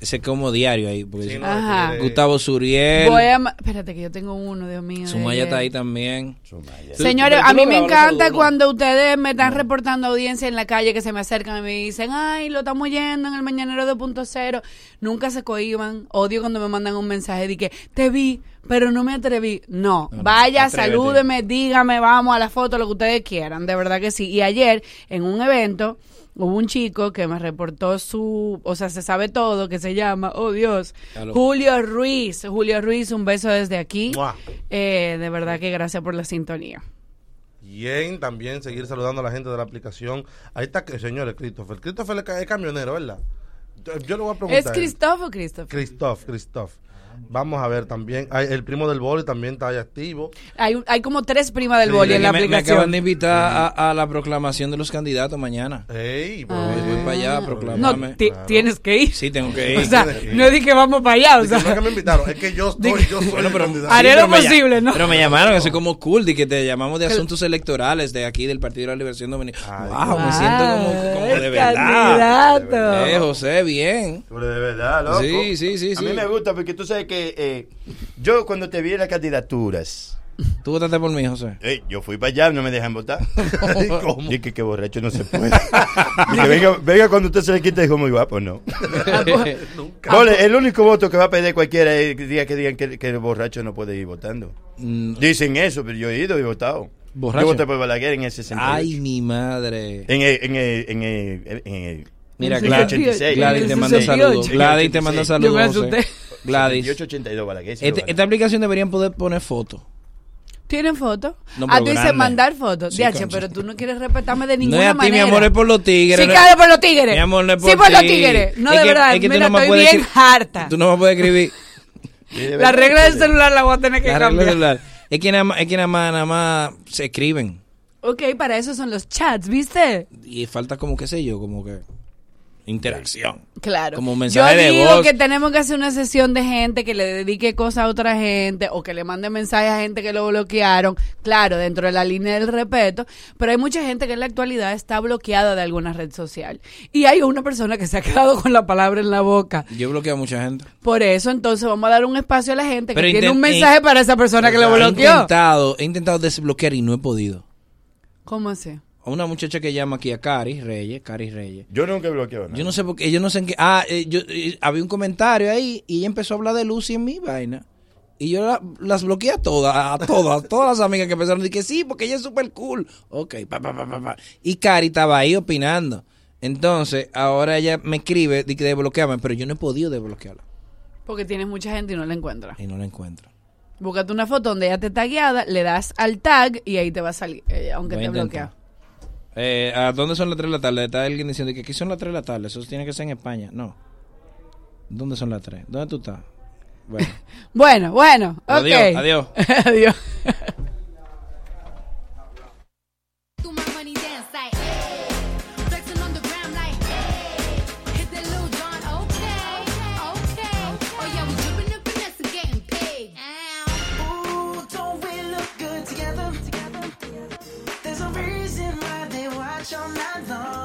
Ese como diario ahí. porque dice- no, Ajá. eh, Gustavo Suriel. Voy a ma- Espérate que yo tengo uno, Dios mío. de Sumaya está ayer. ahí también. Tú- Señores, pero tú a mí logras me hablar solo, encanta ¿no? cuando ustedes me están reportando audiencia en la calle que se me acercan y me dicen, ay, lo estamos yendo en el Mañanero 2.0. Nunca se cohiban. Odio cuando me mandan un mensaje de que te vi, pero no me atreví. No, vaya, atrévete. salúdeme, dígame, vamos a la foto, lo que ustedes quieran. De verdad que sí. Y ayer, en un evento, hubo un chico que me reportó su, o sea, se sabe todo, que se llama, oh Dios, Aló. Julio Ruiz. Julio Ruiz, un beso desde aquí. Eh, de verdad que gracias por la sintonía. Bien, también seguir saludando a la gente de la aplicación. Ahí está, que- señores, Christopher. Christopher es ca- es camionero, ¿verdad? Yo- Yo le voy a preguntar. ¿Es Christoph o Christoph? Christoph, Christoph. Vamos a ver también. Ay, El primo del boli también está ahí activo. Hay, un- hay como tres primas del Sí, boli de en la que me- me Me acaban aplicación. de invitar a, a la proclamación de los candidatos mañana. Ey, voy, para allá a proclamarme. No, ti- tienes que ir. Sí, tengo que ir. O sea, no es de que vamos para allá. O sea. que me invitaron, es que [LAUGHS] yo estoy, yo soy el candidato. Haré Sí, lo pero me ll- posible, ¿no? Pero me llamaron, eso es como cool, de que te llamamos de El- asuntos electorales de aquí, del Partido de la Liberación Dominicana. Wow, me siento como, como de el verdad. candidato. Eh, José, bien. Pero de verdad, loco. Sí, sí, sí, A mí sí. me gusta porque tú sabes que eh, yo cuando te vi en las candidaturas. ¿Tú votaste por mí, José? yo fui para allá, no me dejan [LAUGHS] votar. [LAUGHS] ¿Cómo? Dije que borracho no se puede. [LAUGHS] Dije, venga, venga cuando usted se le quite, dijo [LAUGHS] muy guapo, no. [LAUGHS] Nunca. Vole, el único voto que va a perder cualquiera es el día que digan que, que el borracho no puede ir votando. Dicen eso, pero yo he ido y he votado. Mm. ¿Borracho? Yo voté por Balaguer en el 68. Ay, mi madre. En el, en el, en el, en el- Mira, en el Gladys, 86. Gladys te manda 68. saludos. Gladys te manda saludos. José. Gladys. 88, 82, Balaguer. se lo Este- ganó. esta aplicación deberían poder poner fotos. ¿Tienen fotos? No, ah, pero tú dices grande. mandar fotos. Sí, Diache, concha. pero tú no quieres respetarme de No ninguna es a ti, mi manera. amor, es por los tigres. Sí, no- claro, por los tigres. Mi amor, no es por sí, por los ti. tigres. No, Es de que- verdad. es que tú Mira, no me estoy puedes bien decir- harta. Tú no me puedes escribir. [LAUGHS] La regla del celular la voy a tener que La regla cambiar. celular. Es que nada más, es que nada más, nada más se escriben. Ok, para eso son los chats, ¿viste? Y falta como, qué sé yo, como que interacción. Claro. Como un mensaje Yo de digo voz. que tenemos que hacer una sesión de gente que le dedique cosas a otra gente o que le mande mensajes a gente que lo bloquearon. Claro, dentro de la línea del respeto, pero hay mucha gente que en la actualidad está bloqueada de alguna red social. Y hay una persona que se ha quedado con la palabra en la boca. Yo bloqueo a mucha gente. Por eso, entonces, vamos a dar un espacio a la gente que Pero tiene inten- un mensaje in- para esa persona que lo He bloqueó. intentado, he intentado desbloquear y no he podido. ¿Cómo así? A una muchacha que llama aquí a Cari Reyes, Cari Reyes. Yo nunca he bloqueado nada. Yo no sé por qué, yo no sé en qué. Ah, eh, yo, eh, había un comentario ahí y ella empezó a hablar de Lucy en mi vaina. Y yo la- las bloqueé a todas, a todas, a todas las amigas que empezaron. Dije, sí, porque ella es súper cool. Ok, pa, pa, pa, pa, pa. Y Cari estaba ahí opinando. Entonces, ahora ella me escribe, de que desbloqueame, pero yo no he podido desbloquearla. Porque tienes mucha gente y no la encuentras. Y no la encuentro. Búscate una foto donde ella te está guiada, le das al tag y ahí te va a salir, eh, aunque Voy a te bloquea. intentar. Eh, ¿A dónde son las 3 de la tarde? Está alguien diciendo que aquí son las 3 de la tarde. Eso tiene que ser en España. No. ¿Dónde son las 3? ¿Dónde tú estás? Bueno. Bueno, bueno, ok. Adiós, adiós. [LAUGHS] adiós. Do my money dance like, hey. Flexing on the gram like, hey. Hit the Lil Jon, okay, okay. Oh yeah, we dripping and finesse and getting paid. Ooh, don't we look good together? There's a reason why they watch all night long.